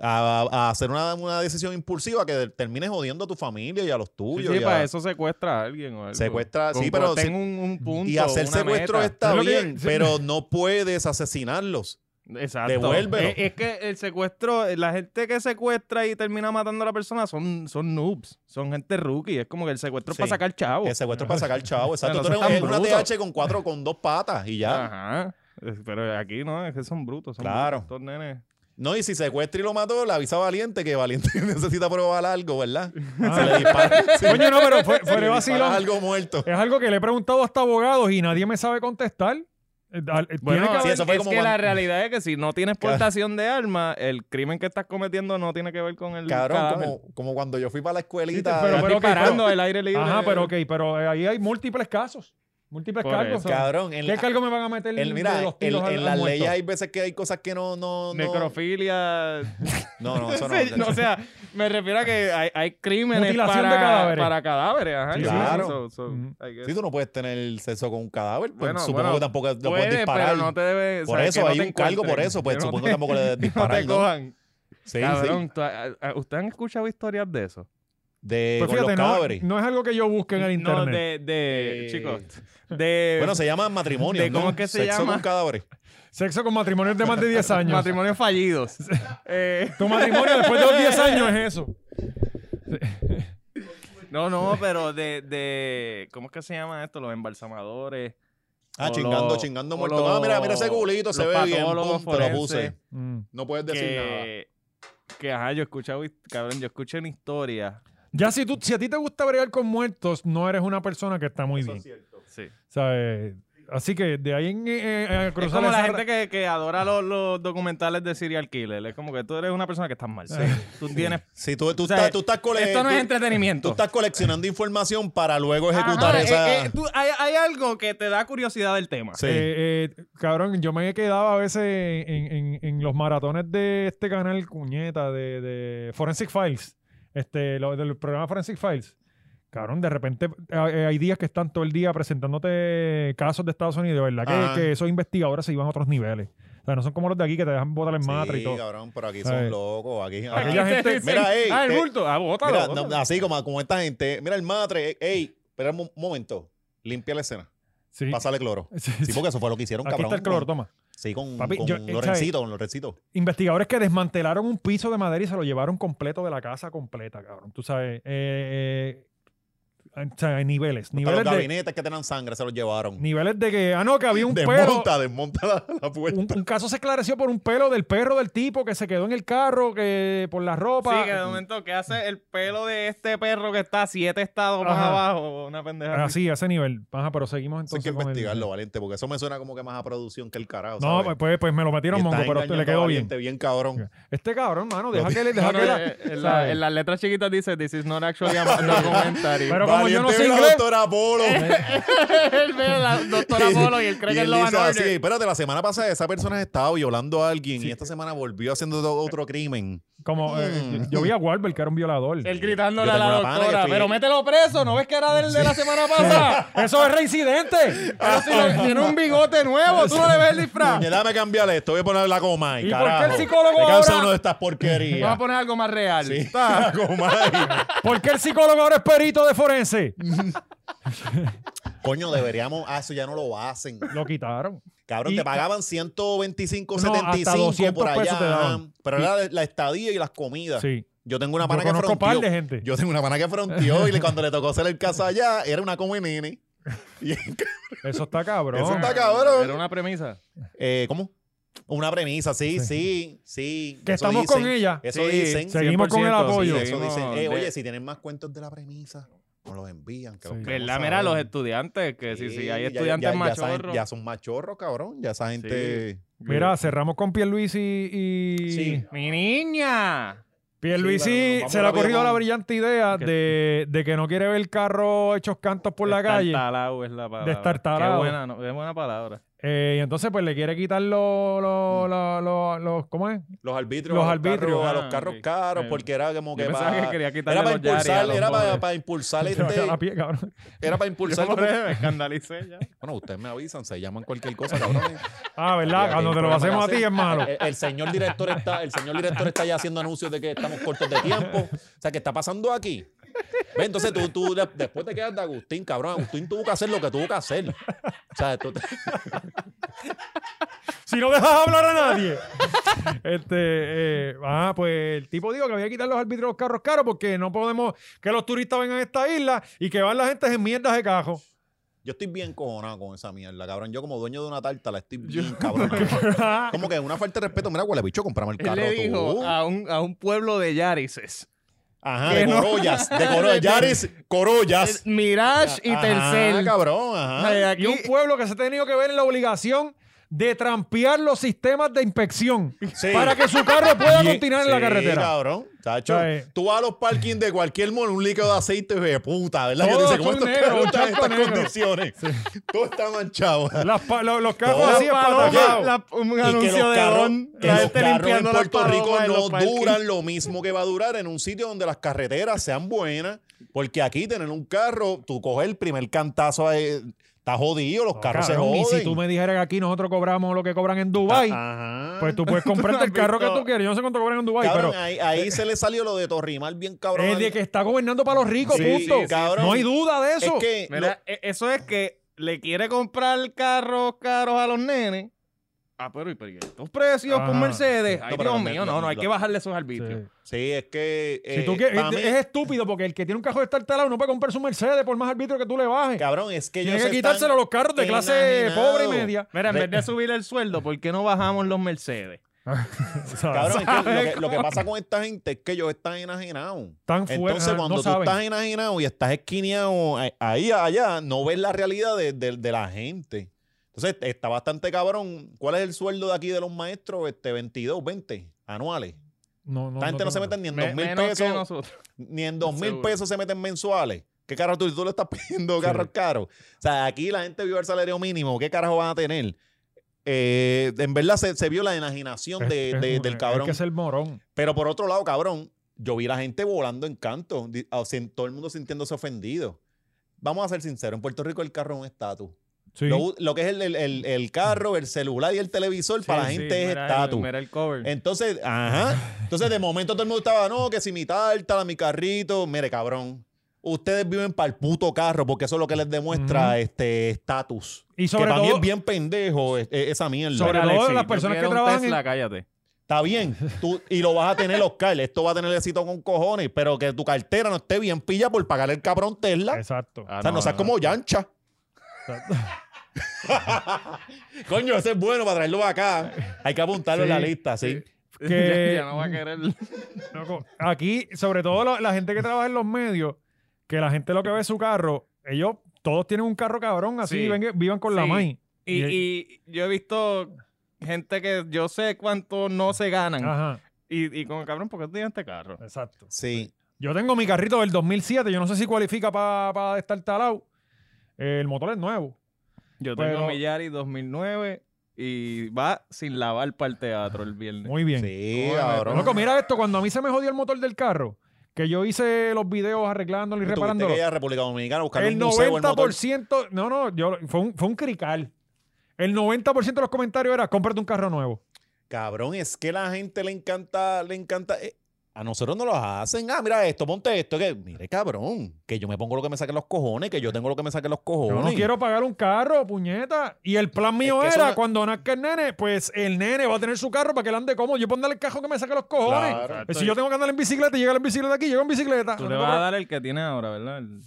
S2: a, a hacer una, una decisión impulsiva que termine jodiendo a tu familia y a los
S3: Sí,
S2: tuyos.
S3: sí,
S2: y a-
S3: para eso secuestra a alguien o algo.
S2: Secuestra- sí,
S3: Con-
S2: pero
S3: Ten
S2: sí.
S3: un, un punto.
S2: y hacer
S3: una
S2: secuestro
S3: meta.
S2: está
S1: Es lo que-
S2: bien,
S1: sí.
S2: pero no puedes asesinarlos.
S3: Exacto.
S2: Devuélvelo.
S3: Es, es que el secuestro, la gente que secuestra y termina matando a la persona son, son noobs, son gente rookie. Es como que el secuestro
S2: Sí.
S3: es para sacar chavo.
S2: El secuestro es para sacar chavo, exacto.
S3: no
S2: Tú
S3: seas
S2: eres
S3: tan
S2: una
S3: bruto.
S2: TH con cuatro, con dos patas y ya.
S3: Ajá. Eh, Pero aquí no, es que son brutos. Son
S2: Claro.
S3: brutos, estos nenes.
S2: No, y si secuestra y lo mató, le avisa a Valiente que Valiente necesita probar algo, ¿verdad?
S1: Ah.
S2: Se le dispara. se
S1: Coño, no, pero fue, fue de
S2: le dispara
S1: vacilón.
S2: algo muerto.
S1: Es algo que le he preguntado hasta abogados y nadie me sabe contestar. Eh, al- eh,
S3: Bueno,
S1: tiene que
S2: sí,
S1: haber-
S2: eso fue
S3: es
S2: como
S3: que
S2: cuando-
S3: la realidad es que si no tienes portación de arma, el crimen que estás cometiendo no tiene que ver con el
S2: Cabrón,
S3: cadáver.
S2: como, como cuando yo fui para la
S1: Sí,
S2: escuelita.
S1: pero-
S3: Estás
S1: pero- ok,
S3: disparando al aire libre.
S1: Ajá, pero ok, pero eh, ahí hay múltiples casos. Múltiples
S3: Por
S1: cargos.
S3: eso.
S2: cabrón, en,
S1: ¿Qué
S2: la-
S1: cargo me van a meter
S2: en-
S1: de
S2: mira,
S1: los
S2: en,
S1: tiros al-
S2: en
S1: al
S2: las
S1: muerto?
S2: leyes hay veces que hay cosas que no. no, no
S3: Necrofilia.
S2: No, no, eso no.
S3: Sí, no, o sea, me refiero a que hay, hay crímenes
S1: Mutilación
S3: para
S1: de cadáveres.
S3: Para cadáveres, ajá.
S1: Sí,
S3: y
S2: sí,
S3: eso,
S2: sí.
S3: so- so,
S1: Ujú.
S3: I guess.
S2: Si tú no puedes tener sexo con un cadáver, pues
S3: Bueno,
S2: supongo
S3: bueno,
S2: que tampoco lo puedes
S3: Puede,
S2: disparar.
S3: pero no te debe.
S2: por
S3: o sea,
S2: eso
S3: que no
S2: hay
S3: te
S2: un cargo por
S3: encuentren,
S2: eso, pues
S3: que no
S2: supongo
S3: te-
S2: que tampoco le
S3: No te
S2: disparan. ¿no?
S3: cojan.
S2: Sí, sí.
S3: Cabrón, tú- a- a- ¿ustedes han escuchado historias de eso?
S2: De
S1: Pues
S2: con
S1: fíjate,
S2: los cadáveres.
S1: no, no es algo que yo busque en el
S3: No,
S1: internet.
S3: de, de
S2: Eh,
S3: chicos, de
S2: Bueno, se llaman matrimonios,
S3: eh, de
S2: ¿no?
S3: cómo es que se
S2: Sexo
S3: llama.
S2: con cadáveres.
S1: Sexo con matrimonios de más de 10 años.
S3: matrimonios fallidos. Eh,
S1: Tu matrimonio después de los 10 años es eso.
S3: no, no, pero de, de, ¿cómo es que se llama esto? Los embalsamadores.
S2: Ah,
S3: o
S2: chingando,
S3: los-
S2: chingando
S3: o
S2: muerto.
S3: los-
S2: ah, mira, mira ese culito, se
S3: los
S2: ve bien.
S3: patólogos
S2: pum, te lo
S3: forenses.
S2: puse.
S1: Mm.
S2: No puedes decir nada.
S3: Que, que, ajá, yo he escuchado, hist- cabrón, yo escuché una historia.
S1: Ya si, tú, si a ti te gusta bregar con muertos, no eres una persona que está muy bien.
S3: Sí.
S1: ¿sabes? Así que de ahí en, eh, eh, a
S3: Es
S1: cruzar
S3: como la
S1: esa
S3: gente que, que adora los, los documentales de serial killer. Es como que tú eres una persona que estás mal. Tú tienes...
S2: Si tú, tú
S3: o sea,
S2: estás, tú estás cole-
S3: Esto no es
S2: tú-
S3: entretenimiento.
S2: tú estás coleccionando información para luego ejecutar
S3: Ajá,
S2: esa.
S3: Ah, eh, eh, tú- hay, hay algo que te da curiosidad del tema.
S2: Sí.
S1: Eh, eh, cabrón, yo me quedaba a veces en, en- en los maratones de este canal Cuñeta, de, de Forensic Files, este, lo, del programa Forensic Files. Cabrón, de repente eh, eh, hay días que están todo el día presentándote casos de Estados Unidos, de verdad
S2: Ajá.
S1: que, que esos investigadores se iban a otros niveles. O sea, no son como los de aquí que te dejan botar en matra y
S2: sí,
S1: todo.
S2: cabrón, pero aquí
S1: Ay.
S2: son locos. Aquí,
S1: Aquella
S2: aquí-
S1: gente-
S2: Mira, ey,
S3: ah, el
S2: te-
S3: bulto. Ah, bótalo.
S2: mira,
S3: bótalo.
S2: no, así como, como esta gente. Mira, el madre, ey, espera un mo- momento. Limpia la escena.
S1: Sí.
S2: Pásale cloro.
S1: Sí,
S2: Sí,
S1: sí.
S2: porque eso fue lo que hicieron,
S1: Aquí
S2: cabrón.
S1: está el color, toma.
S2: Sí, con,
S1: Papi,
S2: con
S1: yo-
S2: Lorencito, con Lorencito.
S1: investigadores que desmantelaron un piso de madera y se lo llevaron completo de la casa completa, cabrón. Tú sabes, eh, eh, o sea, hay niveles,
S2: Hasta los
S1: niveles de,
S2: gabinetes que tenían sangre se los llevaron.
S1: niveles de que, ah, no, que había un pelo.
S2: desmonta, desmonta la, la puerta.
S1: Un, un caso se esclareció por un pelo del perro del tipo que se quedó en el carro, que por la ropa.
S3: Sí, que de momento, ¿qué hace el pelo de este perro que está siete estados más
S1: Ajá.
S3: abajo? Una pendeja. así?
S1: Así, Ah, a ese nivel. Ajá, pero seguimos entonces.
S2: Eso hay que
S1: con el-
S2: investigarlo, Valiente, porque eso me suena como que más a producción que el carajo.
S1: No,
S2: ¿sabes?
S1: pues- pues, pues me lo metieron
S2: Y
S1: mongo,
S2: estás
S1: pero le
S2: engañando a
S1: quedó bien.
S2: Valiente, bien cabrón.
S1: Este cabrón, mano,
S2: Lo
S1: deja que le.
S3: No,
S1: Deja
S3: no,
S1: que la-
S3: eh, en,
S1: ¿sabes?
S3: la- en las letras chiquitas dice, this is not actually a documentary.
S1: Pero como yo no
S2: Valiente
S1: sé
S2: ve la
S1: inglés. Eh,
S2: doctora Polo.
S3: él ve a la doctora Polo y él cree
S2: Y
S3: que es
S2: él
S3: lo
S2: dice
S3: van
S2: así, espérate, la semana pasada esa persona estaba violando a alguien y esta semana volvió haciendo otro- otro crimen.
S1: Como eh, yo, yo vi a Wahlberg, que era un violador.
S3: Él gritándole
S2: Yo
S3: a
S2: tengo
S3: la
S2: una pana que
S3: doctora,
S2: fui-
S3: pero mételo preso, ¿no ves que era del de la semana pasada?
S1: ¡Eso es reincidente!
S3: Pero si lo- tiene un bigote nuevo, tú no le ves el disfraz.
S2: Oye, Déjame cambiarle esto, voy a poner la coma.
S1: ¿Y por qué el
S2: carajo.
S1: psicólogo
S2: Me cansa
S1: ahora- pues,
S2: uno de estas
S3: Vamos a
S2: porquerías.
S3: poner algo más real.
S2: Sí, la
S3: Ta.
S2: Comay.
S1: ¿Por qué el psicólogo ahora es perito de forense?
S2: Coño, deberíamos. Ah, eso ya no lo hacen.
S1: Lo quitaron.
S2: Cabrón,
S1: Y-
S2: te pagaban 125,
S1: No, hasta
S2: 75 por
S1: 200 pesos te
S2: allá.
S1: daban.
S2: Pero era la- la estadía y las comidas.
S1: Sí.
S2: Yo tengo una
S1: Yo
S2: pana que
S1: conozco
S2: fronteó.
S1: par de gente.
S2: Yo tengo una pana que fronteó y le- cuando le tocó hacer el caso allá, era una come nene. Y-
S1: Eso está cabrón.
S2: Eso está cabrón.
S3: Era una premisa.
S2: Eh, ¿Cómo? Una premisa, sí, sí, sí.
S1: Que
S2: Eso
S1: estamos con
S2: dicen.
S1: ella.
S2: Eso
S4: Sí,
S2: dicen.
S1: sí, Seguimos con el
S4: 100%,
S1: apoyo.
S2: eso
S4: seguimos
S2: dicen. Eh,
S4: de-
S2: oye, si tienen más cuentos de la premisa, nos los envían. Que
S1: Sí.
S2: los queremos
S4: ¿Verdad? Mira,
S2: saber.
S4: los estudiantes, que si, si hay
S2: ya-
S4: estudiantes
S2: ya- ya saben-
S4: machorros.
S2: Ya son machorros, cabrón. Ya esa gente.
S1: Mira, cerramos con Pierluisi y...
S2: Sí.
S4: ¡Mi niña!
S1: Pierluisi
S2: Sí, pero nos vamos
S1: se le ha
S2: rápido
S1: corrido
S2: con-
S1: la brillante idea
S4: ¿Qué?
S1: de, de que no quiere ver carros hechos cantos por la calle.
S4: Destartalado es la palabra.
S1: Destartalado.
S4: Qué buena, no- qué buena palabra.
S1: Eh, y entonces, pues le quiere quitar los. los- los- los- los- ¿Cómo es?
S2: Los arbitrios.
S1: Los
S2: a carros-
S1: arbitrios.
S2: a los
S4: Ah,
S2: carros
S4: ok.
S2: caros,
S4: Eh,
S2: porque era como que.
S4: Yo pensaba
S2: para-
S4: que quería quitarle
S2: era para
S4: los yaris a
S2: impulsar,
S4: los
S2: era para,
S4: pobres.
S2: para impulsar
S1: Se va a quedar a
S2: este.
S1: pie, cabrón.
S2: Era para impulsar. como-
S4: Me escandalicé ya.
S2: Bueno, ustedes me avisan, se llaman cualquier cosa, cabrón.
S1: Ah, ¿verdad?
S2: Aquí
S1: Cuando
S2: hay
S1: te
S2: un
S1: lo
S2: programa
S1: hacemos a
S2: que
S1: ti es
S2: hacer. Eh,
S1: malo.
S2: El, el señor director está, el señor director está ya haciendo anuncios de que estamos cortos de tiempo. O sea, ¿qué está pasando aquí? Ve, entonces tú, tú de- después te quedas de Agustín, cabrón. Agustín tuvo que hacer lo que tuvo que hacer. O sea, tú te-
S1: Si no dejas hablar a nadie. este, eh, ah, pues el tipo dijo que había que quitar los árbitros de los carros caros porque no podemos que los turistas vengan a esta isla y que van la gente en mierdas de cajo.
S2: yo estoy bien cojonado con esa mierda, cabrón. Yo como dueño de una tarta la estoy bien cabrón. Como que una falta de respeto. Mira, huele bicho, comprame el
S4: Él
S2: carro
S4: le
S2: tú.
S4: dijo a un, a un pueblo de Yarises.
S2: Ajá,
S4: que
S2: de
S4: no.
S2: Corollas, de Corollas. Yaris, Corollas.
S4: Mirage y
S2: Ajá,
S4: Tercel.
S2: cabrón, ajá.
S4: Ay,
S1: Y
S4: aquí-
S1: un pueblo que se ha tenido que ver en la obligación de trampear los sistemas de inspección
S2: Sí.
S1: para que su carro pueda
S2: Bien.
S1: continuar en la
S2: Sí,
S1: carretera.
S2: cabrón. Chacho,
S1: Ay.
S2: tú vas a los parkings de cualquier mall, un líquido de aceite de puta, ¿verdad? Que tú
S1: Todos
S2: dices, ¿cómo
S1: son
S2: estos
S1: negros,
S2: carros están
S1: chacho
S2: en estas
S1: negro.
S2: condiciones? Todo está manchado.
S1: Las pa- lo- los carros
S2: Todas
S1: así
S2: las
S1: empatados.
S2: palomas,
S1: La-
S4: un
S2: Y que
S4: anuncio
S2: los
S4: de
S2: carros,
S4: Don.
S2: que
S4: La
S2: los
S4: gente
S2: carros en
S4: limpiando las
S2: Puerto Rico
S4: palomas en
S2: no
S4: los parkings.
S2: duran lo mismo que va a durar en un sitio donde las carreteras sean buenas, porque aquí tener un carro, tú coges el primer cantazo, ahí, está jodido, los carros se
S1: Cabrón,
S2: joden. Ah,
S1: y si tú me dijeras que aquí nosotros cobramos lo que cobran en Dubai,
S2: Ajá.
S1: pues tú puedes comprarte el carro que tú quieres. Yo no sé cuánto cobran en Dubai,
S2: Cabrón,
S1: pero eh,
S2: ahí, ahí se le salió lo de Torrimal bien cabrón.
S1: es de que está gobernando para los ricos,
S2: Sí,
S1: punto.
S2: sí, cabrón.
S1: No hay duda de
S2: Es
S1: eso.
S2: que Eh, lo-
S4: Mira, e- eso es que le quiere comprar carros caros a los nenes. Ah, pero ¿y pero y estos precios
S1: Ajá.
S4: con Mercedes?
S2: No,
S4: Ay,
S2: pero
S4: Dios
S2: no,
S4: mío,
S2: no,
S4: no, no, hay
S2: no.
S4: que bajarle esos
S1: Sí.
S4: arbitrios.
S2: Sí, es que.
S1: Si
S2: eh,
S1: tú quieres-
S2: pa' eh, mí-
S1: es estúpido porque el que tiene un carro de estartalado no puede comprar su Mercedes por más arbitrio que tú le bajes.
S2: Cabrón, es que
S1: Tiene
S2: ellos
S1: que quitárselo a
S2: están
S1: los carros de clase
S2: enajenados.
S1: pobre y media.
S4: Mira, en
S2: Re-
S4: vez de subir el sueldo, ¿por qué no bajamos los Mercedes?
S2: Cabrón, es que lo, que, lo que pasa con esta gente es que ellos están enajenados.
S1: Tan fuerte. ah,
S2: Entonces, cuando tú estás enajenado y estás esquineado a- ahí, allá, no ves la realidad de, de- de la gente. Entonces, está bastante cabrón. ¿Cuál es el sueldo de aquí de los maestros? Este, 22, 20 anuales. Esta gente no, se mete ni en
S4: Me-
S2: 2 mil
S4: menos que
S2: pesos,
S4: nosotros.
S2: ni en 2 mil
S4: Seguro.
S2: pesos se meten mensuales. ¿Qué carajo tú, tú le estás pidiendo carros caros? O sea, aquí la gente vio el salario mínimo. ¿Qué carajo van a tener? Eh, en verdad se, se vio la enajenación de- de- del cabrón.
S1: Es que es el morón.
S2: Pero por otro lado, cabrón, yo vi la gente volando en canto, di- o sea, todo el mundo sintiéndose ofendido. Vamos a ser sinceros, en Puerto Rico el carro es un estatus.
S1: Sí.
S2: Lo, u- lo que es el, el- el- el carro, el celular y el televisor para la
S4: Sí, sí,
S2: gente es
S4: mira el-
S2: estatus.
S4: Mira el cover.
S2: Entonces, ajá. Entonces, de momento todo el mundo estaba, no, que si mi tártara, mi carrito. Mire, cabrón. Ustedes viven para el puto carro porque eso es lo que les demuestra
S1: Ujú.
S2: este estatus.
S1: y
S2: Que
S1: sobre
S2: para mí
S1: todo,
S2: es bien pendejo eh, eh, esa mierda.
S1: Sobre todo
S4: Alexis,
S1: las
S4: yo
S1: personas que
S4: quiero un
S1: trabajan en-
S4: Tesla, cállate.
S2: Está bien, tú, y lo vas a tener, Oscar. Esto va a tener éxito con cojones, pero que tu cartera no esté bien pilla por pagar el cabrón Tesla.
S1: Exacto.
S4: Ah,
S2: o sea, no, seas como Yancha.
S1: Exacto.
S2: Coño, ese es bueno para traerlo acá. Hay que apuntarlo en la
S1: Sí,
S2: lista, sí.
S1: que-
S4: ya, ya no va a querer.
S1: Loco, Aquí, sobre todo lo- la gente que trabaja en los medios, que la gente lo que ve es su carro, ellos todos tienen un carro cabrón, así
S4: Sí.
S1: ven- vivan con la
S4: Sí.
S1: main.
S4: Y, y yo he visto gente que yo sé cuánto no se ganan.
S1: Ajá,
S4: Y, y como cabrón, ¿por qué tú tienes este carro?
S1: exacto.
S2: Sí.
S1: Yo tengo mi carrito del 2007, yo no sé si cualifica para estar talado. El motor es nuevo.
S4: Yo
S1: Pero-
S4: tengo mi Yari 2009 y va sin lavar para el teatro el viernes.
S1: Muy bien.
S2: Sí,
S4: Bueno,
S2: cabrón.
S1: Loco, mira esto, cuando a mí se me jodió el motor del carro, que yo hice los videos arreglándolo y
S2: Tuviste
S1: reparándolo.
S2: que ir a República Dominicana a buscar
S1: El
S2: un museo, el motor.
S1: 90%, no, no, yo, fue, un, fue un crical. El 90% de los comentarios era, cómprate un carro nuevo.
S2: Cabrón, es que la gente le encanta, le encanta. eh, a nosotros no los hacen. Ah, mira esto, ponte esto. Que, mire, cabrón, que yo me pongo lo que me saquen los cojones, que yo tengo lo que me saquen los cojones.
S1: Yo no quiero pagar un carro, puñeta. Y el plan mío
S2: que eso
S1: era,
S2: no-
S1: cuando nazca el nene, pues el nene va a tener su carro para que él ande cómodo. Yo puedo andar el carro que me saque los cojones. Eh,
S2: Claro.
S1: Pues si yo tengo que andar en bicicleta, llega en bicicleta aquí, llego en bicicleta.
S4: Tú
S1: No
S4: le
S1: me
S4: vas a
S1: cobra-
S4: dar el que tienes ahora, ¿verdad? El-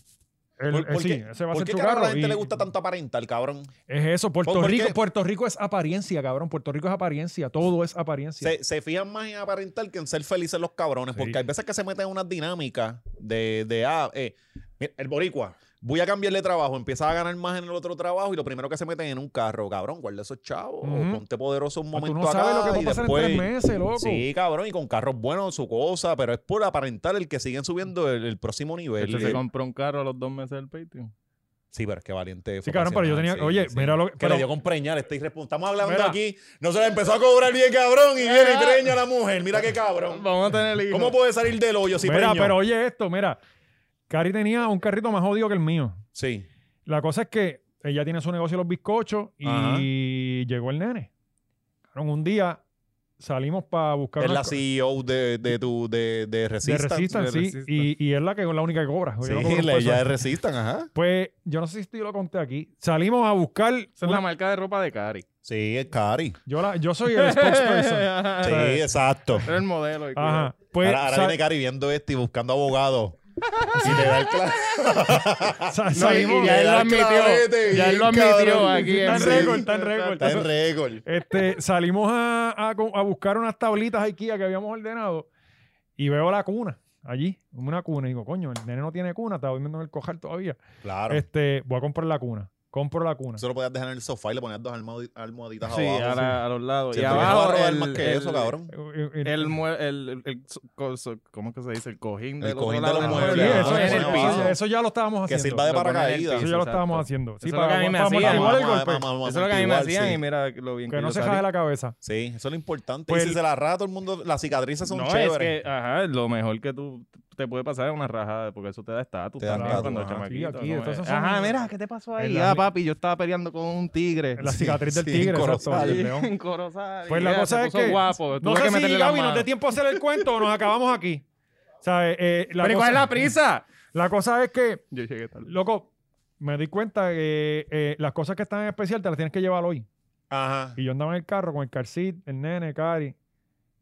S1: El-
S2: ¿Por,
S1: eh,
S2: por
S1: sí,
S2: qué,
S1: ese va a
S2: por
S1: ser
S2: qué
S1: su
S2: carajo a
S1: carro.
S2: la gente
S1: y-
S2: le gusta tanto aparentar, cabrón?
S1: Es eso, Puerto
S2: ¿Por
S1: Rico.
S2: qué?
S1: Puerto Rico es apariencia, cabrón. Puerto Rico es apariencia. Todo es apariencia. Ah,
S2: Se, se fijan más en aparentar que en ser felices los cabrones,
S1: Sí.
S2: porque hay veces que se meten en unas dinámicas de, de ah, eh, mira, el boricua, voy a cambiarle trabajo, empieza a ganar más en el otro trabajo y lo primero que se meten en un carro, cabrón, guarda esos chavos,
S1: Ujú.
S2: ponte poderoso un
S1: Pues
S2: momento
S1: tú no sabes
S2: acá
S1: lo que va a
S2: y
S1: pasar
S2: después-
S1: en tres meses, loco.
S2: Sí, cabrón, y con carros buenos, su cosa, pero es por aparentar el que siguen subiendo el, el próximo nivel.
S3: Este se
S2: Eh,
S3: compró un carro a los dos meses del Patreon.
S2: Sí, pero es que valiente.
S1: Sí,
S2: fue
S1: cabrón, pero yo tenía.
S2: pasional, sí,
S1: oye,
S2: sí.
S1: mira lo
S2: Que
S1: pero-
S2: le dio con preñar, está irresponsable. Estamos hablando
S1: Mira.
S2: aquí, no se le empezó a cobrar bien, cabrón, y viene y preña a la mujer. Mira qué cabrón.
S3: Vamos a tener hijos.
S2: ¿Cómo puede salir del hoyo si
S1: mira,
S2: preñó?
S1: pero oye esto, mira. Cari tenía un carrito más jodido que el mío.
S2: Sí.
S1: La cosa es que ella tiene su negocio de los bizcochos y
S2: Ajá.
S1: llegó el nene. Cabrón, un día salimos para buscar
S2: Es
S1: unas
S2: la
S1: co-
S2: CEO de, de tu de, de
S1: de
S2: Resistance.
S1: Resistance,
S3: de
S1: sí,
S3: Resistance.
S1: Y, y es la que la única que cobra. Yo no cobro
S2: Sí,
S1: por
S2: la-
S1: eso.
S2: ya de Resistance, ajá.
S1: Pues yo no sé si yo lo conté aquí. Salimos a buscar.
S3: Esa es la marca de ropa de Cari.
S2: Sí, es Cari.
S1: Yo, la- yo soy el spokesperson.
S2: Sí,
S3: Era
S2: exacto.
S3: el modelo. y cuidado.
S1: Ajá. Ah, eh, Pues
S2: ahora ahora
S1: sa-
S2: viene Cari viendo esto y buscando abogados. y le da el clavo.
S1: sa-
S3: No, y-
S1: salimos.
S3: y ya
S2: Le
S3: él lo
S2: da el
S3: admitió.
S2: clavete,
S3: Ya él lo
S2: bien,
S3: admitió
S2: cabrón.
S3: aquí.
S1: Está en
S2: Sí.
S1: récord, está en récord.
S2: Está en récord.
S1: Este, salimos a, a co- a buscar unas tablitas IKEA que habíamos ordenado y veo la cuna allí, una cuna. Y digo, coño, el nene no tiene cuna, estaba durmiendo en el cojar todavía.
S2: Claro.
S1: Este, voy a comprar la cuna. Compro la cuna.
S2: Eso lo podías dejar en el sofá y le ponías dos almohadi- almohaditas
S3: Sí,
S2: abajo.
S3: a, la- a los lados.
S2: Sí,
S3: y
S2: porque no va
S3: abajo
S2: a rodar
S3: el-
S2: más que
S3: el-
S2: eso, cabrón.
S1: Eh, eh,
S3: El, mue- el, el, el so- co- so- ¿Cómo que se dice? El cojín del otro
S2: cojín de
S3: lado
S2: los
S3: del
S1: sí,
S2: muebles,
S3: mueble.
S2: ah,
S1: eso,
S3: Lo ponen
S1: eso-
S3: en el
S2: no,
S1: eso-
S3: piso.
S1: eso ya lo estábamos
S2: Que
S1: haciendo.
S2: sirva de
S3: Lo ponen en el
S2: paracaídas.
S1: eso ya
S3: piso,
S1: lo
S3: exacto.
S1: estábamos haciendo. Sí,
S3: Eso es
S1: para,
S3: lo que a mí me
S1: para
S3: hacían.
S1: amortiguar el
S2: Vamos a-
S1: golpe.
S2: vamos a- vamos
S3: Eso es lo que a mí me
S2: amortiguar,
S3: hacían
S2: sí.
S3: y mira lo bien que,
S1: que no
S3: yo
S1: se
S3: salí.
S1: jade la cabeza.
S2: Sí, eso es lo importante.
S1: Pues
S2: y si
S1: el-
S2: se la raja todo el mundo, las cicatrices son
S3: No, es
S2: chéveres.
S3: que, ajá, lo mejor que tú te puede pasar es una rajada, porque eso te da estatus
S2: Te da
S3: también
S2: estatus,
S3: cuando el
S2: ajá.
S3: chamaquito,
S1: Sí, aquí,
S3: ¿no?
S1: entonces son-
S3: Ajá, mira, ¿qué te pasó
S1: en
S3: ahí?
S1: la-
S3: Ah, papi, yo estaba peleando con un tigre.
S1: La cicatriz del
S2: sí,
S1: tigre.
S2: en
S1: exacto,
S2: Corozal.
S1: del león.
S3: En Corozal.
S1: Pues la
S3: Mira,
S1: cosa
S3: se
S1: es
S3: puso
S1: que-
S3: guapo.
S1: No
S3: tuve
S1: sé
S3: que
S1: si,
S3: meterle las
S1: Gaby, nos
S3: manos.
S1: dé tiempo a hacer el cuento o nos acabamos aquí. O sea, eh, eh, la
S3: Pero ¿y
S1: cosa-
S3: ¿cuál es la prisa?
S1: La cosa es que
S3: Yo llegué tarde.
S1: Loco, me di cuenta que eh, las cosas que están en especial te las tienes que llevar hoy.
S2: Ajá.
S1: Y yo andaba en el carro con el carcit, el nene, Cari.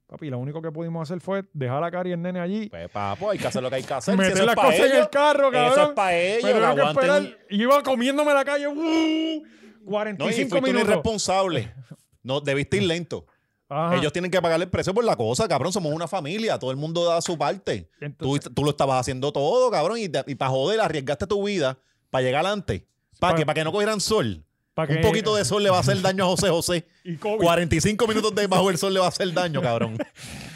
S1: Papi, lo único que pudimos hacer fue dejar a Cari y el nene allí.
S2: Pues papo, hay que hacer lo que hay que hacer. Si
S1: meter
S2: eso es
S1: las
S2: para
S1: cosas en
S2: ellos,
S1: el carro,
S2: eso es
S1: cabrón.
S2: para ellos.
S1: Me tuvieron que
S2: aguanten.
S1: esperar. Y yo iba comiéndome la calle. ¡uh!
S2: No, y
S1: 45
S2: fuiste un
S1: minutos.
S2: irresponsable. No, debiste ir lento.
S1: Ajá.
S2: Ellos tienen que pagar el precio por la cosa, cabrón. Somos una familia. Todo el mundo da su parte. Tú,
S1: Entonces,
S2: tú lo estabas haciendo todo, cabrón. Y, te- y para joder, arriesgaste tu vida para llegar adelante. ¿Para
S1: Pa-
S2: que Para que no cogieran sol.
S1: pa'
S2: Un
S1: que-
S2: poquito de sol le va a hacer daño a José José.
S1: Y COVID.
S2: 45 minutos de bajo el sol le va a hacer daño, cabrón.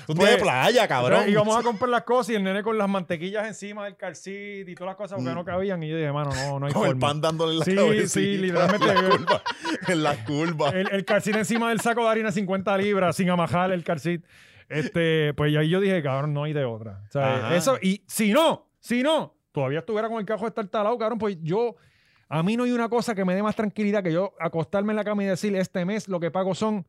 S2: Un día de
S1: Pues,
S2: playa, cabrón.
S1: Entonces, íbamos a comprar las cosas y el nene con las mantequillas encima del calcit y todas las cosas porque no cabían. Y yo dije, mano, no, no hay
S2: Mm. Con el
S1: forma.
S2: pan dándole en la
S1: Sí,
S2: cabecita,
S1: sí, Eh,
S2: En
S1: literalmente.
S2: las curvas. En las curvas.
S1: el, el calcín encima del saco de harina 50 libras, sin amajar el calcín. Este, pues ahí yo dije, cabrón, no hay de otra. O sea,
S2: Ajá.
S1: eso, y si no, si no, todavía estuviera con el cajo de estar talado, cabrón, pues yo, a mí no hay una cosa que me dé más tranquilidad que yo acostarme en la cama y decir, este mes lo que pago son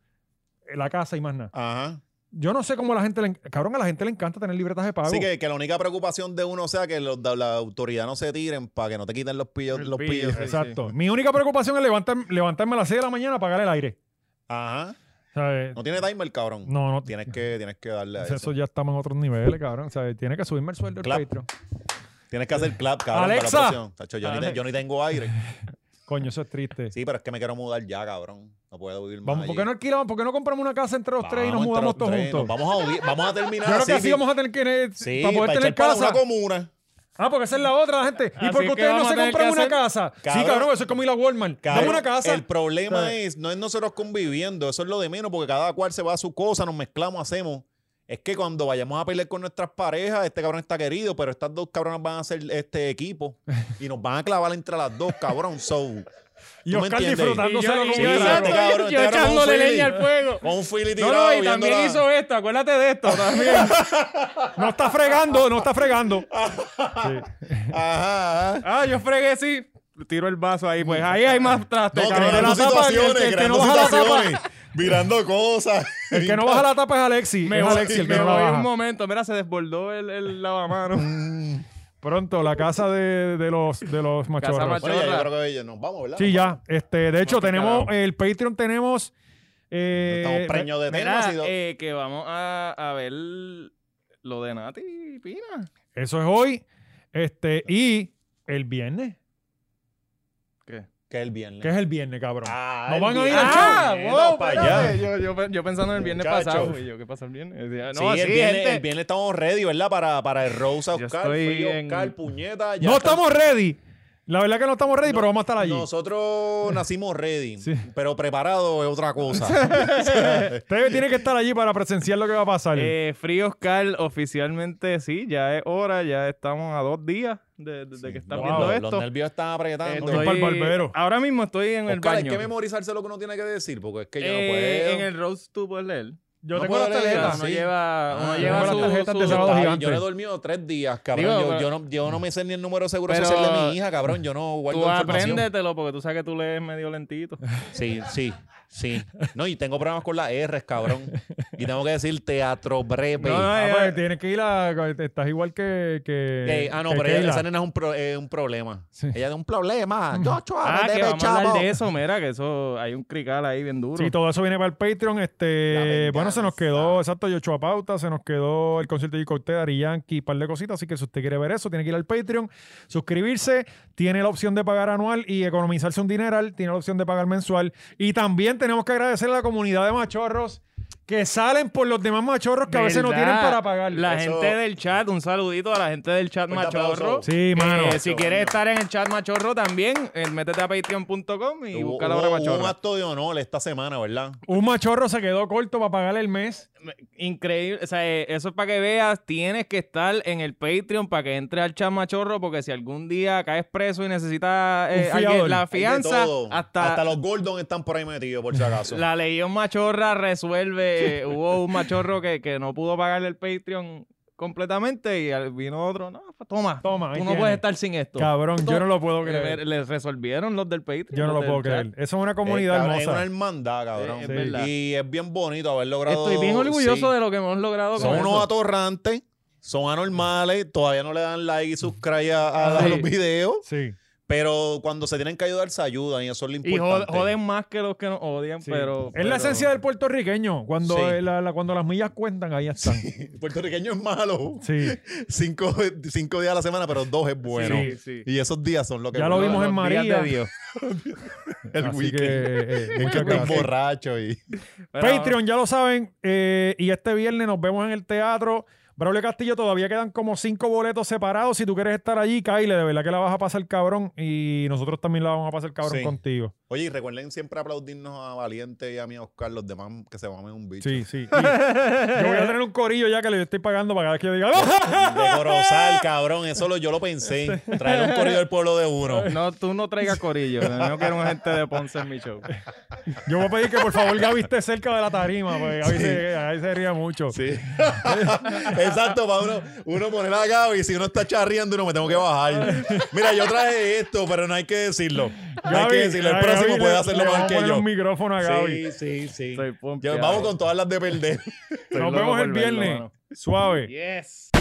S1: la casa y más nada.
S2: Ajá.
S1: Yo no sé cómo a la gente le, en- cabrón, a la gente le encanta tener libretas de pago.
S2: Así que, que la única preocupación de uno sea que los, la autoridad no se tiren para que no te quiten los pillos.
S3: El
S2: Los
S3: pillo,
S2: pillos.
S3: sí.
S1: Exacto. Mi única preocupación es levantar- levantarme a las 6 de la mañana a pagar el aire.
S2: Ajá.
S1: ¿Sabes?
S2: No tiene timer, cabrón.
S1: No, no.
S2: Tienes que, tienes que darle a
S1: eso.
S2: eso.
S1: ya estamos en otros niveles, cabrón. O sea, tiene que subirme el sueldo del
S2: Clap.
S1: Patreon.
S2: Tienes que hacer clap, cabrón. para la
S1: Alexa.
S2: presión. Tacho, yo, ni te-
S1: Alexa.
S2: yo ni tengo aire.
S1: Coño, eso es triste.
S2: Sí, pero es que me quiero mudar ya, cabrón. No puedo vivir más.
S1: Vamos, ¿Por qué no alquilamos? ¿Por qué no compramos una casa entre los tres y nos
S2: Vamos, entre
S1: mudamos
S2: los
S1: todos
S2: tres,
S1: juntos?
S2: nos Vamos a, odi- vamos a
S1: Yo
S2: terminar
S1: creo que
S2: así,
S1: así vamos a tener que. eh,
S2: Sí,
S1: para poder
S2: para
S1: tener
S2: echar para
S1: casa.
S2: una comuna.
S1: Ah, porque esa es la otra, gente. Y
S3: Así
S1: porque
S3: que
S1: ustedes no
S3: vamos a
S1: se
S3: tener que
S1: compran una
S3: hacer-
S1: casa.
S2: Cabrón.
S1: sí, cabrón, eso es como ir a Walmart. Dame
S2: Cabrón,
S1: una casa.
S2: El problema
S1: ¿Sabes?
S2: es, no es nosotros conviviendo, eso es lo de menos, porque cada cual se va a su cosa, nos mezclamos, hacemos. Es que cuando vayamos a pelear con nuestras parejas, este cabrón está querido, pero estas dos cabronas van a ser este equipo y nos van a clavar entre las dos, cabrón. So,
S1: y
S2: ¿tú me
S1: Oscar
S2: entiendes?
S1: disfrutándoselo
S2: yo-
S1: como
S2: sí,
S1: un dragón.
S2: exacto. cabrón,
S3: yo
S2: te agarramos un
S3: echándole
S2: feeling.
S3: leña al fuego.
S2: con un fili
S3: No,
S2: tirado.
S3: no, y
S2: viéndola.
S3: también hizo esto, acuérdate de esto también.
S1: No está fregando, no está fregando. Sí.
S2: Ajá, ajá.
S3: Ah, yo fregué, sí. Tiro el vaso ahí, pues ahí hay más traste,
S2: No,
S3: cabrón.
S2: creando
S1: la tapa,
S2: situaciones,
S1: el que- el que
S2: creando
S1: no baja la tapa.
S2: situaciones, mirando cosas.
S1: El que no baja la tapa es Alexi.
S3: Me
S1: es
S3: voy,
S1: Alexi el que
S3: me
S1: no la
S3: voy
S1: baja.
S3: un momento. Mira, se desbordó el, el lavamanos.
S1: Pronto, la casa de, de los, de los machorros.
S3: macho-
S2: Bueno, ya, yo creo que ya nos vamos, ¿verdad?
S1: Sí, ya. Este, de hecho,
S3: Nos
S1: tenemos
S3: picaron.
S1: el Patreon, tenemos. eh,
S2: Estamos preños de temas
S3: Mira,
S2: y dos-
S3: eh, que vamos a, a ver lo de Nati y Pina.
S1: Eso es hoy. Este, y El viernes.
S2: Que el viernes.
S1: ¿Qué es el viernes, cabrón?
S2: Ah,
S1: No
S2: el
S1: van a ir al
S2: viernes.
S1: show.
S2: Ah,
S3: Mira,
S2: wow, para
S3: espérate,
S2: allá.
S3: Yo, yo- yo pensando en el viernes
S2: Muchacho.
S3: pasado, güey, yo, ¿qué pasa el viernes? Yo decía,
S2: Sí,
S3: No,
S2: el,
S3: sí,
S2: viernes,
S3: gente.
S2: el viernes estamos ready, ¿verdad? Para, para el Rosa
S3: Yo
S2: Oscar,
S3: estoy
S2: Frío
S3: en-
S2: Oscar, puñeta. ya
S1: no
S2: está-
S1: estamos ready. La verdad que no estamos ready, pero vamos a estar allí.
S2: Nosotros nacimos ready,
S1: Sí.
S2: pero preparado es otra cosa.
S1: Ustedes tienen que estar allí para presenciar lo que va a pasar.
S3: Eh, Frío Oscar, oficialmente sí, ya es hora, ya estamos a dos días de, de- de que estás
S2: Wow,
S3: viendo
S2: Los
S3: esto.
S2: nervios están apretando.
S1: Estoy- para el barbero.
S3: Ahora mismo estoy en el
S2: Oscar, hay
S3: baño.
S2: que memorizarse lo que uno tiene que decir, porque es que yo
S3: Eh,
S2: no
S3: en
S2: puedo.
S3: el Rose tú puedes leer.
S1: yo
S2: no
S1: tengo
S2: puedo
S1: las
S2: leer,
S3: Claro,
S1: tarjetas.
S2: sí.
S3: uno lleva, uno
S2: Ah,
S3: lleva
S1: tengo
S3: su,
S1: las tarjetas de
S3: su-
S1: sábado
S2: Está bien,
S1: gigante.
S2: Yo no he dormido tres días, cabrón.
S3: Digo,
S2: yo,
S3: pero-
S2: yo no, yo no me sé ni el número seguro
S3: Pero-
S2: social de mi hija, cabrón. Yo no guardo
S3: Tú
S2: información.
S3: apréndetelo porque tú sabes que tú lees medio lentito.
S2: Sí, sí, sí. No, y tengo problemas con las R's, cabrón. Y tengo que decir teatro breve.
S1: No, no,
S3: Ah,
S1: eh,
S3: pues,
S1: eh, tienes que ir a. Estás igual que. que
S2: Eh, ah, no,
S1: que
S2: pero ella,
S1: Keila.
S2: esa nena es un, pro- eh, un problema.
S1: Sí.
S2: Ella es un problema. Yo,
S3: Ah, que vamos a
S2: chavo.
S3: hablar de eso, mira, que eso, hay un crical ahí bien duro.
S1: Sí, todo eso viene para el Patreon.
S2: La
S1: Este,
S2: venganza.
S1: bueno, se nos quedó, exacto, Yocho a pauta, se nos quedó el concierto de Cortez, Ari Yankee, un par de cositas. Así que si usted quiere ver eso, tiene que ir al Patreon, suscribirse, tiene la opción de pagar anual y economizarse un dineral, tiene la opción de pagar mensual. Y también tenemos que agradecer a la comunidad de machorros que salen por los demás machorros que a veces no
S3: ¿Verdad?
S1: tienen para pagar.
S3: La
S2: Eso-
S3: gente del chat, un saludito a la gente del chat
S2: Fuerte
S3: machorro.
S2: aplauso.
S1: Sí, mano.
S3: Eh, si quieres estar en el chat machorro también, eh, métete a patreon.com y
S2: Hubo-
S3: busca la
S2: hubo-
S3: hora
S2: hubo un
S3: machorra.
S2: acto de honor esta semana, ¿verdad?
S1: Un machorro se quedó corto para pagar el mes.
S3: Increíble, o sea, eh, eso es para que veas, tienes que estar en el Patreon para que entre al chat machorro, porque si algún día caes preso y necesitas eh,
S1: Un
S3: alguien-
S1: fiador.
S3: la
S2: Hay de
S3: fianza,
S2: todo.
S3: hasta,
S2: los Gordon están por ahí metidos, por si acaso.
S3: la legión machorra resuelve. Hubo un machorro que, que no pudo pagarle el Patreon completamente y al- vino otro, no, pues toma,
S1: Toma, ahí
S3: tú no
S1: tienes.
S3: puedes estar sin esto.
S1: Cabrón, yo no lo puedo
S3: Le,
S1: creer.
S3: le resolvieron los del Patreon.
S1: Eh, Yo no
S3: los
S1: lo puedo
S3: Eh, del chat.
S1: creer. Eso es una
S2: Eh,
S1: comunidad
S2: cabrón, es una
S1: hermosa.
S2: hermandad, cabrón.
S3: Eh, es
S1: Sí.
S3: verdad.
S2: Y es bien bonito haber logrado.
S3: Estoy bien orgulloso
S2: sí.
S3: de lo que hemos logrado
S2: Son
S3: con
S2: unos
S3: eso.
S2: atorrantes, son anormales, todavía no le dan like y subscribe a, a
S3: Sí.
S2: los videos.
S1: Sí.
S2: Pero cuando se tienen que ayudar, se ayudan y eso es lo
S3: Y
S2: importante.
S3: jo- joden más que los que nos odian,
S1: Sí.
S3: pero...
S1: es la esencia del puertorriqueño. Cuando,
S2: Sí.
S1: eh, la- la- cuando las millas cuentan, ahí están. Sí.
S2: El puertorriqueño es malo.
S1: Sí.
S2: Cinco, cinco días a la semana, pero dos es bueno.
S1: Sí,
S2: Y esos días son lo que
S1: Ya lo
S2: valen.
S1: vimos en
S3: Los días
S1: María.
S3: de Dios.
S2: el
S1: Así
S2: weekend.
S1: que, eh,
S2: En que
S1: muchas
S2: están
S1: gracias.
S2: borrachos y
S1: Patreon, ya lo saben. eh, y este viernes nos vemos en el teatro. Braulio Castillo, todavía quedan como cinco boletos separados. Si tú quieres estar allí, Kyle, de verdad que la vas a pasar cabrón. Y nosotros también la vamos a pasar cabrón
S2: Sí.
S1: contigo.
S2: Oye, y recuerden siempre aplaudirnos a Valiente y a mí, a Oscar, los demás que se mamen un bicho.
S1: Sí, sí. Y yo voy a tener un corillo ya que le estoy pagando para cada vez que yo diga. ¡Ah!
S2: De Corozal, cabrón, eso lo, yo lo pensé.
S1: Este-
S2: Traer un corrido del pueblo de uno.
S3: No, tú no traigas corillo. No quiero gente de Ponce en mi show.
S1: Yo voy a pedir que por favor Gaby esté cerca de la tarima, porque Gaby se, ahí se ríe mucho.
S2: Sí. Exacto, para uno, uno poner a Gaby, si uno está charriendo, uno me tengo que bajar. Mira, yo traje esto, pero no hay que decirlo. No hay que decirlo. El
S1: a
S2: próximo
S1: Gaby
S2: puede
S1: le-
S2: hacerlo
S1: le
S2: mejor
S1: vamos a
S2: que
S1: poner
S2: yo.
S1: un micrófono a Gaby.
S2: Sí, sí, sí.
S3: Estoy
S2: Yo-
S3: pompeado.
S2: vamos con todas las de perder.
S1: Nos
S3: Estoy loco
S1: vemos
S3: por
S1: el
S3: verlo,
S1: viernes.
S3: mano.
S1: Suave.
S3: Yes.